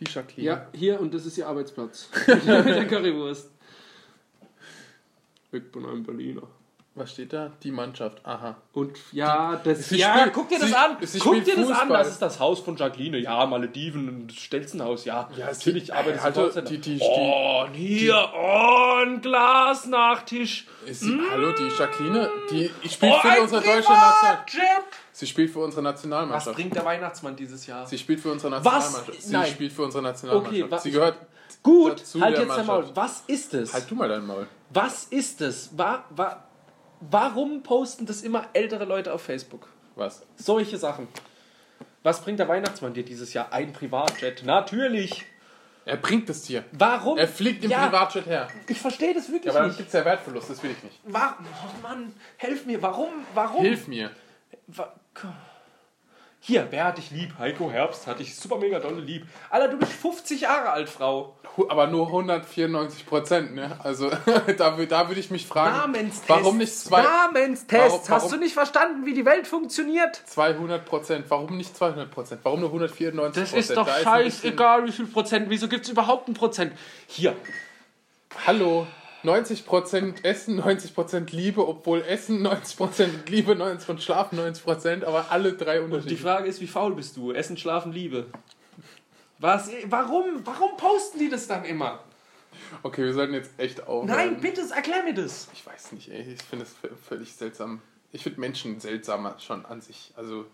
[SPEAKER 2] Die Jacqueline.
[SPEAKER 1] Ja, hier und das ist ihr Arbeitsplatz. Mit der Currywurst. Weg von einem Berliner.
[SPEAKER 2] Was steht da? Die Mannschaft. Aha.
[SPEAKER 1] Und ja, das
[SPEAKER 2] Sie
[SPEAKER 3] Ja,
[SPEAKER 2] spielt-
[SPEAKER 3] guck dir das
[SPEAKER 2] sie-
[SPEAKER 3] an.
[SPEAKER 2] sie
[SPEAKER 3] guck
[SPEAKER 2] spielt
[SPEAKER 3] dir das an.
[SPEAKER 2] Fußball.
[SPEAKER 3] Das ist das Haus von Jacqueline. Ja, Malediven und Stelzenhaus. Ja,
[SPEAKER 2] Ja, sie-
[SPEAKER 3] natürlich. Aber das
[SPEAKER 2] Alter,
[SPEAKER 3] Callcenter.
[SPEAKER 2] die- die- die-
[SPEAKER 3] oh, und hier. Oh, ein Glasnachtisch.
[SPEAKER 2] Ist sie, Hallo, die Jacqueline, die ich spielt
[SPEAKER 3] Mm. Oh,
[SPEAKER 2] für
[SPEAKER 3] ein
[SPEAKER 2] unsere deutsche National.
[SPEAKER 3] Privatjet.
[SPEAKER 2] Sie spielt für unsere
[SPEAKER 3] Was
[SPEAKER 2] Nationalmannschaft.
[SPEAKER 3] bringt der Weihnachtsmann dieses Jahr?
[SPEAKER 2] Sie spielt für unsere Nationalmannschaft. Sie
[SPEAKER 3] Nein.
[SPEAKER 2] spielt für unsere Nationalmannschaft.
[SPEAKER 3] Okay, wa-
[SPEAKER 2] sie gehört.
[SPEAKER 3] Gut,
[SPEAKER 2] Dazu
[SPEAKER 3] halt
[SPEAKER 2] der
[SPEAKER 3] jetzt
[SPEAKER 2] Mannschaft.
[SPEAKER 3] einmal. Was ist es?
[SPEAKER 2] Halt du mal dein Maul.
[SPEAKER 3] Was ist es? Wa wa warum posten das immer ältere Leute auf Facebook?
[SPEAKER 2] Was?
[SPEAKER 3] Solche Sachen. Was bringt der Weihnachtsmann dir dieses Jahr? Ein Privatjet. Natürlich.
[SPEAKER 2] Er bringt es dir.
[SPEAKER 3] Warum?
[SPEAKER 2] Er fliegt im
[SPEAKER 3] ja,
[SPEAKER 2] Privatjet her.
[SPEAKER 3] Ich verstehe das
[SPEAKER 2] Ja,
[SPEAKER 3] wirklich
[SPEAKER 2] aber dann
[SPEAKER 3] nicht.
[SPEAKER 2] gibt es ja Wertverlust, das will ich nicht.
[SPEAKER 3] Wa oh Mann, helf mir, warum? Warum?
[SPEAKER 2] Hilf mir.
[SPEAKER 3] Wa Hier, wer hat dich lieb? Heiko Herbst hat dich super mega dolle lieb. Alter, du bist 50 Jahre alt, Frau.
[SPEAKER 2] Hu- Aber nur 194 Prozent, ne? Also *laughs* da, wür- da würde ich mich fragen,
[SPEAKER 3] Namenstests.
[SPEAKER 2] warum nicht zwei,
[SPEAKER 3] Namenstests.
[SPEAKER 2] Warum- warum-
[SPEAKER 3] Hast du nicht verstanden, wie die Welt funktioniert?
[SPEAKER 2] 200 Prozent? Warum nicht 200 Prozent? Warum nur 194
[SPEAKER 3] Das ist doch
[SPEAKER 2] Da ein
[SPEAKER 3] scheißegal, wie viel Prozent. Wieso gibt es überhaupt ein Prozent? Hier,
[SPEAKER 2] bisschen- Hallo, 90 Prozent Essen, 90 Prozent Liebe, obwohl Essen 90 Prozent Liebe, 90 Prozent Schlafen, 90 Prozent, aber alle drei
[SPEAKER 3] die
[SPEAKER 2] unterschiedlich.
[SPEAKER 3] Frage ist, wie faul bist du? Essen, Schlafen, Liebe. Was? Warum? Warum posten die das dann immer?
[SPEAKER 2] Okay, wir sollten jetzt echt aufhören.
[SPEAKER 3] Nein, bitte, erklär mir das.
[SPEAKER 2] Ich weiß nicht, ey. Ich finde es v- völlig seltsam. Ich finde Menschen seltsamer schon an sich. Also,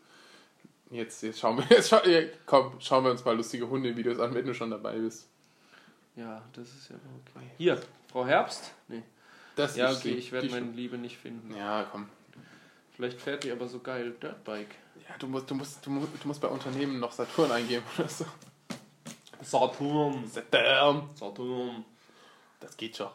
[SPEAKER 2] jetzt, jetzt schauen wir, *laughs* jetzt schau, ja, komm, schauen wir uns mal lustige Hundevideos an, wenn du schon dabei bist.
[SPEAKER 1] Ja, das ist ja okay.
[SPEAKER 3] Hier, Frau Herbst.
[SPEAKER 1] Nee.
[SPEAKER 2] Das
[SPEAKER 1] Ja,
[SPEAKER 2] ist
[SPEAKER 1] okay,
[SPEAKER 2] die-
[SPEAKER 1] ich werde
[SPEAKER 2] die-
[SPEAKER 1] meine Liebe nicht finden.
[SPEAKER 2] Ja, komm.
[SPEAKER 1] Vielleicht fährt die aber so geil Dirtbike.
[SPEAKER 2] Ja, du musst, du musst, du musst, du musst bei Unternehmen noch Saturn eingeben oder so. *laughs*
[SPEAKER 3] Saturn.
[SPEAKER 2] Saturn.
[SPEAKER 3] Saturn.
[SPEAKER 2] Das geht schon.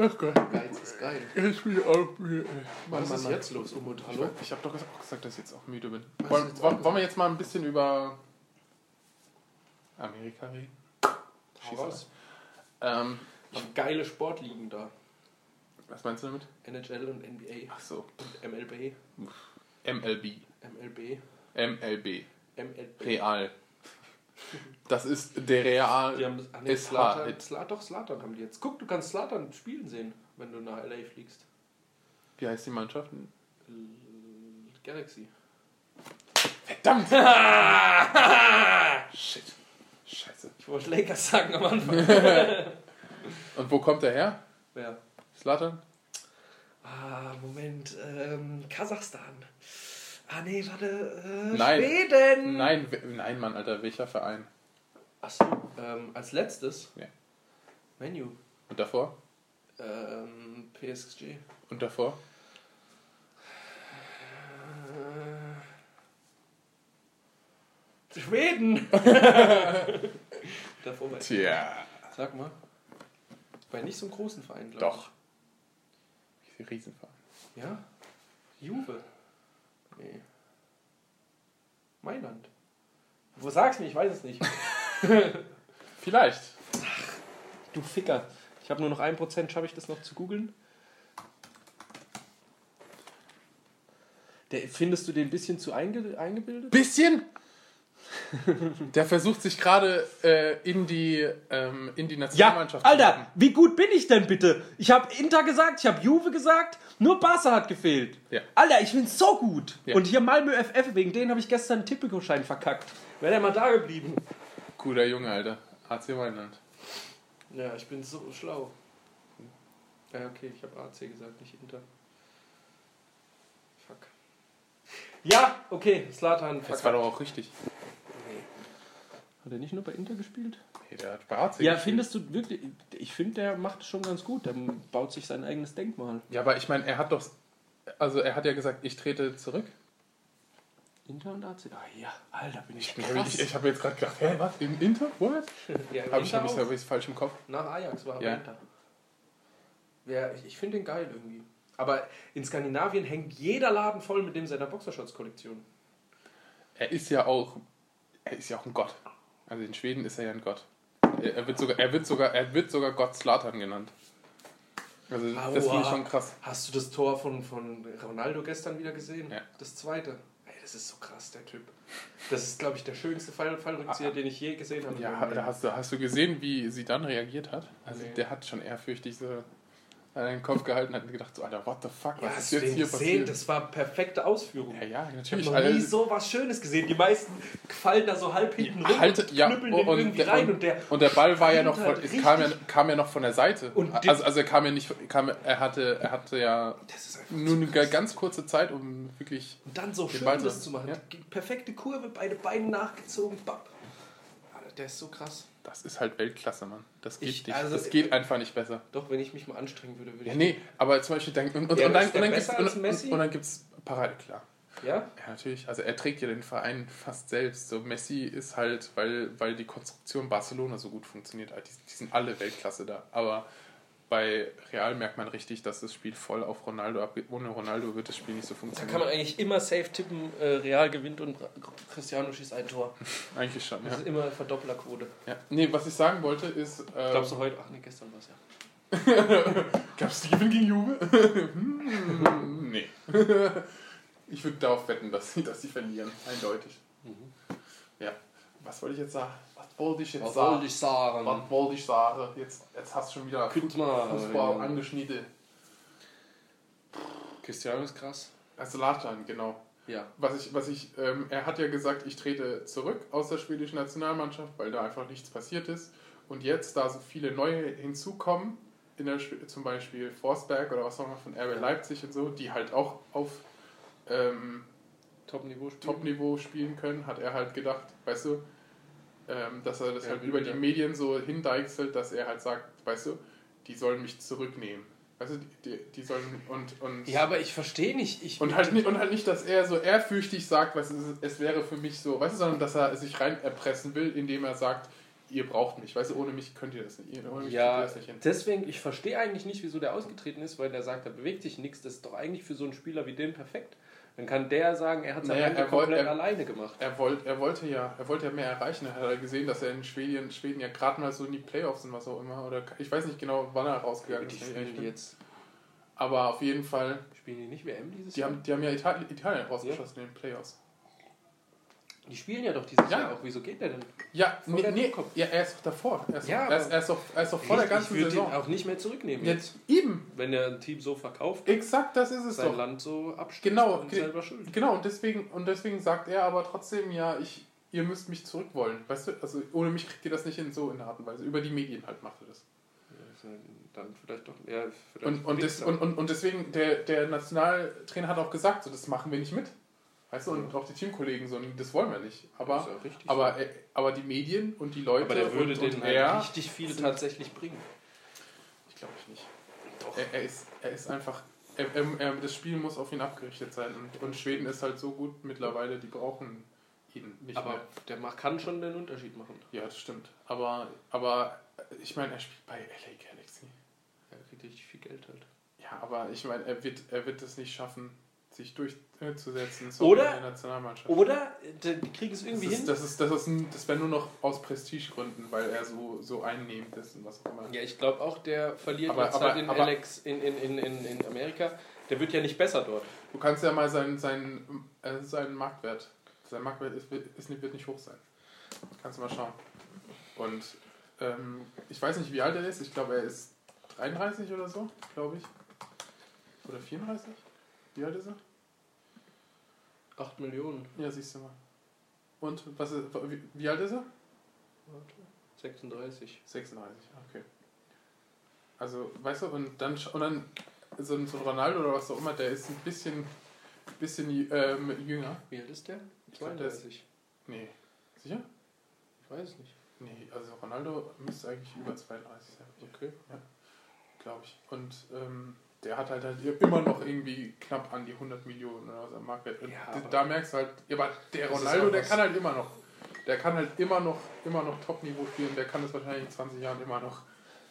[SPEAKER 2] Ach Gott,
[SPEAKER 1] Geiz ist geil.
[SPEAKER 2] ich bin auch müde. ey. Mann,
[SPEAKER 1] Was
[SPEAKER 2] Mann,
[SPEAKER 1] ist
[SPEAKER 2] Mann.
[SPEAKER 1] jetzt los, Umut? Hallo?
[SPEAKER 2] Ich, ich habe doch auch gesagt, dass ich jetzt auch müde bin.
[SPEAKER 1] ist
[SPEAKER 2] Wollen,
[SPEAKER 1] jetzt
[SPEAKER 2] wollen, wollen wir jetzt mal ein bisschen über Amerika reden? Schieß
[SPEAKER 1] raus.
[SPEAKER 2] ab. Ähm,
[SPEAKER 1] Haben geile Sportligen da.
[SPEAKER 2] was meinst du damit?
[SPEAKER 1] NHL und NBA
[SPEAKER 2] Ach so,
[SPEAKER 1] und MLB.
[SPEAKER 2] MLB.
[SPEAKER 1] MLB.
[SPEAKER 2] MLB.
[SPEAKER 1] MLB.
[SPEAKER 2] Real. Das ist der Real.
[SPEAKER 1] Ah, Die haben das. Ach nee,
[SPEAKER 2] Ist
[SPEAKER 1] Slatan.
[SPEAKER 2] hart.
[SPEAKER 1] Sla, doch, Slatan haben die jetzt. Guck, du kannst Slatan spielen sehen, wenn du nach LA fliegst.
[SPEAKER 2] Wie heißt die Mannschaft?
[SPEAKER 1] L Galaxy.
[SPEAKER 2] Verdammt! *laughs* Shit. Scheiße.
[SPEAKER 1] Ich wollte Lakers sagen am Anfang.
[SPEAKER 2] Und wo kommt er her?
[SPEAKER 1] Wer?
[SPEAKER 2] Slatan?
[SPEAKER 3] Ah, Moment. Ähm, Kasachstan. Ah, nee, warte. Äh,
[SPEAKER 2] Nein.
[SPEAKER 1] Hm.
[SPEAKER 3] Schweden.
[SPEAKER 2] Nein, we- nein, Mann, Alter, welcher Verein?
[SPEAKER 1] Achso, ähm, als letztes.
[SPEAKER 2] Ja.
[SPEAKER 1] Menu.
[SPEAKER 2] Und davor?
[SPEAKER 1] Ähm, PSG.
[SPEAKER 2] Und davor?
[SPEAKER 1] Schweden! *laughs* Davor war ich.
[SPEAKER 2] Tja,
[SPEAKER 1] Sag mal. Bei nicht so einem großen Verein, glaub
[SPEAKER 2] doch. Riesenverein.
[SPEAKER 1] ich. Ja? Juve. Nee. Mailand. Wo sag's mir? Ich weiß es nicht.
[SPEAKER 2] Vielleicht.
[SPEAKER 3] Du Ficker. Ich habe nur noch 1%. Schaffe ich das noch zu googeln? Der, findest du den ein bisschen zu einge eingebildet?
[SPEAKER 2] Bisschen? *laughs* Der versucht sich gerade äh, in die, ähm, in die
[SPEAKER 3] Ja,
[SPEAKER 2] Nationalmannschaft
[SPEAKER 3] Alter, wie gut bin ich denn bitte? Ich habe Inter gesagt, ich habe Juve gesagt, nur Barca hat gefehlt.
[SPEAKER 2] Ja.
[SPEAKER 3] Alter, ich bin so gut.
[SPEAKER 2] Ja.
[SPEAKER 3] Und hier Malmö FF, wegen denen habe ich gestern einen Tipico-Schein verkackt. Wäre der mal da geblieben.
[SPEAKER 2] Guter Junge, Alter. AC Mailand.
[SPEAKER 1] Ja, ich bin so schlau. Ja, okay, ich habe AC gesagt, nicht Inter. Fuck. Ja, okay, Slatan.
[SPEAKER 2] Das war doch auch richtig.
[SPEAKER 1] Hat er nicht nur bei Inter gespielt?
[SPEAKER 2] Nee, der hat bei AC
[SPEAKER 1] ja,
[SPEAKER 2] gespielt.
[SPEAKER 1] findest du wirklich. Ich finde, der macht es schon ganz gut. Der baut sich sein eigenes Denkmal.
[SPEAKER 2] Ja, aber ich meine, er hat doch. Also, er hat ja gesagt, ich trete zurück.
[SPEAKER 1] Inter und AC. Ah ja, Alter, bin ich
[SPEAKER 2] Ich, ich, ich habe jetzt gerade gedacht, hä, was? Im Inter? What?
[SPEAKER 1] Ja,
[SPEAKER 2] Habe ich,
[SPEAKER 1] Inter
[SPEAKER 2] hab ich,
[SPEAKER 1] auch.
[SPEAKER 2] hab ich's falsch im Kopf?
[SPEAKER 1] Nach Ajax war er
[SPEAKER 2] Ja.
[SPEAKER 1] ja. Inter. Ja, ich ich finde den geil irgendwie. Aber in Skandinavien hängt jeder Laden voll mit dem seiner Boxershorts-Kollektion.
[SPEAKER 2] Er ist ja auch. Er ist ja auch ein Gott. Also, in Schweden ist er ja ein Gott. Er, er, wird, sogar, er, wird, sogar, er wird sogar Gott Slatan genannt. Also, das
[SPEAKER 1] Aua.
[SPEAKER 2] finde ich schon krass.
[SPEAKER 1] Hast du das Tor von, von Ronaldo gestern wieder gesehen?
[SPEAKER 2] Ja.
[SPEAKER 1] Das zweite. Ey, das ist so krass, der Typ. Das ist, glaube ich, der schönste Fall Fallrückzieher, den ich je gesehen habe.
[SPEAKER 2] Ah, Ja, da hast du, hast du gesehen, wie sie dann reagiert hat? Also
[SPEAKER 1] Nee.
[SPEAKER 2] der hat schon ehrfürchtig so an den Kopf gehalten und hat gedacht, so, Alter, what the fuck,
[SPEAKER 1] ja,
[SPEAKER 2] was
[SPEAKER 1] hast
[SPEAKER 2] ist
[SPEAKER 1] du
[SPEAKER 2] jetzt
[SPEAKER 1] den
[SPEAKER 2] hier
[SPEAKER 1] gesehen?
[SPEAKER 2] passiert?
[SPEAKER 1] Das war perfekte Ausführung.
[SPEAKER 2] ja, ja,
[SPEAKER 1] Ich
[SPEAKER 2] natürlich. Also,
[SPEAKER 1] habe noch nie
[SPEAKER 2] Alter,
[SPEAKER 1] so was Schönes gesehen. Die meisten fallen da so halb hinten rum
[SPEAKER 2] halt,
[SPEAKER 1] und
[SPEAKER 2] ja,
[SPEAKER 1] knüppeln den
[SPEAKER 2] und,
[SPEAKER 1] irgendwie
[SPEAKER 2] der,
[SPEAKER 1] rein.
[SPEAKER 2] und,
[SPEAKER 1] Und der,
[SPEAKER 2] und der Ball war ja noch
[SPEAKER 1] knallt
[SPEAKER 2] von,
[SPEAKER 1] halt
[SPEAKER 2] es kam, ja,
[SPEAKER 1] richtig.
[SPEAKER 2] kam ja noch von der Seite.
[SPEAKER 1] Und die-
[SPEAKER 2] also, also er kam ja nicht, kam, er hatte, er hatte ja
[SPEAKER 1] das ist einfach
[SPEAKER 2] nur eine ganz kurze Zeit, um wirklich.
[SPEAKER 1] Und dann so
[SPEAKER 2] Den
[SPEAKER 1] schön
[SPEAKER 2] Ball
[SPEAKER 1] das
[SPEAKER 2] so,
[SPEAKER 1] zu machen.
[SPEAKER 2] ja.
[SPEAKER 1] Die perfekte Kurve, beide Beine nachgezogen. Bap. Alter, der ist so krass.
[SPEAKER 2] Das ist halt Weltklasse, Mann. Das geht
[SPEAKER 1] Ich-
[SPEAKER 2] nicht.
[SPEAKER 1] also-
[SPEAKER 2] das geht einfach nicht besser.
[SPEAKER 1] Doch, wenn ich mich mal anstrengen würde, würde
[SPEAKER 2] Ja,
[SPEAKER 1] ich.
[SPEAKER 2] nee, aber zum Beispiel dann. Und, und,
[SPEAKER 1] Ja,
[SPEAKER 2] und
[SPEAKER 1] aber
[SPEAKER 2] dann,
[SPEAKER 1] ist
[SPEAKER 2] und
[SPEAKER 1] der
[SPEAKER 2] dann
[SPEAKER 1] besser
[SPEAKER 2] gibt's- und,
[SPEAKER 1] als Messi?
[SPEAKER 2] und, und dann gibt es Parallel, klar.
[SPEAKER 1] Ja?
[SPEAKER 2] Ja, natürlich. Also er trägt ja den Verein fast selbst. So Messi ist halt, weil, weil die Konstruktion Barcelona so gut funktioniert. Die, die sind alle Weltklasse da. Aber bei Real merkt man richtig, dass das Spiel voll auf Ronaldo abgeht. Ohne Ronaldo wird das Spiel nicht so
[SPEAKER 1] Da
[SPEAKER 2] funktionieren.
[SPEAKER 1] kann man eigentlich immer safe tippen, äh, Real gewinnt und Ra- Cristiano schießt ein Tor.
[SPEAKER 2] eigentlich schon,
[SPEAKER 1] Das
[SPEAKER 2] ja.
[SPEAKER 1] ist immer Verdopplerquote.
[SPEAKER 2] ja. Nee, was ich sagen wollte ist... Äh,
[SPEAKER 1] Glaubst du heute? Ach nee, gestern war es ja.
[SPEAKER 2] Gab's die Gewinn gegen Juve?
[SPEAKER 1] *laughs*
[SPEAKER 2] Hm, nee. ich würde darauf wetten, dass sie, dass sie verlieren. Eindeutig. Ja. Was wollte ich jetzt sagen? Was wollte ich jetzt sagen?
[SPEAKER 1] ich sagen?
[SPEAKER 2] Was wollte ich sagen? Jetzt, jetzt hast du schon wieder
[SPEAKER 1] Könnte
[SPEAKER 2] Fußball
[SPEAKER 1] man- ja.
[SPEAKER 2] angeschnitten.
[SPEAKER 1] Cristiano ist krass.
[SPEAKER 2] Also Latan, genau.
[SPEAKER 1] Ja.
[SPEAKER 2] Was ich, was ich, ähm, er hat ja gesagt, ich trete zurück aus der schwedischen Nationalmannschaft, weil da einfach nichts passiert ist. Und jetzt, da so viele neue hinzukommen, in der, Schw- zum Beispiel Forsberg oder was auch immer von RB Leipzig und so, die halt auch auf ähm,
[SPEAKER 1] Top-Niveau spielt.
[SPEAKER 2] Top-Niveau spielen können, hat er halt gedacht, weißt du, ähm, dass er das
[SPEAKER 1] Ja,
[SPEAKER 2] halt
[SPEAKER 1] will
[SPEAKER 2] über
[SPEAKER 1] wieder.
[SPEAKER 2] die Medien so hindeichselt, dass er halt sagt, weißt du, die sollen mich zurücknehmen. Weißt du, die, die, die sollen und und,
[SPEAKER 1] Ja, aber ich verstehe nicht. Ich
[SPEAKER 2] und halt nicht, und halt nicht, dass er so ehrfürchtig sagt, weißt du, es, es wäre für mich so, weißt du, sondern dass er sich rein erpressen will, indem er sagt, ihr braucht mich, weißt du, ohne mich könnt ihr das nicht, ohne mich
[SPEAKER 1] Ja,
[SPEAKER 2] kriegt ihr das nicht hin.
[SPEAKER 1] deswegen, ich verstehe eigentlich nicht, wieso der ausgetreten ist, weil der sagt, da bewegt sich nichts. Das ist doch eigentlich für so einen Spieler wie den perfekt. Dann kann der sagen, er hat seine
[SPEAKER 2] Naja,
[SPEAKER 1] Ende
[SPEAKER 2] er wollte-
[SPEAKER 1] komplett
[SPEAKER 2] er-
[SPEAKER 1] alleine gemacht.
[SPEAKER 2] Er, wollt, er wollte ja, er wollte ja mehr erreichen. Er hat ja gesehen, dass er in Schweden, Schweden ja gerade mal so in die Playoffs und was auch immer. Oder ich weiß nicht genau, wann er rausgegangen
[SPEAKER 1] die
[SPEAKER 2] ist. wenn ich
[SPEAKER 1] spielen
[SPEAKER 2] ehrlich
[SPEAKER 1] die
[SPEAKER 2] bin.
[SPEAKER 1] jetzt.
[SPEAKER 2] Aber auf jeden Fall,
[SPEAKER 1] Spielen die nicht WM dieses
[SPEAKER 2] die
[SPEAKER 1] Jahr?
[SPEAKER 2] haben, die haben ja Italien, Italien rausgeschossen in den Playoffs.
[SPEAKER 1] die spielen ja doch dieses
[SPEAKER 2] Ja.
[SPEAKER 1] Jahr auch. Wieso geht der denn?
[SPEAKER 2] Ja,
[SPEAKER 1] Vor
[SPEAKER 2] nee,
[SPEAKER 1] der
[SPEAKER 2] nee,
[SPEAKER 1] Zukunft.
[SPEAKER 2] ja, er ist doch davor. Er ist,
[SPEAKER 1] Ja,
[SPEAKER 2] er ist,
[SPEAKER 1] aber-
[SPEAKER 2] er ist, doch, er ist doch vor der ganzen
[SPEAKER 1] ich würde
[SPEAKER 2] Saison.
[SPEAKER 1] den auch nicht mehr zurücknehmen jetzt.
[SPEAKER 2] Jetzt eben,
[SPEAKER 1] Wenn er ein Team so verkauft,
[SPEAKER 2] exakt das ist es
[SPEAKER 1] sein
[SPEAKER 2] doch.
[SPEAKER 1] Land so abstürzt
[SPEAKER 2] Genau,
[SPEAKER 1] und
[SPEAKER 2] ge-
[SPEAKER 1] selber schuld.
[SPEAKER 2] Genau, und deswegen, und deswegen sagt er aber trotzdem, ja, ich, ihr müsst mich zurück wollen. Weißt du, also ohne mich kriegt ihr das nicht hin, so in der Art und Weise. Über die Medien halt macht er das.
[SPEAKER 1] Dann vielleicht doch. Ja, vielleicht
[SPEAKER 2] Und, und,
[SPEAKER 1] nix,
[SPEAKER 2] des, und, und, und deswegen, der, der Nationaltrainer hat auch gesagt, so, das machen wir nicht mit. Weißt du, und auch die Teamkollegen so, nee, das wollen wir nicht.
[SPEAKER 1] aber-
[SPEAKER 2] Aber,
[SPEAKER 1] ist ja richtig.
[SPEAKER 2] aber, äh, aber die Medien und die Leute
[SPEAKER 1] aber der würde
[SPEAKER 2] und,
[SPEAKER 1] den
[SPEAKER 2] und
[SPEAKER 1] halt
[SPEAKER 2] er,
[SPEAKER 1] richtig viele
[SPEAKER 2] sind-
[SPEAKER 1] tatsächlich bringen.
[SPEAKER 2] ich glaube ich nicht.
[SPEAKER 1] Doch.
[SPEAKER 2] Er, er, ist, er ist einfach, er, er, er, das Spiel muss auf ihn abgerichtet sein. Und, und Schweden ist halt so gut mittlerweile, die brauchen ihn nicht
[SPEAKER 1] aber
[SPEAKER 2] mehr.
[SPEAKER 1] der ma- kann schon den Unterschied machen.
[SPEAKER 2] Ja, das stimmt. Aber, aber äh, ich meine, er spielt bei LA Galaxy.
[SPEAKER 1] Er kriegt richtig viel Geld halt.
[SPEAKER 2] Ja, aber ich meine, er wird, er wird es nicht schaffen, sich durchzusetzen.
[SPEAKER 1] Oder-
[SPEAKER 2] in der Nationalmannschaft.
[SPEAKER 1] Oder äh, die die kriegen es
[SPEAKER 2] Das
[SPEAKER 1] irgendwie hin.
[SPEAKER 2] ist, das ist, das ist ein, das wäre nur noch aus Prestigegründen, weil er so, so einnehmend ist und was auch immer.
[SPEAKER 1] Ja, ich glaube auch, der verliert
[SPEAKER 2] Aber-
[SPEAKER 1] jetzt halt
[SPEAKER 2] aber-
[SPEAKER 1] in
[SPEAKER 2] aber-
[SPEAKER 1] Alex in, in, in, in, in Amerika. Der wird ja nicht besser dort.
[SPEAKER 2] Du kannst ja mal seinen, seinen, äh, seinen Marktwert. Sein Marktwert ist, ist, nicht- wird nicht hoch sein. Kannst du mal schauen. Und ähm, ich weiß nicht, wie alt er ist. Ich glaube, er ist 33 oder so, glaube ich. Oder 34? Wie alt ist er?
[SPEAKER 1] 8 Millionen.
[SPEAKER 2] Ja, siehst du mal. Und was ist, wie, wie alt ist er?
[SPEAKER 1] 36.
[SPEAKER 2] 36, okay. Also, weißt du, und dann, sch- und dann so, ein- so ein Ronaldo oder was auch immer, der ist ein bisschen, bisschen ähm, jünger.
[SPEAKER 1] Wie alt ist der?
[SPEAKER 2] Ich glaub, der ist- Nee. Sicher?
[SPEAKER 1] Ich weiß es nicht.
[SPEAKER 2] Nee, also Ronaldo müsste eigentlich über 32 sein,
[SPEAKER 1] Okay.
[SPEAKER 2] glaube ich. Und ähm, der hat halt, halt immer noch irgendwie knapp an die 100 Millionen oder was am Marktwert. Und
[SPEAKER 1] Ja,
[SPEAKER 2] d-
[SPEAKER 1] aber-
[SPEAKER 2] Äh, da merkst du halt, ja, aber der
[SPEAKER 1] Das ist
[SPEAKER 2] Ronaldo,
[SPEAKER 1] auch
[SPEAKER 2] der
[SPEAKER 1] was-
[SPEAKER 2] kann halt immer noch. Der kann halt immer noch, immer noch Top-Niveau spielen. Der kann das wahrscheinlich in 20 Jahren immer noch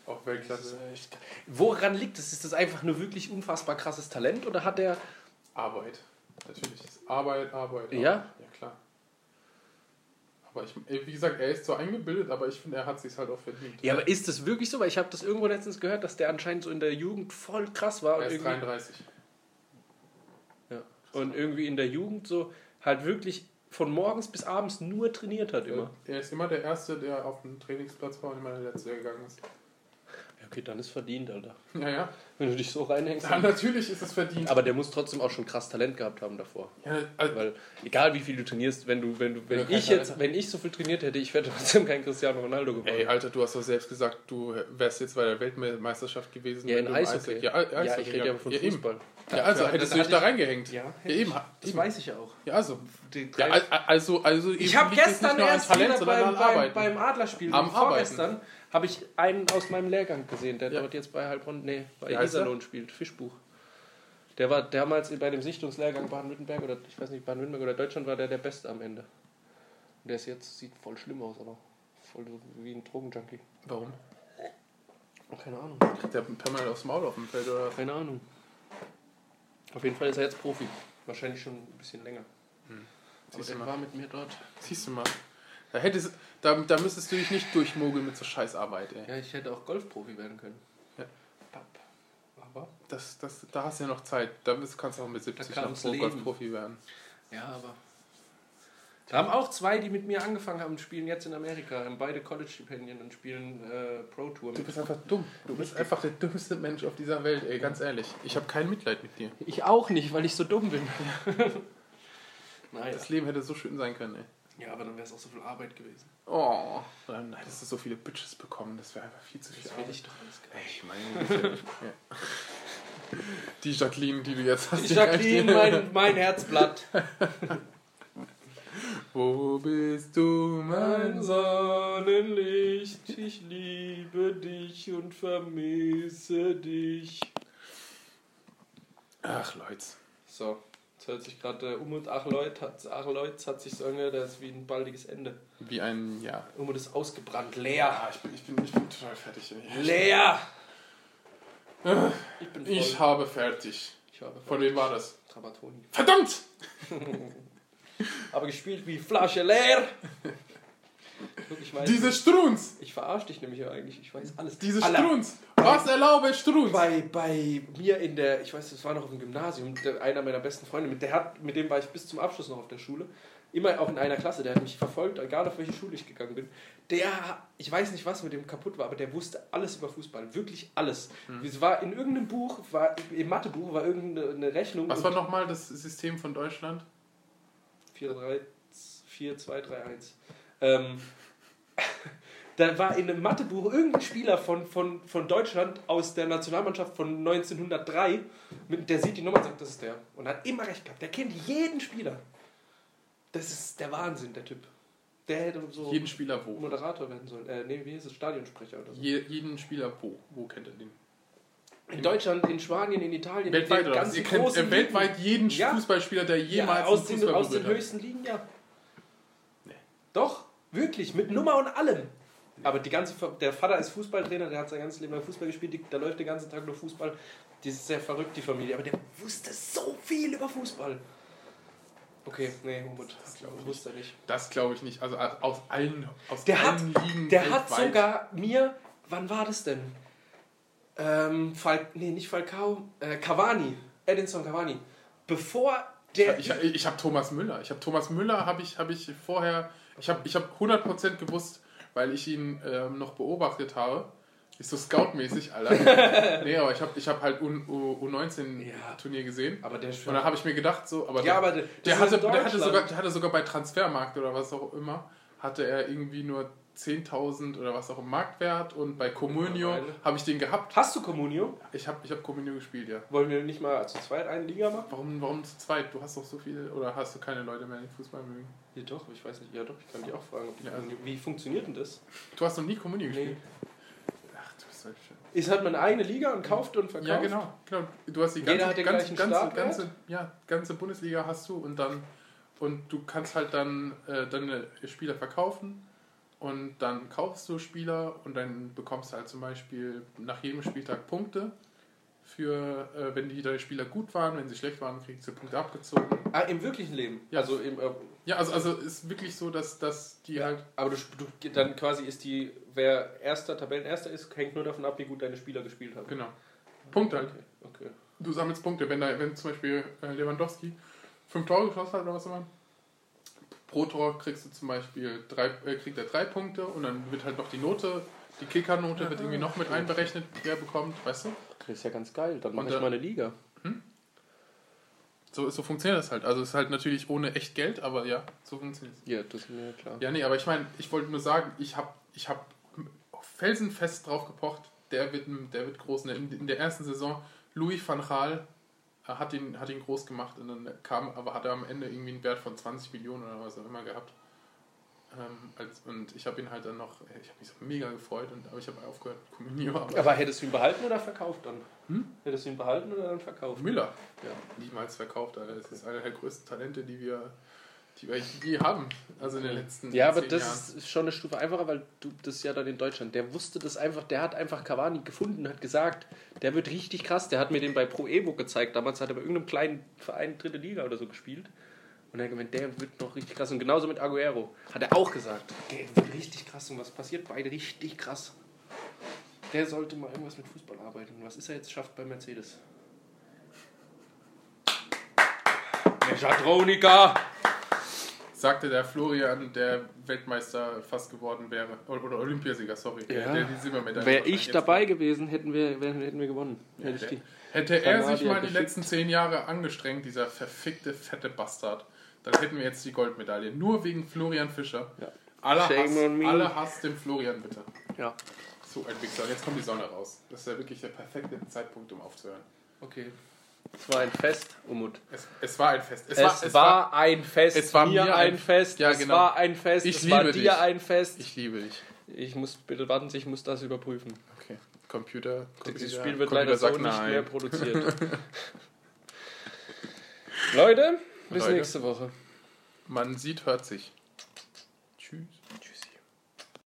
[SPEAKER 2] auf
[SPEAKER 1] Das ist
[SPEAKER 2] Weltklasse.
[SPEAKER 1] echt krass. Woran liegt das? Ist das einfach nur wirklich unfassbar krasses Talent oder hat der.
[SPEAKER 2] Arbeit. Natürlich. Arbeit, Arbeit.
[SPEAKER 1] Ja?
[SPEAKER 2] Arbeit. Ja, klar. Aber ich, ey, wie gesagt, er ist so eingebildet, aber ich finde, er hat sich halt auch verdient.
[SPEAKER 1] Ja, aber ist das wirklich so? Weil ich habe das irgendwo letztens gehört, dass der anscheinend so in der Jugend voll krass war. Und,
[SPEAKER 2] er ist
[SPEAKER 1] irgendwie,
[SPEAKER 2] 33.
[SPEAKER 1] ja. und irgendwie in der Jugend so halt wirklich von morgens bis abends nur trainiert hat immer.
[SPEAKER 2] Äh, Er ist immer der Erste, der auf dem Trainingsplatz war und immer der Letzte, der gegangen ist. *laughs*
[SPEAKER 1] Ja, okay, dann ist verdient, Alter.
[SPEAKER 2] Ja, ja.
[SPEAKER 1] Wenn du dich so reinhängst.
[SPEAKER 2] ja natürlich ist es verdient.
[SPEAKER 1] Aber der muss trotzdem auch schon krass Talent gehabt haben davor.
[SPEAKER 2] ja, also,
[SPEAKER 1] Weil egal wie viel du trainierst, wenn du, wenn du,
[SPEAKER 2] Ja,
[SPEAKER 1] wenn
[SPEAKER 2] kein
[SPEAKER 1] ich jetzt,
[SPEAKER 2] Talent.
[SPEAKER 1] wenn ich so viel trainiert hätte, ich wäre trotzdem kein Cristiano Ronaldo geworden.
[SPEAKER 2] ey, Alter, du hast doch selbst gesagt, du wärst jetzt bei der Weltmeisterschaft gewesen.
[SPEAKER 1] ja,
[SPEAKER 2] wenn
[SPEAKER 1] in
[SPEAKER 2] du im
[SPEAKER 1] Eishockey.
[SPEAKER 2] Ja, Eishockey.
[SPEAKER 1] ja, ich rede ja von
[SPEAKER 2] ja, eben.
[SPEAKER 1] Fußball.
[SPEAKER 2] Ja, also
[SPEAKER 1] Da-
[SPEAKER 2] hättest
[SPEAKER 1] da
[SPEAKER 2] du dich
[SPEAKER 1] hatte
[SPEAKER 2] da
[SPEAKER 1] ich-
[SPEAKER 2] reingehängt.
[SPEAKER 1] Ja,
[SPEAKER 2] ja eben. eben.
[SPEAKER 1] weiß ich ja auch.
[SPEAKER 2] Ja, also.
[SPEAKER 1] Den-
[SPEAKER 2] Ja, al- al- also, also eben
[SPEAKER 1] Ich habe
[SPEAKER 2] liegt es
[SPEAKER 1] gestern
[SPEAKER 2] nicht nur an
[SPEAKER 1] erst wieder
[SPEAKER 2] sondern
[SPEAKER 1] beim,
[SPEAKER 2] an
[SPEAKER 1] beim,
[SPEAKER 2] Arbeiten.
[SPEAKER 1] beim Adlerspiel,
[SPEAKER 2] Am
[SPEAKER 1] vorgestern, habe ich einen aus meinem Lehrgang gesehen, der
[SPEAKER 2] Ja.
[SPEAKER 1] dort jetzt bei Heilbronn, nee, bei
[SPEAKER 2] Wie heißt er?
[SPEAKER 1] Iserlohn spielt, Fischbuch. Der war damals bei dem Sichtungslehrgang Baden-Württemberg oder ich weiß nicht, Baden-Württemberg oder Deutschland war der der Beste am Ende. Und der ist jetzt, sieht voll schlimm aus, aber voll so wie ein Drogenjunkie.
[SPEAKER 2] Warum?
[SPEAKER 1] Keine Ahnung.
[SPEAKER 2] Kriegt der permanent aufs Maul auf dem Feld oder was?
[SPEAKER 1] Keine Ahnung. Auf jeden Fall ist er jetzt Profi. Wahrscheinlich schon ein bisschen länger. Aber
[SPEAKER 2] Siehst du
[SPEAKER 1] der
[SPEAKER 2] mal.
[SPEAKER 1] war mit mir dort.
[SPEAKER 2] Siehst du mal. Da, hättest, da, da müsstest du dich nicht durchmogeln mit so Scheißarbeit, ey.
[SPEAKER 1] Ja, ich hätte auch Golfprofi werden können.
[SPEAKER 2] Ja.
[SPEAKER 1] Papp. Aber
[SPEAKER 2] Das, das, da hast du ja noch Zeit. Da bist, kannst du auch mit 70 noch
[SPEAKER 1] kam's
[SPEAKER 2] Pro
[SPEAKER 1] Leben.
[SPEAKER 2] Golfprofi werden.
[SPEAKER 1] Ja, aber. Da haben auch zwei, die mit mir angefangen haben, spielen jetzt in Amerika, haben beide College-Stipendien und spielen äh, Pro Tour.
[SPEAKER 2] Du
[SPEAKER 1] Mit.
[SPEAKER 2] bist einfach dumm. Du bist einfach der dümmste Mensch auf dieser Welt, ey, ganz ehrlich. Ich habe kein Mitleid mit dir.
[SPEAKER 1] Ich auch nicht, weil ich so dumm *laughs* bin. naja.
[SPEAKER 2] Das Leben hätte so schön sein können, ey.
[SPEAKER 1] Ja, aber dann wäre es auch so viel Arbeit gewesen.
[SPEAKER 2] Oh. Dann hättest du so viele Bitches bekommen. Das wäre einfach viel zu viel
[SPEAKER 1] Das will
[SPEAKER 2] Arbeit.
[SPEAKER 1] ich doch alles gar
[SPEAKER 2] Ey, ich meine, das ist ja *laughs* nicht- ja. die Jacqueline, die du jetzt hast.
[SPEAKER 1] nicht.
[SPEAKER 2] die
[SPEAKER 1] Jacqueline,
[SPEAKER 2] kann ich dir-
[SPEAKER 1] mein, mein Herzblatt.
[SPEAKER 2] Wo bist du, mein Sohn?
[SPEAKER 1] Sonnenlicht, ich liebe dich und vermisse dich.
[SPEAKER 2] Ach, Leute.
[SPEAKER 1] So, jetzt hört sich gerade äh, um und ach Leut, hat, ach Leut, hat sich so angehört, das ist wie ein baldiges Ende.
[SPEAKER 2] Wie ein, ja.
[SPEAKER 1] Um und ist ausgebrannt, leer.
[SPEAKER 2] Ah, ich bin, ich bin, ich bin total fertig. ey.
[SPEAKER 1] Leer! Ich bin voll.
[SPEAKER 2] Ich habe fertig.
[SPEAKER 1] ich habe
[SPEAKER 2] Von wem war das?
[SPEAKER 1] Trabatoni.
[SPEAKER 2] Verdammt!
[SPEAKER 1] Aber gespielt wie Flasche *laughs* leer! Guck, ich weiß,
[SPEAKER 2] Diese Strunz!
[SPEAKER 1] ich verarsche dich nämlich ja eigentlich, ich weiß alles.
[SPEAKER 2] Diese
[SPEAKER 1] Alter,
[SPEAKER 2] Strunz! Was erlaube Strunz?
[SPEAKER 1] bei, bei mir in der, ich weiß, das war noch auf dem Gymnasium, der, einer meiner besten Freunde, mit, der hat, mit dem war ich bis zum Abschluss noch auf der Schule, immer auch in einer Klasse, der hat mich verfolgt, egal auf welche Schule ich gegangen bin. Der, ich weiß nicht, was mit dem kaputt war, aber der wusste alles über Fußball, wirklich alles.
[SPEAKER 2] Hm.
[SPEAKER 1] Es war in irgendeinem Buch, war, im Mathebuch war irgendeine Rechnung.
[SPEAKER 2] Was
[SPEAKER 1] und-
[SPEAKER 2] war nochmal das System von Deutschland?
[SPEAKER 1] 4, 3, 4, 2, 3, 1. Ähm, *laughs* da war in einem Mathebuch irgendein Spieler von, von, von Deutschland aus der Nationalmannschaft von 1903, mit, der sieht die Nummer und sagt, das ist der. Und hat immer recht gehabt. Der kennt jeden Spieler. Das ist der Wahnsinn, der Typ. Der hätte so
[SPEAKER 2] Jeden Spieler wo?
[SPEAKER 1] Moderator werden sollen. Äh, nee, wie hieß es? Stadionsprecher oder so.
[SPEAKER 2] Je, jeden Spieler wo? Wo kennt ihr den?
[SPEAKER 1] In Deutschland, in Spanien, in Italien,
[SPEAKER 2] Weltweit
[SPEAKER 1] in
[SPEAKER 2] oder was? Ihr kennt äh,
[SPEAKER 1] großen
[SPEAKER 2] weltweit jeden
[SPEAKER 1] Ja.
[SPEAKER 2] Fußballspieler, der jemals
[SPEAKER 1] ja, aus,
[SPEAKER 2] einen
[SPEAKER 1] den,
[SPEAKER 2] Fußball
[SPEAKER 1] aus den
[SPEAKER 2] berührt
[SPEAKER 1] höchsten Ligen, ja. Doch, wirklich,
[SPEAKER 2] Hm.
[SPEAKER 1] mit Nummer und allem. Aber die ganze, Fa- der Vater ist Fußballtrainer, der hat sein ganzes Leben lang Fußball gespielt, die, da läuft den ganzen Tag nur Fußball. Die ist sehr verrückt, die Familie, aber der wusste so viel über Fußball. Okay, nee, Humboldt,
[SPEAKER 2] glaub ich
[SPEAKER 1] wusste er nicht.
[SPEAKER 2] hat. Das glaube ich nicht. Also a- aus allen, aus
[SPEAKER 1] Der hat-
[SPEAKER 2] allen Ligen.
[SPEAKER 1] Der hat
[SPEAKER 2] Hm, weltweit.
[SPEAKER 1] sogar mir, wann war das denn? Ähm, Fal nee, nicht Falcao, äh, Cavani, Edinson Cavani. Bevor der
[SPEAKER 2] Ich, ich, ich habe Thomas Müller. Ich habe Thomas Müller, habe ich, hab ich vorher. Ich habe ich hab 100% gewusst, weil ich ihn ähm, noch beobachtet habe. Ist so scoutmäßig,
[SPEAKER 1] *laughs*
[SPEAKER 2] Alter. nee, aber ich habe ich hab halt
[SPEAKER 1] Ja.
[SPEAKER 2] U19-Turnier gesehen.
[SPEAKER 1] Aber der
[SPEAKER 2] Und dann habe ich mir gedacht, so, aber,
[SPEAKER 1] Ja,
[SPEAKER 2] der,
[SPEAKER 1] aber das
[SPEAKER 2] der,
[SPEAKER 1] ist
[SPEAKER 2] hatte,
[SPEAKER 1] in
[SPEAKER 2] der, hatte
[SPEAKER 1] Deutschland.
[SPEAKER 2] sogar, der hatte sogar bei Transfermarkt oder was auch immer, hatte er irgendwie nur 10.000 oder was auch im Marktwert und bei Comunio
[SPEAKER 1] Mittlerweile.
[SPEAKER 2] habe ich den gehabt.
[SPEAKER 3] Hast du Communio?
[SPEAKER 2] Ich habe ich hab Comunio gespielt, ja.
[SPEAKER 1] Wollen wir nicht mal zu zweit einen Liga machen?
[SPEAKER 2] Warum, warum zu zweit? Du hast doch so viele oder hast du keine Leute mehr, die Fußball mögen?
[SPEAKER 1] Ja, doch, ich weiß nicht. Ja, doch, ich kann die auch fragen. Ob die
[SPEAKER 2] Ja, also-
[SPEAKER 1] wie funktioniert denn das?
[SPEAKER 2] Du hast noch nie Comunio
[SPEAKER 1] Nee.
[SPEAKER 2] gespielt? Ach, du bist halt schön.
[SPEAKER 1] Ist halt meine eigene Liga und kauft und verkauft?
[SPEAKER 2] Ja, genau, genau. Du hast die
[SPEAKER 1] Jeder
[SPEAKER 2] ganze,
[SPEAKER 1] hat den
[SPEAKER 2] ganze,
[SPEAKER 1] gleichen
[SPEAKER 2] ganze,
[SPEAKER 1] Startwert?
[SPEAKER 2] ganze, ja, ganze Bundesliga hast du und dann und du kannst halt dann äh, deine Spieler verkaufen und dann kaufst du Spieler und dann bekommst du halt zum Beispiel nach jedem Spieltag Punkte für äh, wenn die deine Spieler gut waren, wenn sie schlecht waren, kriegst du Punkte abgezogen.
[SPEAKER 1] Ah, im wirklichen Leben?
[SPEAKER 2] Ja.
[SPEAKER 1] Also im, äh,
[SPEAKER 2] Ja, also also ist wirklich so, dass, dass die halt
[SPEAKER 1] aber du, sp- du, dann quasi ist die, wer erster, Tabellenerster ist, hängt nur davon ab, wie gut deine Spieler gespielt haben.
[SPEAKER 2] genau Punkte halt.
[SPEAKER 1] Okay, okay.
[SPEAKER 2] Du sammelst Punkte, wenn, da, wenn zum Beispiel äh, Lewandowski fünf Tore geschossen hat oder was auch immer. Pro Tor kriegst du zum Beispiel drei, äh, kriegt er drei Punkte und dann wird halt noch die Note, die Kickernote wird irgendwie noch mit einberechnet, wer bekommt, weißt du?
[SPEAKER 1] Das ist ja ganz geil. Dann
[SPEAKER 2] mach ich mal
[SPEAKER 1] eine Liga.
[SPEAKER 2] So, so funktioniert das halt. Also ist halt natürlich ohne echt Geld, aber ja, so funktioniert es.
[SPEAKER 1] Ja, das ist mir klar.
[SPEAKER 2] Ja, nee, aber ich meine, ich wollte nur sagen, ich habe ich hab felsenfest drauf gepocht, der wird, ein- der wird groß. In, in der ersten Saison, Louis van Gaal äh, hat ihn, hat ihn groß gemacht und dann kam, aber hat er am Ende irgendwie einen Wert von 20 Millionen oder was auch immer gehabt. Ähm, als, und ich habe ihn halt dann noch, ich habe mich so mega gefreut, und, aber ich habe aufgehört mit Cominio. Aber
[SPEAKER 1] Aber hättest du ihn behalten oder verkauft dann?
[SPEAKER 2] Hm?
[SPEAKER 1] Hättest du ihn behalten oder dann verkauft?
[SPEAKER 2] Müller, ja, niemals verkauft, Alter. Das ist einer der größten Talente, die wir, die wir je haben. Also in den letzten
[SPEAKER 1] Ja, aber
[SPEAKER 2] zehn
[SPEAKER 1] das
[SPEAKER 2] Jahren.
[SPEAKER 1] ist- ist schon eine Stufe einfacher, weil du das ist ja dann in Deutschland. Der wusste das einfach, der hat einfach Cavani gefunden, hat gesagt, der wird richtig krass. Der hat mir den bei Pro Evo gezeigt. Damals hat er bei irgendeinem kleinen Verein dritte Liga oder so gespielt. Und er hat gemeint, der wird noch richtig krass. Und genauso mit Aguero hat er auch gesagt, der wird richtig krass. Und was passiert bei richtig krass? Der sollte mal irgendwas mit Fußball arbeiten. Und was ist er jetzt schafft bei Mercedes? Mechatronica!
[SPEAKER 2] sagte der Florian, der Weltmeister fast geworden wäre. Oder, oder Olympiasieger, sorry.
[SPEAKER 1] Ja.
[SPEAKER 2] Der die Silbermedaille
[SPEAKER 1] Wäre
[SPEAKER 2] hat.
[SPEAKER 1] ich
[SPEAKER 2] Jetzt-
[SPEAKER 1] dabei gewesen, hätten wir, wären, hätten wir gewonnen.
[SPEAKER 2] Ja,
[SPEAKER 1] Hätte ich
[SPEAKER 2] der-
[SPEAKER 1] die-
[SPEAKER 2] Hätte er sich
[SPEAKER 1] Kanadier
[SPEAKER 2] mal die
[SPEAKER 1] geschickt.
[SPEAKER 2] letzten zehn Jahre angestrengt, dieser verfickte, fette Bastard, dann hätten wir jetzt die Goldmedaille. Nur wegen Florian Fischer.
[SPEAKER 1] Ja.
[SPEAKER 2] Aller
[SPEAKER 1] Shame
[SPEAKER 2] Hass,
[SPEAKER 1] on me.
[SPEAKER 2] aller Hass dem Florian, bitte.
[SPEAKER 1] Ja,
[SPEAKER 2] So ein Wichser. Und jetzt kommt die Sonne raus. Das ist ja wirklich der perfekte Zeitpunkt, um aufzuhören.
[SPEAKER 1] okay. Es war ein Fest, Umut.
[SPEAKER 2] Es, es war ein Fest.
[SPEAKER 1] Es, war, ein Fest.
[SPEAKER 2] es war mir ein- Ja,
[SPEAKER 1] es
[SPEAKER 2] genau.
[SPEAKER 1] war ein Fest.
[SPEAKER 2] Ich
[SPEAKER 1] es
[SPEAKER 2] liebe
[SPEAKER 1] war dir
[SPEAKER 2] dich.
[SPEAKER 1] ein Fest. Ich,
[SPEAKER 2] Ich liebe dich.
[SPEAKER 1] muss, bitte warten Sie, ich muss das überprüfen.
[SPEAKER 2] Okay. Computer, Computer
[SPEAKER 1] Dieses Spiel wird
[SPEAKER 2] Computer
[SPEAKER 1] leider so
[SPEAKER 2] sagt
[SPEAKER 1] nicht
[SPEAKER 2] nein.
[SPEAKER 1] mehr produziert.
[SPEAKER 2] *laughs*
[SPEAKER 1] Leute, bis
[SPEAKER 2] Leute.
[SPEAKER 1] nächste Woche.
[SPEAKER 2] Man sieht, hört sich. Tschüss. Tschüss.